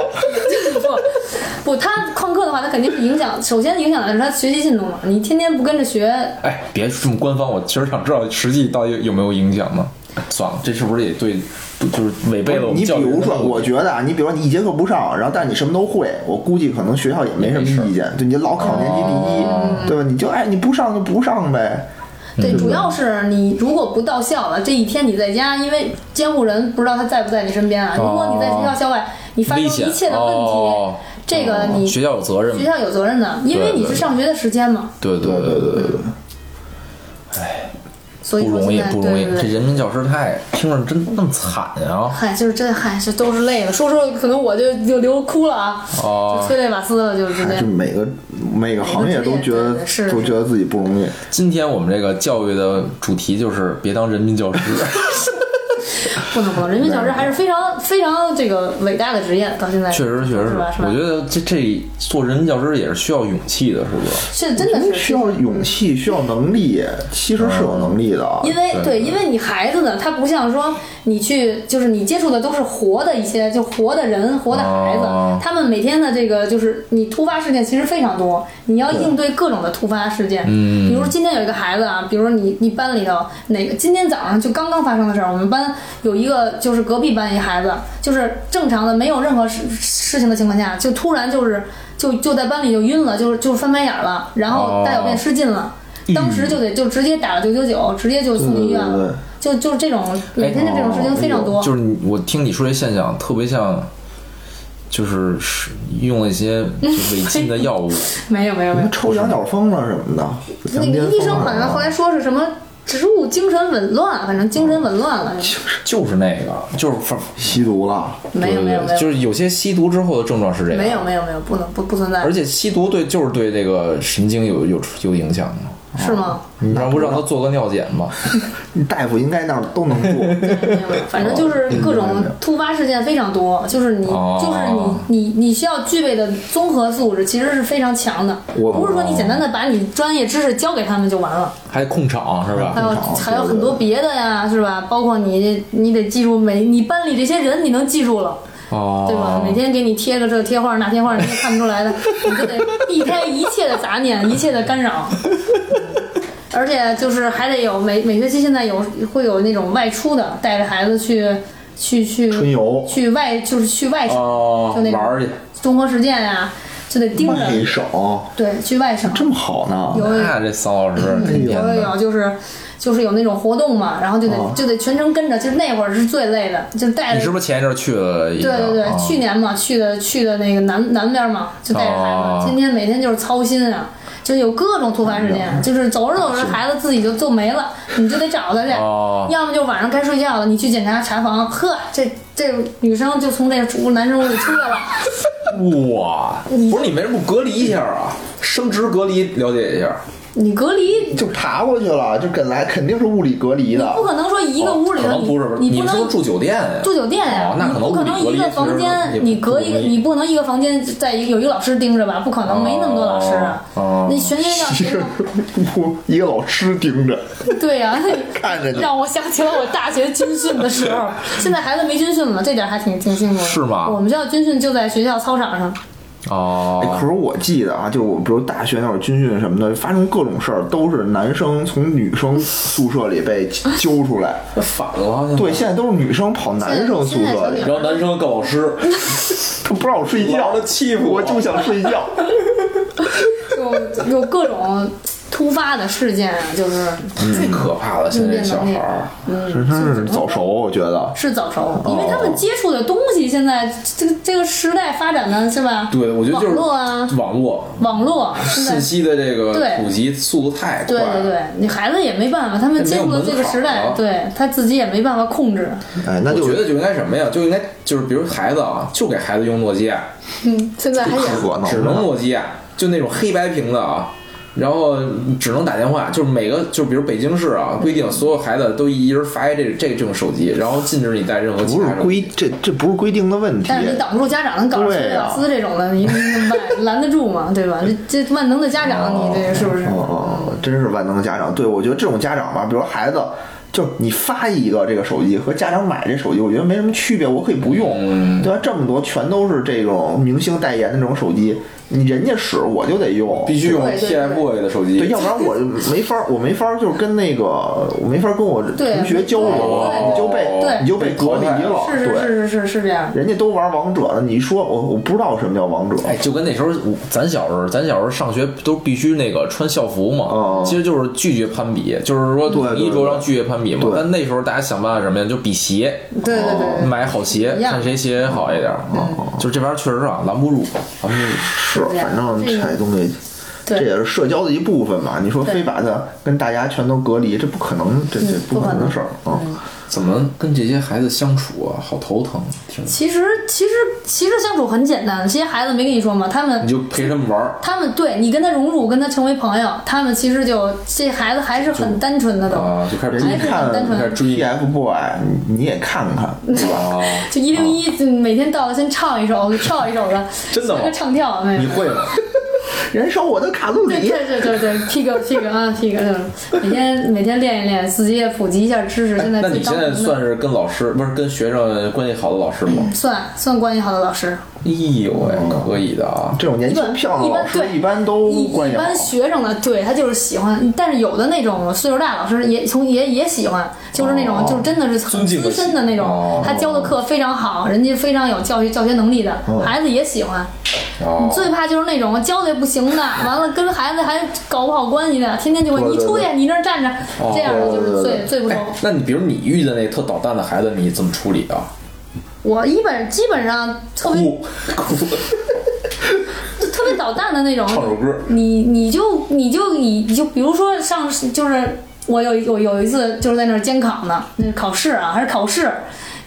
Speaker 3: 不，他旷课的话，他肯定是影响，首先影响的是他学习进度嘛。你天天不跟着学，
Speaker 2: 哎，
Speaker 4: 别这么官方，我其实想知道实际到底有没有影响呢？算了，这是不是也对，就是违背了我们
Speaker 1: 你比
Speaker 4: 教育
Speaker 1: 如
Speaker 4: 的
Speaker 1: 说，我觉得啊，你比如说你一节课不上，然后但是你什么都会，我估计可能学校也没什么意见，对你老考年级
Speaker 3: 哦
Speaker 1: 第一，对吧？你就哎，你不上就不上呗。
Speaker 3: 对，主要是你如果不到校了，这一天你在家，因为监护人不知道他在不在你身边啊。如果你在学校校外，你发生
Speaker 4: 危险
Speaker 3: 一切的问
Speaker 4: 哦
Speaker 3: 题，这个你
Speaker 2: 学校有责任
Speaker 3: 学。校有责任的，因为你是上学的时间嘛。
Speaker 4: 对对对对对，
Speaker 2: 哎
Speaker 3: 所以
Speaker 2: 不
Speaker 3: 说
Speaker 2: 容易
Speaker 3: 现，在
Speaker 2: 不容易！
Speaker 3: 对对
Speaker 2: 这
Speaker 3: 对
Speaker 2: 人民教师太听着真那么惨啊！
Speaker 3: 嗨，就是这嗨，这都是累了，说说可能我就就流哭了啊，
Speaker 2: 哦
Speaker 3: 就催泪瓦斯了，就是这
Speaker 1: 哎就
Speaker 3: 样。
Speaker 1: 每个每个行业都觉
Speaker 3: 对
Speaker 1: 得
Speaker 3: 对是
Speaker 1: 都觉得自己不容易。
Speaker 2: 今天我们这个教育的主题就是别当人民教 师，
Speaker 3: 不能不能，人民教师还是非常非常这个伟大的职业，到现在
Speaker 2: 确实确实
Speaker 3: 是吧？是吧
Speaker 2: 我觉得这这做人民教师也是需要勇气的，是吧？
Speaker 3: 是真的是
Speaker 1: 需要勇气，需要能力，其实是有
Speaker 4: 嗯
Speaker 1: 能力的。
Speaker 3: 因为对，嗯因为你孩子呢，他不像说你去，就是你接触的都是活的一些，就活的人、活的孩子，
Speaker 2: 哦
Speaker 3: 他们每天的这个就是你突发事件其实非常多，你要应对各种的突发事件。嗯，比如今天有一个孩子啊，比如说你你班里头哪个，今天早上就刚刚发生的事儿，我们班有一个就是隔壁班一孩子，就是正常的没有任何事事情的情况下，就突然就是就就在班里就晕了，就是就是翻白眼儿了，然后大小便失禁了。
Speaker 2: 嗯
Speaker 3: 当时就得就直接打了九九九，直接就送医院了。就就这种每天的这种事情非常多。
Speaker 2: 哎哦就是你我听你说这现象，特别像，就是是用了一些就违禁的药 物，
Speaker 3: 没有没有没有，
Speaker 1: 抽羊角风了什么的，
Speaker 3: 那
Speaker 1: 羊
Speaker 3: 个
Speaker 1: 癫
Speaker 3: 医
Speaker 1: 疯
Speaker 3: 生
Speaker 1: 了
Speaker 3: 好
Speaker 2: 啊
Speaker 3: 像后来说是什么植物精神紊乱，反正精神紊乱了。
Speaker 2: 就是那个，就是反
Speaker 1: 吸毒了，
Speaker 3: 没有没有没有
Speaker 2: 就是有些吸毒之后的症状是这样，
Speaker 3: 没有没有没有，不能不不存在
Speaker 2: 而，且吸毒对就是对这个神经有有有影响的。
Speaker 3: 是吗？
Speaker 2: 你
Speaker 1: 嗯
Speaker 2: 让不让他做个尿检吧？
Speaker 1: 大夫应该那儿都能做。
Speaker 3: 没有，反正就是各种突发事件非常多，就是你
Speaker 2: 哦
Speaker 3: 就是你你你需要具备的综合素质其实是非常强的，
Speaker 1: 我
Speaker 3: 不是说你简单的把你专业知识交给他们就完了。
Speaker 2: 还得控场是
Speaker 3: 还
Speaker 2: 吧？
Speaker 3: 有
Speaker 1: 场
Speaker 3: 哎还有
Speaker 1: 对
Speaker 3: 很多别的呀，是吧？包括你，你得记住每你班里这些人，你能记住了，
Speaker 2: 哦，
Speaker 3: 对吧？每天给你贴个这贴画那贴画，你也看不出 来的，你就得避开一切的杂念，一切的干扰。 而且就是还得有每每学期现在有会有那种外出的，带着孩子去去去
Speaker 1: 春游
Speaker 3: 去外就是去外省，
Speaker 2: 哦
Speaker 3: 就那
Speaker 2: 玩儿
Speaker 3: 种
Speaker 2: 去，
Speaker 3: 综合实践呀，就得盯着，
Speaker 1: 外省
Speaker 3: 对，去外省。
Speaker 1: 这么好呢？
Speaker 3: 有有有
Speaker 2: 那哎这桑老师天天
Speaker 3: 嗯有有
Speaker 2: 的
Speaker 3: 有，就是就是有那种活动嘛，然后就得、就得全程跟着，就是那会儿是最累的，就带
Speaker 2: 哦你
Speaker 3: 着。
Speaker 2: 是不是前一阵儿去了一
Speaker 3: 对
Speaker 2: 趟？
Speaker 3: 对对，
Speaker 2: 啊
Speaker 3: 去年嘛，去的去的那个南南边嘛，就带着孩子，
Speaker 2: 哦
Speaker 3: 天天每天就是操心啊，就有各种突发事件，就是走着走着孩子自己就就没了，你就得找他去，
Speaker 2: 哦
Speaker 3: 要么就晚上该睡觉了，你去检查查房，呵，这这女生就从这屋男生屋里出来了，
Speaker 2: 哇，
Speaker 3: 嗯
Speaker 2: 不是你为什么不隔离一下啊？升职隔离了解一下，
Speaker 3: 你隔离
Speaker 1: 就爬过去了，就本来肯定是物理隔离的
Speaker 3: 不。可能说一个屋里
Speaker 2: 啊哦可能
Speaker 3: 头
Speaker 2: 不是，
Speaker 3: 你
Speaker 2: 你
Speaker 3: 不
Speaker 2: 们是
Speaker 3: 能
Speaker 2: 不是住酒店呀？
Speaker 3: 住酒店呀、
Speaker 2: 哦那可
Speaker 3: 你
Speaker 2: 能
Speaker 3: 不可能
Speaker 2: 物理隔
Speaker 3: 一个
Speaker 2: 离
Speaker 3: 房
Speaker 2: 其实也
Speaker 3: 间，
Speaker 2: 不
Speaker 3: 你隔一个，
Speaker 2: 容易
Speaker 3: 你不能一个房间在一个有一个老师盯着吧？不可能，没那么多老师啊。
Speaker 2: 哦
Speaker 3: 你全天 让谁
Speaker 1: 不，一个老师盯着，
Speaker 3: 弄？对 呀、
Speaker 1: 看着你
Speaker 3: 让我想起了我大学军训的时候。现在孩子没军训了，这点还挺挺幸福的。
Speaker 2: 是吗
Speaker 3: 我们学校军训就在学校操场上，
Speaker 1: 哎
Speaker 2: 哦
Speaker 1: 可，是我记得啊，就我比如大学那会儿军训什么的，发生各种事儿，都是男生从女生宿舍里被揪出 来。
Speaker 2: 反了好像。
Speaker 1: 对， 现在都是女生跑男生宿
Speaker 3: 现在
Speaker 1: 舍
Speaker 3: 小
Speaker 1: 里
Speaker 3: 女，
Speaker 2: 然后男生告老师，
Speaker 1: 他不让我睡觉，
Speaker 2: 老是欺负我
Speaker 1: 我就想睡觉。
Speaker 3: 就有各种突发的事件啊，就是
Speaker 2: 哦太可怕了！现
Speaker 3: 嗯
Speaker 2: 在这小孩儿，
Speaker 1: 真是早熟，我觉得。
Speaker 3: 是早熟，因为他
Speaker 2: 哦
Speaker 3: 们接触的东西现在这个这个时代发展的是吧？
Speaker 2: 对我觉得就是
Speaker 3: 网络啊，
Speaker 2: 网络
Speaker 3: 网络现在
Speaker 2: 信息的这个
Speaker 3: 对
Speaker 2: 普及速度太快
Speaker 3: 对对
Speaker 2: 了。
Speaker 3: 对，你孩子也没办法，他们接触的这个时
Speaker 2: 没有门槛
Speaker 3: 代
Speaker 2: 了，
Speaker 3: 对他自己也没办法控制。
Speaker 1: 哎，那
Speaker 2: 我
Speaker 1: 就
Speaker 2: 觉得就应该什么呀？就应该就是，比如孩子啊，就给孩子用诺基亚，
Speaker 3: 嗯，现在还有
Speaker 1: 可能
Speaker 2: 只能诺基亚，就那种黑白屏的啊，然后只能打电话，就是每个就比如北京市啊，规定所有孩子都一人发一这这这种手机，然后禁止你带任何其
Speaker 1: 不
Speaker 2: 他
Speaker 1: 是
Speaker 2: 手
Speaker 1: 规
Speaker 2: 机。
Speaker 1: 这这不是规定的问题，
Speaker 3: 但是你挡不住家长能搞出
Speaker 1: 对
Speaker 3: 崔
Speaker 1: 啊
Speaker 3: 老师这种的，你你拦拦得住吗？对吧？这这
Speaker 1: 哦
Speaker 3: 万能的家长，你这是不是？
Speaker 1: 哦，真是万能的家长。对，我觉得这种家长吧，比如孩子就是你发一个这个手机和家长买这手机，我觉得没什么区别，我可以不
Speaker 4: 嗯
Speaker 2: 嗯
Speaker 1: 用，对吧？这么多全都是这种明星代言的这种手机，你人家使我就得用，
Speaker 4: 必须用
Speaker 3: 对对对
Speaker 4: TFBOY 的手
Speaker 1: 对，
Speaker 4: 机
Speaker 1: 要。不然我没法儿，我没法儿就是跟那个，我没法儿跟我
Speaker 3: 对
Speaker 1: 同学交流了，
Speaker 4: 哦
Speaker 3: 对
Speaker 1: 你就被
Speaker 3: 对
Speaker 1: 你就被隔离了，
Speaker 3: 是是
Speaker 1: 对，
Speaker 3: 是是是是这样。
Speaker 1: 人家都玩王者了，你说我我不知道什么叫王者，
Speaker 2: 哎，就跟那时候我咱小时候，咱小时候上学都必须那个穿校服嘛，
Speaker 1: 嗯
Speaker 2: 其实就是拒绝攀比，就是说
Speaker 1: 对对
Speaker 2: 统一着装
Speaker 1: 对
Speaker 2: 拒绝攀比嘛
Speaker 1: 对。
Speaker 2: 但那时候大家想办法什么呀？就比鞋，
Speaker 3: 对对对对，
Speaker 2: 买好鞋，
Speaker 3: 一样
Speaker 2: 看谁鞋好一点。哦就这玩意儿确实啊，拦不住，拦不住。
Speaker 1: 是，
Speaker 3: 这样
Speaker 1: 反正
Speaker 3: 这个
Speaker 1: 这东西。
Speaker 3: 对
Speaker 1: 这也是社交的一部分吧？你说
Speaker 3: 对
Speaker 1: 非把它跟大家全都隔离，这不可能，这这
Speaker 3: 嗯
Speaker 1: 不
Speaker 3: 不
Speaker 1: 可
Speaker 3: 可
Speaker 1: 能的
Speaker 3: 能
Speaker 1: 事儿啊！
Speaker 2: 怎么跟这些孩子相处啊？好头疼，听着
Speaker 3: 其实其实其实相处很简单，这些孩子没跟你说吗？他们
Speaker 4: 你就陪他们玩儿，
Speaker 3: 他们对你跟他融入，跟他成为朋友，他们其实就这孩子还是很单纯的都，
Speaker 4: 啊，就开始
Speaker 1: 人家
Speaker 4: 追
Speaker 1: 一
Speaker 3: 还哎是嗯
Speaker 1: 看
Speaker 3: 很单纯
Speaker 4: 开始追
Speaker 1: TFBOY，你你也看看， 对吧？
Speaker 4: 啊，
Speaker 3: 就一零一每天到了先唱一首，跳一首的，
Speaker 4: 真的吗
Speaker 3: 学个唱跳没
Speaker 4: 你
Speaker 3: 有？
Speaker 4: 会 吗？
Speaker 1: 燃烧我的卡路
Speaker 3: 对
Speaker 1: 里，
Speaker 3: 对对对对，P 个 P 个啊 P 个，就是每天每天练一练，自己也普及一下知识。现在
Speaker 2: 哎那
Speaker 3: 自己
Speaker 2: 你
Speaker 3: 当
Speaker 2: 现在
Speaker 3: 红
Speaker 2: 算
Speaker 3: 的嗯
Speaker 2: 是跟老师不是跟学生关系好的老师吗？
Speaker 3: 算算关系好的老师，
Speaker 2: 咦呦喂，可以的啊！
Speaker 1: 这种年轻漂亮的老
Speaker 3: 一
Speaker 1: 师
Speaker 3: 般对
Speaker 1: 一般都
Speaker 3: 一
Speaker 1: 关
Speaker 3: 一
Speaker 1: 系好
Speaker 3: 般。学生呢，对他就是喜欢，但是有的那种岁数大老师也从也也喜欢，就是那种、
Speaker 2: 哦
Speaker 3: 就是真的是很
Speaker 2: 尊敬的
Speaker 3: 资深的那种，
Speaker 2: 哦
Speaker 3: 他教的课非常好，人家非常有教学教学能力的、孩子也喜欢。
Speaker 2: 哦，
Speaker 3: 最怕就是那种教的也不行 的，完了跟孩子还搞不好关系的，天天就会
Speaker 1: 对
Speaker 3: 你
Speaker 1: 对
Speaker 3: 出去，你那儿站着，
Speaker 2: 哦
Speaker 3: 这样的就是最最不中。
Speaker 2: 哎那你比如你遇见那特捣蛋的孩子，你怎么处理啊？
Speaker 3: 我一本基本上特别
Speaker 2: 哭哭，
Speaker 3: 特别捣蛋的那种，
Speaker 2: 唱首歌。
Speaker 3: 你你就你就以你就比如说上就是我有有有一次就是在那儿监考呢，那是考试啊还是考试，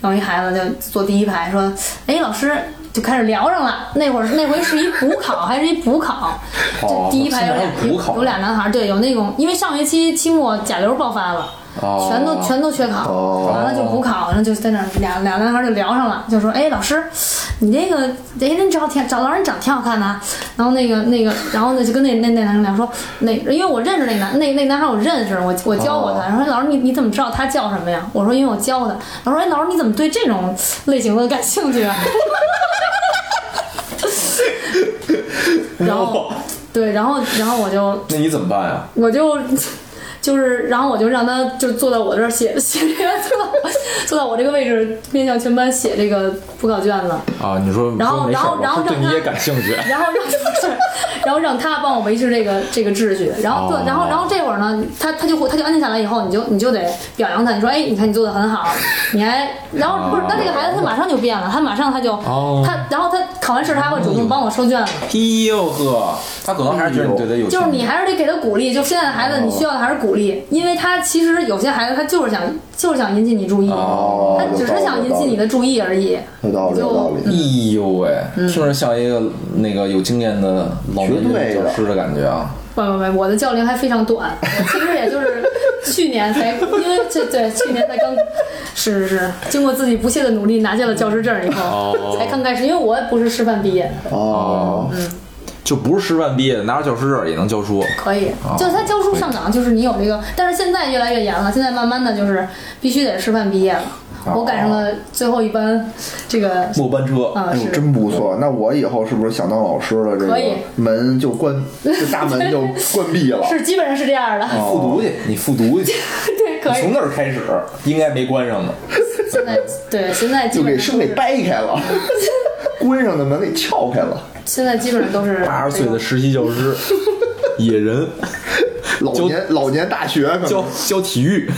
Speaker 3: 有一孩子就坐第一排说，哎老师就开始聊上了，那会儿那回是一补考还是一补考，
Speaker 2: 哦
Speaker 3: 就第一排有
Speaker 2: 现在
Speaker 3: 俩
Speaker 2: 还有补考
Speaker 3: 有俩男孩儿，对，有那种因为上学期期末甲流爆发了。
Speaker 2: 哦
Speaker 3: 全都全都缺考，完了就补考，然后就在那儿俩俩男孩儿就聊上了，就说：“哎，老师，你这个哎，人长挺找老人长挺好看的啊。”然后那个那个，然后呢就跟那那那男俩说：“那因为我认识那男那那男孩，我认识，我我教过他。然后老师你你怎么知道他叫什么呀？我说因为我教他。老师说哎，老师你怎么对这种类型的感兴趣啊？ 然后对，然后然后我就
Speaker 2: 那你怎么办呀？
Speaker 3: 我就就是，然后我就让他就坐在我这儿写写这个，坐到坐到我这个位置，面向全班写这个补考卷子，
Speaker 2: 啊，你说
Speaker 3: 然后
Speaker 2: 说没事
Speaker 3: 然后
Speaker 2: 我
Speaker 3: 然后
Speaker 2: 说对
Speaker 3: 让
Speaker 2: 你
Speaker 3: 他
Speaker 2: 也感兴 趣
Speaker 3: 然后让对， 然后让他帮我维持这个这个秩序，然后
Speaker 2: 哦
Speaker 3: 对，然后然后这会儿呢，他他就会他就安静下来以后，你就你就得表扬他，你说哎，你看你做的很好，你还然后不是，那这个孩子他马上就变了，他马上他就
Speaker 2: 哦
Speaker 3: 他然后他考完试他还会主动帮我收卷子。
Speaker 2: 嘿哎呦呵，
Speaker 4: 他可能还是觉得你对他有
Speaker 3: 就是
Speaker 4: 兴
Speaker 3: 你
Speaker 4: 趣
Speaker 3: 还是得给他鼓励，就现在的孩子，你需要的还是鼓励，因为他其实有些孩子他就是想就是想引起你注意，
Speaker 2: 哦
Speaker 3: 他只是想引起你的注意而已。
Speaker 1: 有道理，有道理。
Speaker 2: 哎呦喂，
Speaker 3: 嗯
Speaker 2: 听着像一个那个有经验的老
Speaker 1: 绝
Speaker 2: 年
Speaker 1: 对
Speaker 2: 人
Speaker 1: 的
Speaker 2: 教师的感觉啊。
Speaker 3: 不不不，我的教龄还非常短，我其实也就是去年才，因为这对去年才刚，是是是，经过自己不懈的努力拿下了教师证以后，才刚开始，因为我也不是师范毕业的，
Speaker 1: 哦，
Speaker 3: 嗯
Speaker 2: 就不是师范毕业的，拿着教师证也能教书。
Speaker 3: 可以，就他教书上岗，就是你有这个，但是现在越来越严了，现在慢慢的就是必须得师范毕业了。我赶上了最后一班，这个
Speaker 2: 末班车，
Speaker 3: 啊
Speaker 1: 哎呦，
Speaker 3: 是
Speaker 1: 真不错。那我以后是不是想当老师了？这
Speaker 3: 可
Speaker 1: 个
Speaker 3: 以
Speaker 1: 门就关，这大门就关闭了。
Speaker 3: 是基本上是这样的，
Speaker 1: 哦
Speaker 2: 复读去，你复读去，
Speaker 3: 对，可以
Speaker 2: 从。那儿开始应该没关上的。
Speaker 3: 现在对现在基
Speaker 1: 就
Speaker 3: 本
Speaker 1: 给
Speaker 3: 上
Speaker 1: 生
Speaker 3: 都
Speaker 1: 给
Speaker 3: 是
Speaker 1: 掰开了， 关上的门给撬开了。
Speaker 3: 现在基本上都是
Speaker 2: 八十岁的
Speaker 3: 这种
Speaker 2: 实习教 师，野人，
Speaker 1: 老
Speaker 2: 就
Speaker 1: 年老年大学可
Speaker 2: 教
Speaker 1: 能
Speaker 2: 教体育，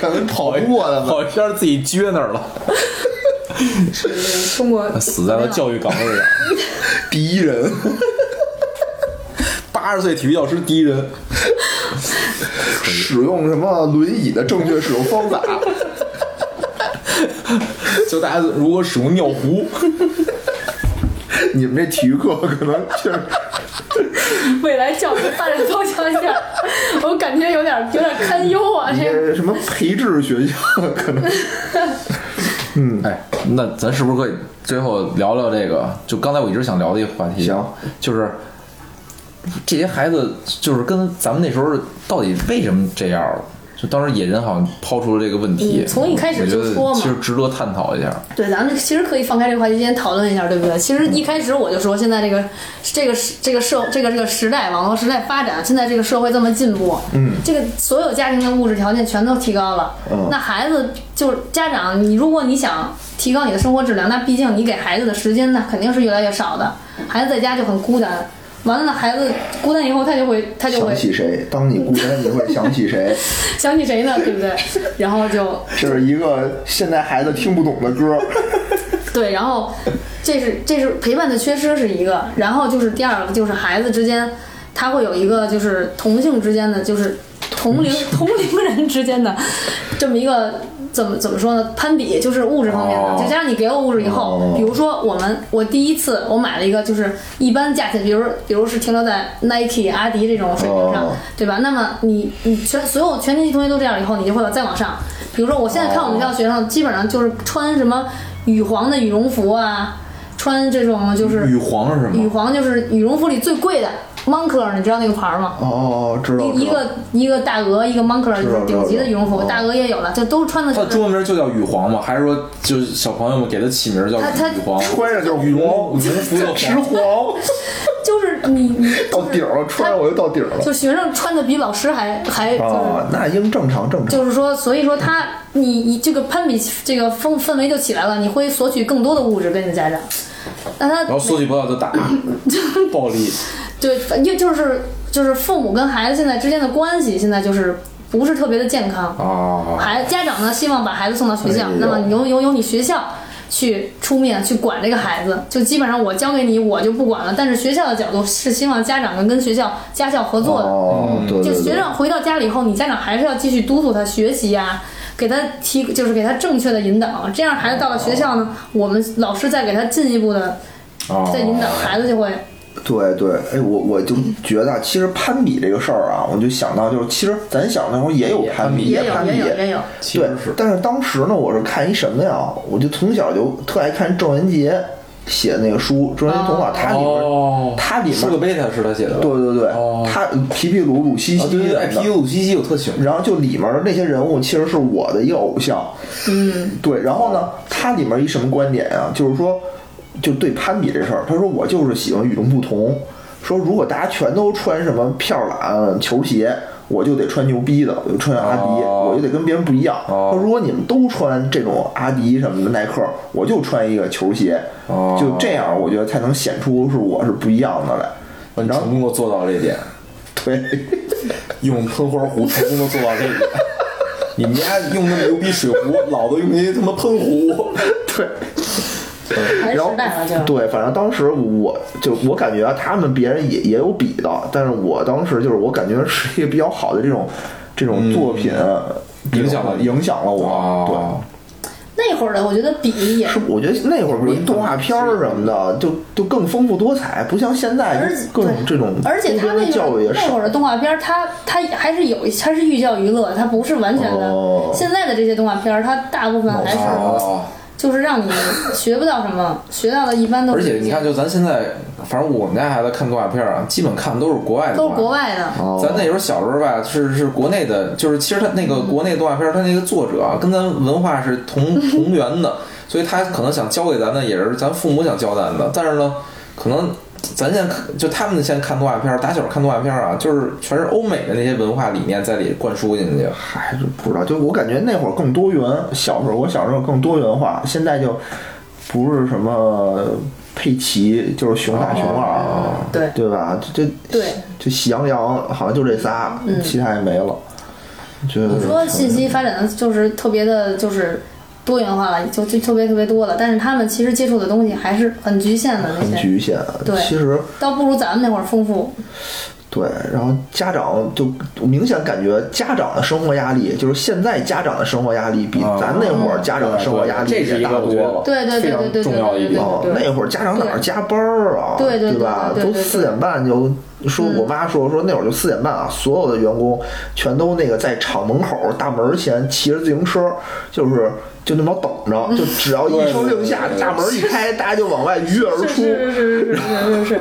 Speaker 1: 可能跑不过他们。
Speaker 2: 跑一边自己撅那儿 了，
Speaker 3: 是通过
Speaker 2: 死在了教育岗位 上。
Speaker 1: 第一人，
Speaker 2: 八十岁体育教师第一 人，
Speaker 1: 使用什么轮椅的正确使用方法，
Speaker 2: 教大家如何使用尿 壶。
Speaker 1: 你们这体育课可能确实
Speaker 3: 未来教育发展方向 一下，我感觉有点有点堪忧啊，
Speaker 1: 你
Speaker 3: 这个
Speaker 1: 这什么培智学校可能
Speaker 2: 哎，那咱是不是可以最后聊聊这个？就刚才我一直想聊的一个话题，
Speaker 1: 行，
Speaker 2: 就是这些孩子就是跟咱们那时候到底为什么这样了？就当时野人好像抛出了这个问题，
Speaker 3: 嗯从一开始
Speaker 2: 我觉
Speaker 3: 就
Speaker 2: 得
Speaker 3: 说嘛
Speaker 2: 其实值得探讨一下。
Speaker 3: 对，咱们其实可以放开这个话题，今天讨论一下，对不对？其实一开始我就说，现在这个这个这个社这个这个时代，网络时代发展，现在这个社会这么进步，嗯，这个所有家庭的物质条件全都提高了，
Speaker 1: 嗯
Speaker 3: 那孩子就是家长，你如果你想提高你的生活质量，那毕竟你给孩子的时间那肯定是越来越少的，孩子在家就很孤单，完了呢，孩子孤单以后，他就会他就
Speaker 1: 想
Speaker 3: 会
Speaker 1: 起谁？当你孤单，你会想起谁？
Speaker 3: 想起谁呢？对不对？然后就
Speaker 1: 这是一个现在孩子听不懂的歌。
Speaker 3: 对，然后这是这是陪伴的缺失是一个，然后就是第二个就是孩子之间，他会有一个就是同性之间的，就是同龄同龄人之间的这么一个怎么怎么说呢？攀比就是物质方面的，
Speaker 4: 哦
Speaker 3: 就加上你给我物质以后
Speaker 1: 哦，
Speaker 3: 比如说我们我第一次我买了一个就是一般价钱，比如比如是停留在 Nike、阿迪这种水平上
Speaker 1: 哦，
Speaker 3: 对吧？那么你你全所有全年级同学都这样以后，你就会往再往上。比如说，我现在看我们学校学生，基本上就是穿什么羽黄的羽绒服啊，穿这种就是
Speaker 2: 羽皇是什
Speaker 3: 羽
Speaker 2: 么？
Speaker 3: 黄就是羽绒服里最贵的 Moncler，你知道那个牌儿吗？
Speaker 1: 哦，知道，
Speaker 3: 一
Speaker 1: 知
Speaker 3: 一
Speaker 1: 道。
Speaker 3: 个一个大鹅，一个 Moncler 就是顶级的羽绒服，大鹅也有了，这都穿的
Speaker 1: 哦
Speaker 2: 他的中文
Speaker 3: 是。
Speaker 2: 名就叫羽皇吗？还是说就是小朋友们给他起名叫
Speaker 3: 他他
Speaker 2: 羽皇？
Speaker 1: 穿上就是
Speaker 2: 羽绒羽绒服的
Speaker 1: 直
Speaker 2: 皇，
Speaker 1: 黄，
Speaker 3: 就是你你
Speaker 1: 到顶儿了，穿上我就到顶儿了。
Speaker 3: 就学生穿的比老师还还就是
Speaker 1: 啊，那应正常正常。
Speaker 3: 就是说，所以说他你你这个攀比这个氛氛围就起来了，你会索取更多的物质跟你的家长，那他
Speaker 2: 然后索取不到就 打，暴力。
Speaker 3: 对，反正就是就是父母跟孩子现在之间的关系，现在就是不是特别的健康。
Speaker 2: 啊，
Speaker 3: 孩家长呢，希望把孩子送到学校
Speaker 1: 哦哎呦，
Speaker 3: 那么由由由你学校去出面去管这个孩子，就基本上我交给你，我就不管了。但是学校的角度是希望家长们跟学校家校合作的，
Speaker 1: 哦，对
Speaker 3: 就
Speaker 1: 对
Speaker 3: 学
Speaker 1: 对。
Speaker 3: 生回到家里以后，你家长还是要继续督促他学习呀、给他提就是给他正确的引导，这样孩子到了学校呢，
Speaker 1: 哦
Speaker 3: 我们老师再给他进一步的
Speaker 2: 啊
Speaker 3: 再引导，孩子就会
Speaker 1: 对对，哎，我我就觉得啊，其实攀比这个事儿啊，我就想到就是，其实咱小那时候也有攀比，
Speaker 3: 也有
Speaker 1: 攀比，
Speaker 3: 也有也有，
Speaker 2: 其
Speaker 1: 对
Speaker 2: 实是，
Speaker 1: 但是当时呢，我是看一什么呀？我就从小就特爱看郑渊洁写的那个书《郑渊洁童话》，它里
Speaker 2: 哦
Speaker 1: 面，它里
Speaker 2: 舒克
Speaker 1: 面，
Speaker 2: 贝塔是他写的吧，
Speaker 1: 对对对
Speaker 2: 哦，
Speaker 1: 他皮皮鲁鲁西
Speaker 2: 啊
Speaker 1: 西
Speaker 2: 对对，
Speaker 1: 什
Speaker 2: 哎，
Speaker 1: 么
Speaker 2: 皮
Speaker 1: 的
Speaker 2: 鲁西西我特喜欢。
Speaker 1: 然后就里面的那些人物其实是我的一个偶像，嗯，对。然后呢，它里面一什么观点啊？就是说，就对攀比这事儿，他说我就是喜欢与众不同。说如果大家全都穿什么票篮球鞋，我就得穿牛逼的，我就穿阿迪，
Speaker 2: 哦
Speaker 1: 我就得跟别人不一样。
Speaker 2: 哦
Speaker 1: 他说如果你们都穿这种阿迪什么的耐克，我就穿一个球鞋，
Speaker 2: 哦
Speaker 1: 就这样，我觉得才能显出是我是不一样的来。
Speaker 2: 你
Speaker 1: 然后
Speaker 2: 成功的做到了这一点，
Speaker 1: 对，
Speaker 2: 用喷花壶成功的做到这一点。 你们家用那么牛逼水壶，老子用那他妈喷 壶。
Speaker 1: 对。
Speaker 3: 还是
Speaker 1: 然后
Speaker 3: 哎时代了就。
Speaker 1: 对，反正当时我就我感觉啊他们别人也也有比的，但是我当时就是我感觉是一个比较好的这种这种作品，
Speaker 2: 嗯影响了你
Speaker 1: 影响了
Speaker 2: 啊
Speaker 1: 我，
Speaker 3: 那会儿的我觉得比也
Speaker 1: 对，是我觉得那会儿不是动画片儿什么的，就就更丰富多彩，不像现在
Speaker 3: 而
Speaker 1: 就
Speaker 3: 且
Speaker 1: 各种
Speaker 3: 对
Speaker 1: 这种
Speaker 3: 而且他
Speaker 1: 周边
Speaker 3: 那
Speaker 1: 的教育
Speaker 3: 个
Speaker 1: 也
Speaker 3: 那
Speaker 1: 少
Speaker 3: 会儿。的动画片儿，它它还是有一，它是寓教于乐，它不是完全的。
Speaker 1: 哦
Speaker 3: 现在的这些动画片儿，它啊大部分还是
Speaker 2: 哦，
Speaker 3: 就是让你学不到什么，学到的一般都
Speaker 2: 而
Speaker 3: 是
Speaker 2: 且你看，就咱现在，反正我们家孩子看动画片啊，基本看的都是国外的
Speaker 3: 都
Speaker 2: 动
Speaker 3: 是
Speaker 2: 画
Speaker 3: 国
Speaker 2: 片。
Speaker 3: 外的。
Speaker 1: 哦
Speaker 2: 咱那时候小时候吧，是是国内的，就是其实他那个国内动画片，他那个作者啊，跟咱文化是 同同源的，所以他可能想教给咱的也是咱父母想教咱的，但是呢，可能咱现在看就他们现在看动画片，打小看动画片啊，就是全是欧美的那些文化理念在里灌输进去。
Speaker 1: 嗨，就不知道，就我感觉那会儿更多元。小时候，我小时候更多元化，现在就不是什么佩奇，就是熊大熊二，
Speaker 3: 哦
Speaker 1: 啊
Speaker 3: 对
Speaker 1: 对吧？这这
Speaker 3: 对，嗯
Speaker 1: 就喜羊羊好像就这仨，其他也没了。觉得
Speaker 3: 你说信息发展的就是特别的，就是多元化了，就就特别特别多了。但是他们其实接触的东西还是很局限的
Speaker 1: 很
Speaker 3: 那些，
Speaker 1: 局限，
Speaker 3: 对
Speaker 1: 其实
Speaker 3: 倒不如咱们那会儿丰富。
Speaker 1: 对，然后家长就明显感觉家长的生活压力，就是现在家长的生活压力比
Speaker 2: 啊
Speaker 1: 咱那会儿家长的生活压力
Speaker 2: 这是
Speaker 1: 也
Speaker 2: 一
Speaker 1: 大
Speaker 2: 个
Speaker 1: 多了。
Speaker 3: 对
Speaker 2: 非
Speaker 3: 对对对
Speaker 2: 常
Speaker 3: 对对
Speaker 2: 重要的一
Speaker 3: 对对
Speaker 2: 点
Speaker 1: 哦，
Speaker 3: 对
Speaker 1: 那会儿家长哪儿加班儿啊？
Speaker 3: 对对对
Speaker 1: 吧？
Speaker 3: 对对嗯
Speaker 1: 都
Speaker 3: 对
Speaker 1: 四点半就说，我妈说说那会儿就四点半啊，所有的员工全都那个在厂门口大门前骑着自行车，就是就那么等
Speaker 3: 嗯
Speaker 1: 着，就只要一声令下
Speaker 2: 对对对，对
Speaker 1: 大门一开，大家就往外跃而
Speaker 3: 是
Speaker 1: 出。
Speaker 3: 是是是是是是，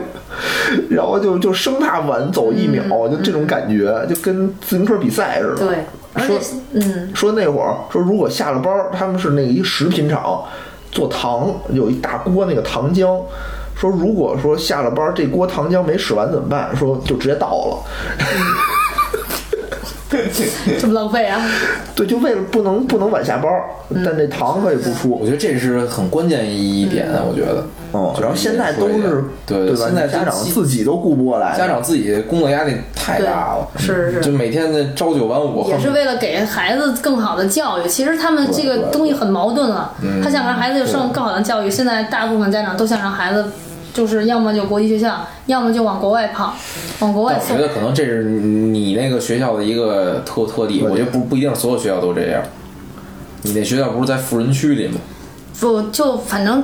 Speaker 1: 然后就就生怕晚走一秒，
Speaker 3: 嗯
Speaker 1: 就这种感觉，就跟自行车比赛似的。
Speaker 5: 对，而且
Speaker 1: 说
Speaker 5: 嗯，
Speaker 1: 说那会儿说如果下了班儿，他们是那个一食品厂做糖，有一大锅那个糖浆。说如果说下了班儿这锅糖浆没使完怎么办？说就直接倒了。
Speaker 3: 这么浪费啊！
Speaker 1: 对，就为了不能不能晚下班儿，但这糖可以不
Speaker 2: 我
Speaker 1: 出。
Speaker 2: 觉得这是很关键一点，我觉得。
Speaker 1: 嗯，
Speaker 2: 就是
Speaker 1: 然后现在都
Speaker 2: 说一
Speaker 1: 是
Speaker 2: 下对
Speaker 1: 对吧？
Speaker 2: 现在
Speaker 1: 家长
Speaker 2: 都
Speaker 1: 自己都顾不过来，
Speaker 2: 家长自己工作压力太大了，嗯
Speaker 5: 对是是
Speaker 2: 就每天的朝九晚五，
Speaker 3: 也是为了给孩子更好的教育。其实他们这个东西很矛盾了，
Speaker 2: 嗯
Speaker 3: 他想让孩子有上更好的教育，现在大部分家长都想让孩子就是要么就国际学校，要么就往国外跑，往国外
Speaker 2: 但我
Speaker 3: 送
Speaker 2: 觉。得可能这是你那个学校的一个特特例，我觉得不不一定所有学校都这样。你那学校不是在富人区里吗？
Speaker 3: 不就反正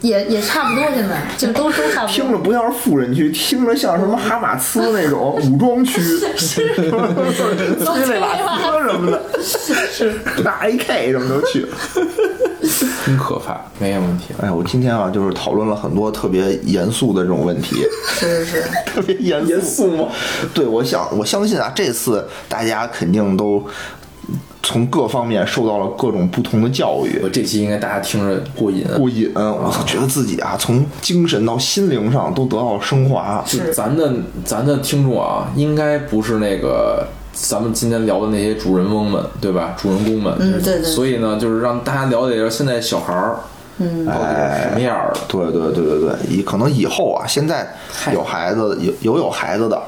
Speaker 3: 也也差不多，现在就都都差不
Speaker 1: 听 着
Speaker 3: 多。
Speaker 1: 不像是富人区，听着像什么哈马斯那种 武装区，是 那瓦斯什么的，是拿 AK 什么都去。
Speaker 4: 真可怕。
Speaker 2: 没有问题。
Speaker 1: 哎，我今天啊，就是讨论了很多特别严肃的这种问题，
Speaker 5: 是是是，
Speaker 1: 特别严肃。严肃吗？ 对，我想我相信啊，这次大家肯定都从各方面受到了各种不同的教育。
Speaker 2: 我这期应该大家听着过瘾啊，
Speaker 1: 过瘾，我觉得自己啊，从精神到心灵上都得到了升华。
Speaker 2: 就咱的咱的听众啊，应该不是那个咱们今天聊的那些主人翁们，对吧？主人公们，
Speaker 5: 嗯对对
Speaker 2: 所以呢，就是让大家了解一下现在小孩儿，嗯，到底是什么样儿的。
Speaker 1: 对对对对对，以可能以后啊，现在有孩子有有有孩子的，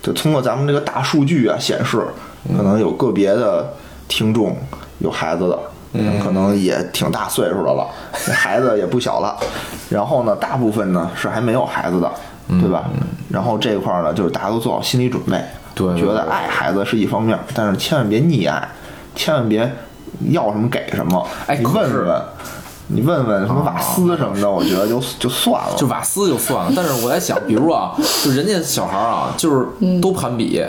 Speaker 1: 就通过咱们这个大数据啊显示，可能有个别的听众有孩子的，可能也挺大岁数的了， 孩子也不小了。然后呢，大部分呢是还没有孩子的，对吧？然后这一块儿呢，就是大家都做好心理准备，
Speaker 2: 对对
Speaker 1: 觉得爱孩子是一方面，但是千万别溺爱，千万别要什么给什么，
Speaker 4: 哎
Speaker 1: 你
Speaker 4: 可是
Speaker 1: 问问。你问问什么瓦斯什么的，我觉得就就算了。
Speaker 2: 就瓦斯就算了，但是我在想，比如啊，就人家小孩儿啊，就是
Speaker 5: 嗯
Speaker 2: 都攀比，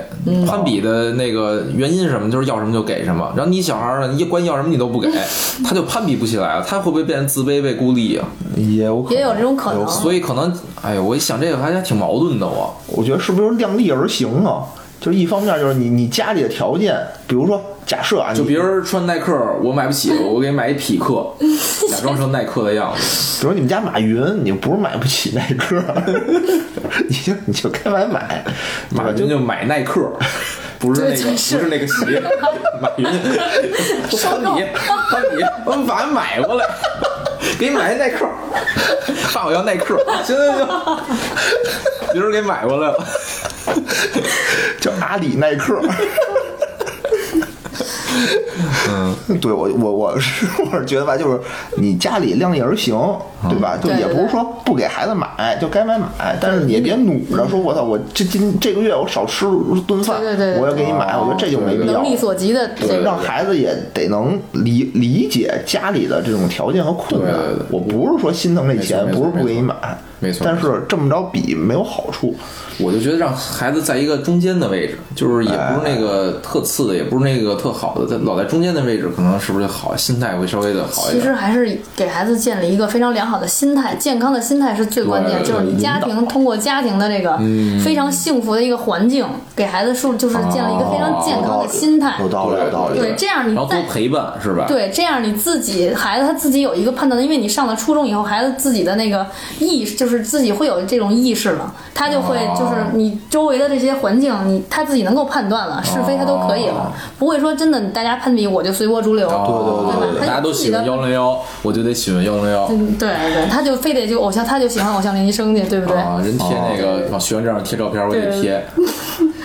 Speaker 2: 攀比的那个原因是什么？就是要什么就给什么。然后你小孩儿呢，啊你管你要什么你都 不给，他就攀比不起来了，他会不会变成自卑被孤立啊？
Speaker 1: 也有可能
Speaker 3: 也有这种可能
Speaker 5: 哦
Speaker 2: 所以可能，哎呀，我一想这个还还挺矛盾的我。
Speaker 1: 我觉得是不是量力而行啊？就是一方面就是你你家里的条件，比如说假设啊，
Speaker 2: 就
Speaker 1: 你
Speaker 2: 别人穿耐克，我买不起，我给买一匹克，假装成耐克的样子。
Speaker 1: 比如你们家马云，你不是买不起耐克， 你就你就该买买，对吧
Speaker 2: 马云就买耐克，不是那个，
Speaker 3: 对
Speaker 2: 不
Speaker 3: 是
Speaker 2: 是那个鞋。马云，攀比，攀比，我们把它买过来，给你买一耐克。爸，我要耐克，行行行，别人给买过来了。
Speaker 1: 叫阿里耐克。嗯，对我我我是我是觉得吧，就是你家里量力而行，
Speaker 2: 嗯
Speaker 1: 对吧？就
Speaker 3: 对
Speaker 1: 也
Speaker 3: 对
Speaker 1: 不是说不给孩子买就该买买，但是你也别努着说，我操，我这今这个月我少吃顿饭，
Speaker 3: 对对对对
Speaker 1: 我要给你买，我觉得这就没必要
Speaker 3: 能。力所及的这个
Speaker 1: 让孩子也得能理理解家里的这种条件和困难。
Speaker 2: 对对对
Speaker 1: 我不是说心疼这钱，
Speaker 2: 没
Speaker 1: 不
Speaker 2: 错
Speaker 1: 是不给你买，
Speaker 2: 没错
Speaker 1: 但是这么着比没有好处。
Speaker 2: 我就觉得让孩子在一个中间的位置，就是也不是那个特次的，也不是那个特好的，在老在中间的位置，可能是不是就好，心态会稍微的好一
Speaker 3: 其
Speaker 2: 点。
Speaker 3: 实还是给孩子建立一个非常良好的心态，健康的心态是最关键。
Speaker 2: 对
Speaker 3: 就是你家庭通过家庭的这个
Speaker 1: 嗯
Speaker 3: 非常幸福的一个环境，给孩子树就是建立一个非常健康的心态。
Speaker 1: 哦有道理，有道理。
Speaker 3: 对，这样你
Speaker 2: 然后多
Speaker 3: 再
Speaker 2: 陪伴是吧？
Speaker 3: 对，这样你自己孩子他自己有一个判断，因为你上了初中以后，孩子自己的那个意识，就是自己会有这种意识了，他就会
Speaker 2: 哦
Speaker 3: 就是你周围的这些环境，你他自己能够判断了，是非他都可以
Speaker 2: 哦
Speaker 3: 了，不会说真的大家攀比我就随波逐流，
Speaker 2: 对
Speaker 3: 对对对对
Speaker 2: 大家都喜欢幺零幺，我就得喜欢幺零幺
Speaker 3: 嗯，对对，他就非得就偶像，他就喜欢偶像练习生去，对不对？
Speaker 2: 啊！人贴那个往学生证上贴照片，我也得贴，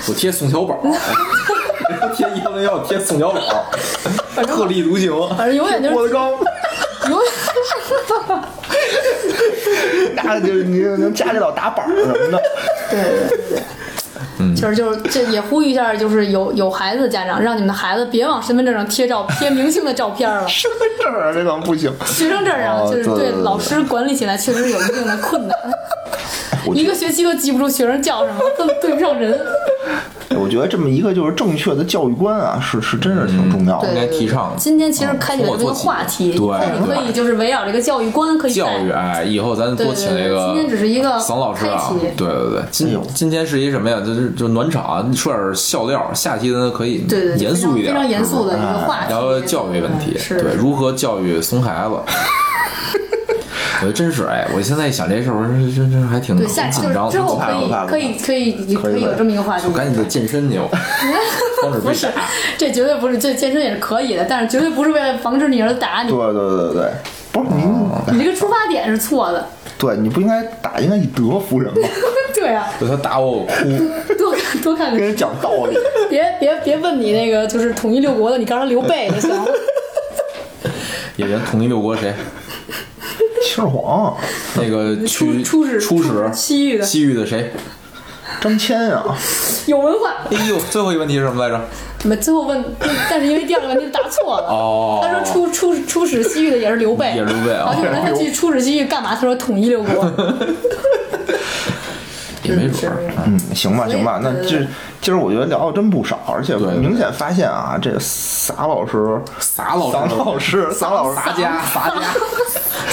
Speaker 2: 我贴宋小宝， 贴幺零幺，贴宋小宝，特立独行。
Speaker 3: 反正永远就是
Speaker 1: 郭德纲，
Speaker 3: 永远
Speaker 1: 那就是你能家里老打板儿什么的。
Speaker 2: 嗯
Speaker 3: 就是就是这也呼吁一下，就是有有孩子的家长，让你们的孩子别往身份证上贴照贴明星的照片了，
Speaker 1: 身份证啊，这咱不行。
Speaker 3: 学生证上
Speaker 1: 哦
Speaker 3: 就是
Speaker 1: 对对对
Speaker 3: 老师管理起来确实有一定 的困难，一个学期都记不住学生叫什么，都对不上人。
Speaker 1: 我觉得这么一个就是正确的教育观啊，是是真是挺重要的。
Speaker 2: 应
Speaker 3: 对
Speaker 2: 该提嗯倡
Speaker 3: 今天其实开启了这个话题，
Speaker 2: 从我做起
Speaker 3: 我们
Speaker 2: 对
Speaker 3: 可以就是围绕这个教育观，可以
Speaker 2: 教育，
Speaker 3: 再
Speaker 2: 哎，以后咱
Speaker 3: 对
Speaker 2: 多
Speaker 3: 对
Speaker 2: 请
Speaker 3: 对
Speaker 2: 一个
Speaker 3: 今天只是一个
Speaker 2: 桑老师啊
Speaker 3: 开启，
Speaker 2: 对对对，
Speaker 1: 哎
Speaker 2: 今
Speaker 1: 呦
Speaker 2: 今天是一什么呀？就是就暖场，啊说点笑料，下期咱可以
Speaker 3: 对对对
Speaker 2: 严肃一
Speaker 3: 非
Speaker 2: 点，嗯
Speaker 3: 常非常严肃的一个话题，
Speaker 2: 聊聊教育问题，
Speaker 3: 嗯是
Speaker 2: 对，如何教育怂孩 子。我觉得真是哎，我现在一想这事儿，我真真真还挺
Speaker 3: 对
Speaker 2: 挺
Speaker 3: 下期就
Speaker 2: 紧
Speaker 3: 是
Speaker 2: 张的，
Speaker 3: 之后
Speaker 2: 挺紧张的
Speaker 1: 怕不怕
Speaker 3: 可以可以可以
Speaker 1: 可以
Speaker 3: 有这么一个话题
Speaker 2: 我，赶紧得健身去，我防止
Speaker 3: 不
Speaker 2: 被
Speaker 3: 是
Speaker 2: 打。，
Speaker 3: 这绝对不是，这健身也是可以的，但是绝对不是为了防止你儿子打你
Speaker 1: 对，对对对对，不是您，
Speaker 3: 你这个出发点是错的。
Speaker 1: 对你不应该打，应该以德服人嘛，
Speaker 3: 对啊，
Speaker 2: 就他打我，我哭。
Speaker 3: 多看多看
Speaker 1: 跟
Speaker 3: 看，
Speaker 1: 人讲道理。
Speaker 3: 别别别问你那个就是统一六国的，你告诉他刘备就行了。
Speaker 2: 也人统一六国谁？
Speaker 1: 秦始皇、
Speaker 2: 那个
Speaker 3: 出
Speaker 2: 去
Speaker 3: 出使
Speaker 2: 出
Speaker 3: 出
Speaker 2: 使
Speaker 3: 西域的
Speaker 2: 西域的谁？
Speaker 1: 张骞啊，
Speaker 3: 有文化，
Speaker 2: 哎呦，最后一个问题是什么来着？
Speaker 3: 没最后问，但是因为第二个问题答错了。
Speaker 2: 哦
Speaker 3: 他说出出出使西域的也是刘备，
Speaker 2: 也是刘备啊
Speaker 3: 然后就问他去出使西域干嘛？他说统一六国。
Speaker 2: 也没准儿。
Speaker 1: 嗯，行吧，
Speaker 3: 以
Speaker 1: 行吧，那
Speaker 3: 对对
Speaker 1: 这今儿我觉得聊的真不少，而且
Speaker 2: 对
Speaker 1: 明显发现啊，这撒老师、
Speaker 2: 撒老
Speaker 1: 撒老师、撒老师、
Speaker 2: 撒家撒家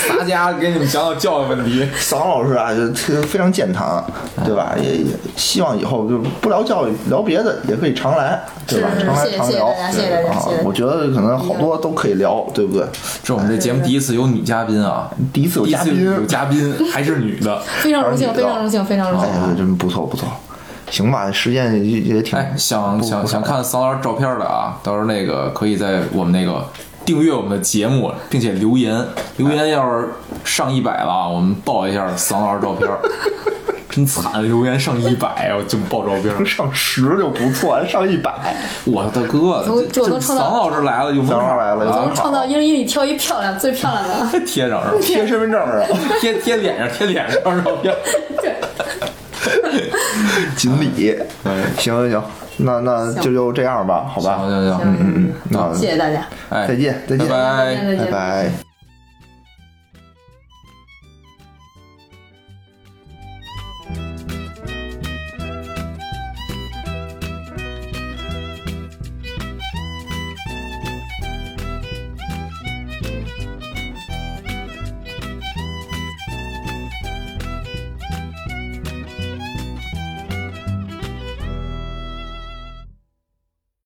Speaker 2: 撒家，给你们讲讲教育问题。
Speaker 1: 撒老师啊，就特非常健谈，对吧？
Speaker 2: 嗯
Speaker 1: 也也希望以后就不聊教育，聊别的也可以常来，对吧？
Speaker 3: 是是
Speaker 1: 常来
Speaker 3: 谢谢
Speaker 1: 常
Speaker 3: 谢谢
Speaker 1: 聊
Speaker 3: 大家谢谢大
Speaker 1: 啊
Speaker 3: 家谢谢大，家
Speaker 1: 我觉得可能好多都可以聊，对不对？
Speaker 2: 这我们这节目第一次有女嘉宾啊，
Speaker 1: 第一次有
Speaker 2: 第一
Speaker 1: 嘉
Speaker 2: 次
Speaker 1: 宾，
Speaker 2: 有嘉宾还是女 的。
Speaker 3: 非常荣幸，非常荣幸，非常荣幸。
Speaker 1: 哎，真不错不错，行吧，时间也也挺
Speaker 2: 嗯哎，想想想看桑老师照片的啊，到时候那个可以在我们那个订阅我们的节目，并且留言，留言要是上一百了啊，我们报一下桑老师照 片。真惨，留言上一百，我就报照 片。
Speaker 1: 上十就不错，还上一 百，
Speaker 2: 我的哥，
Speaker 3: 我
Speaker 2: 这
Speaker 3: 我都
Speaker 2: 这
Speaker 3: 创
Speaker 2: 桑
Speaker 3: 造
Speaker 2: 老师来了就门
Speaker 1: 桑老师来了
Speaker 3: 我
Speaker 1: 就
Speaker 2: 啊
Speaker 3: 们创造一零一里挑一漂亮，最漂亮的。
Speaker 2: 贴上是吧？
Speaker 1: 贴身份证啊上，
Speaker 2: 贴贴脸上，贴脸上照片。
Speaker 1: 锦鲤。行行行，那那就就 这样吧，好吧
Speaker 2: 嗯行，行行，
Speaker 1: 嗯嗯，那
Speaker 3: 谢谢大家，
Speaker 2: 哎，
Speaker 1: 再见再见
Speaker 2: 拜拜
Speaker 3: 再见。
Speaker 1: 拜拜。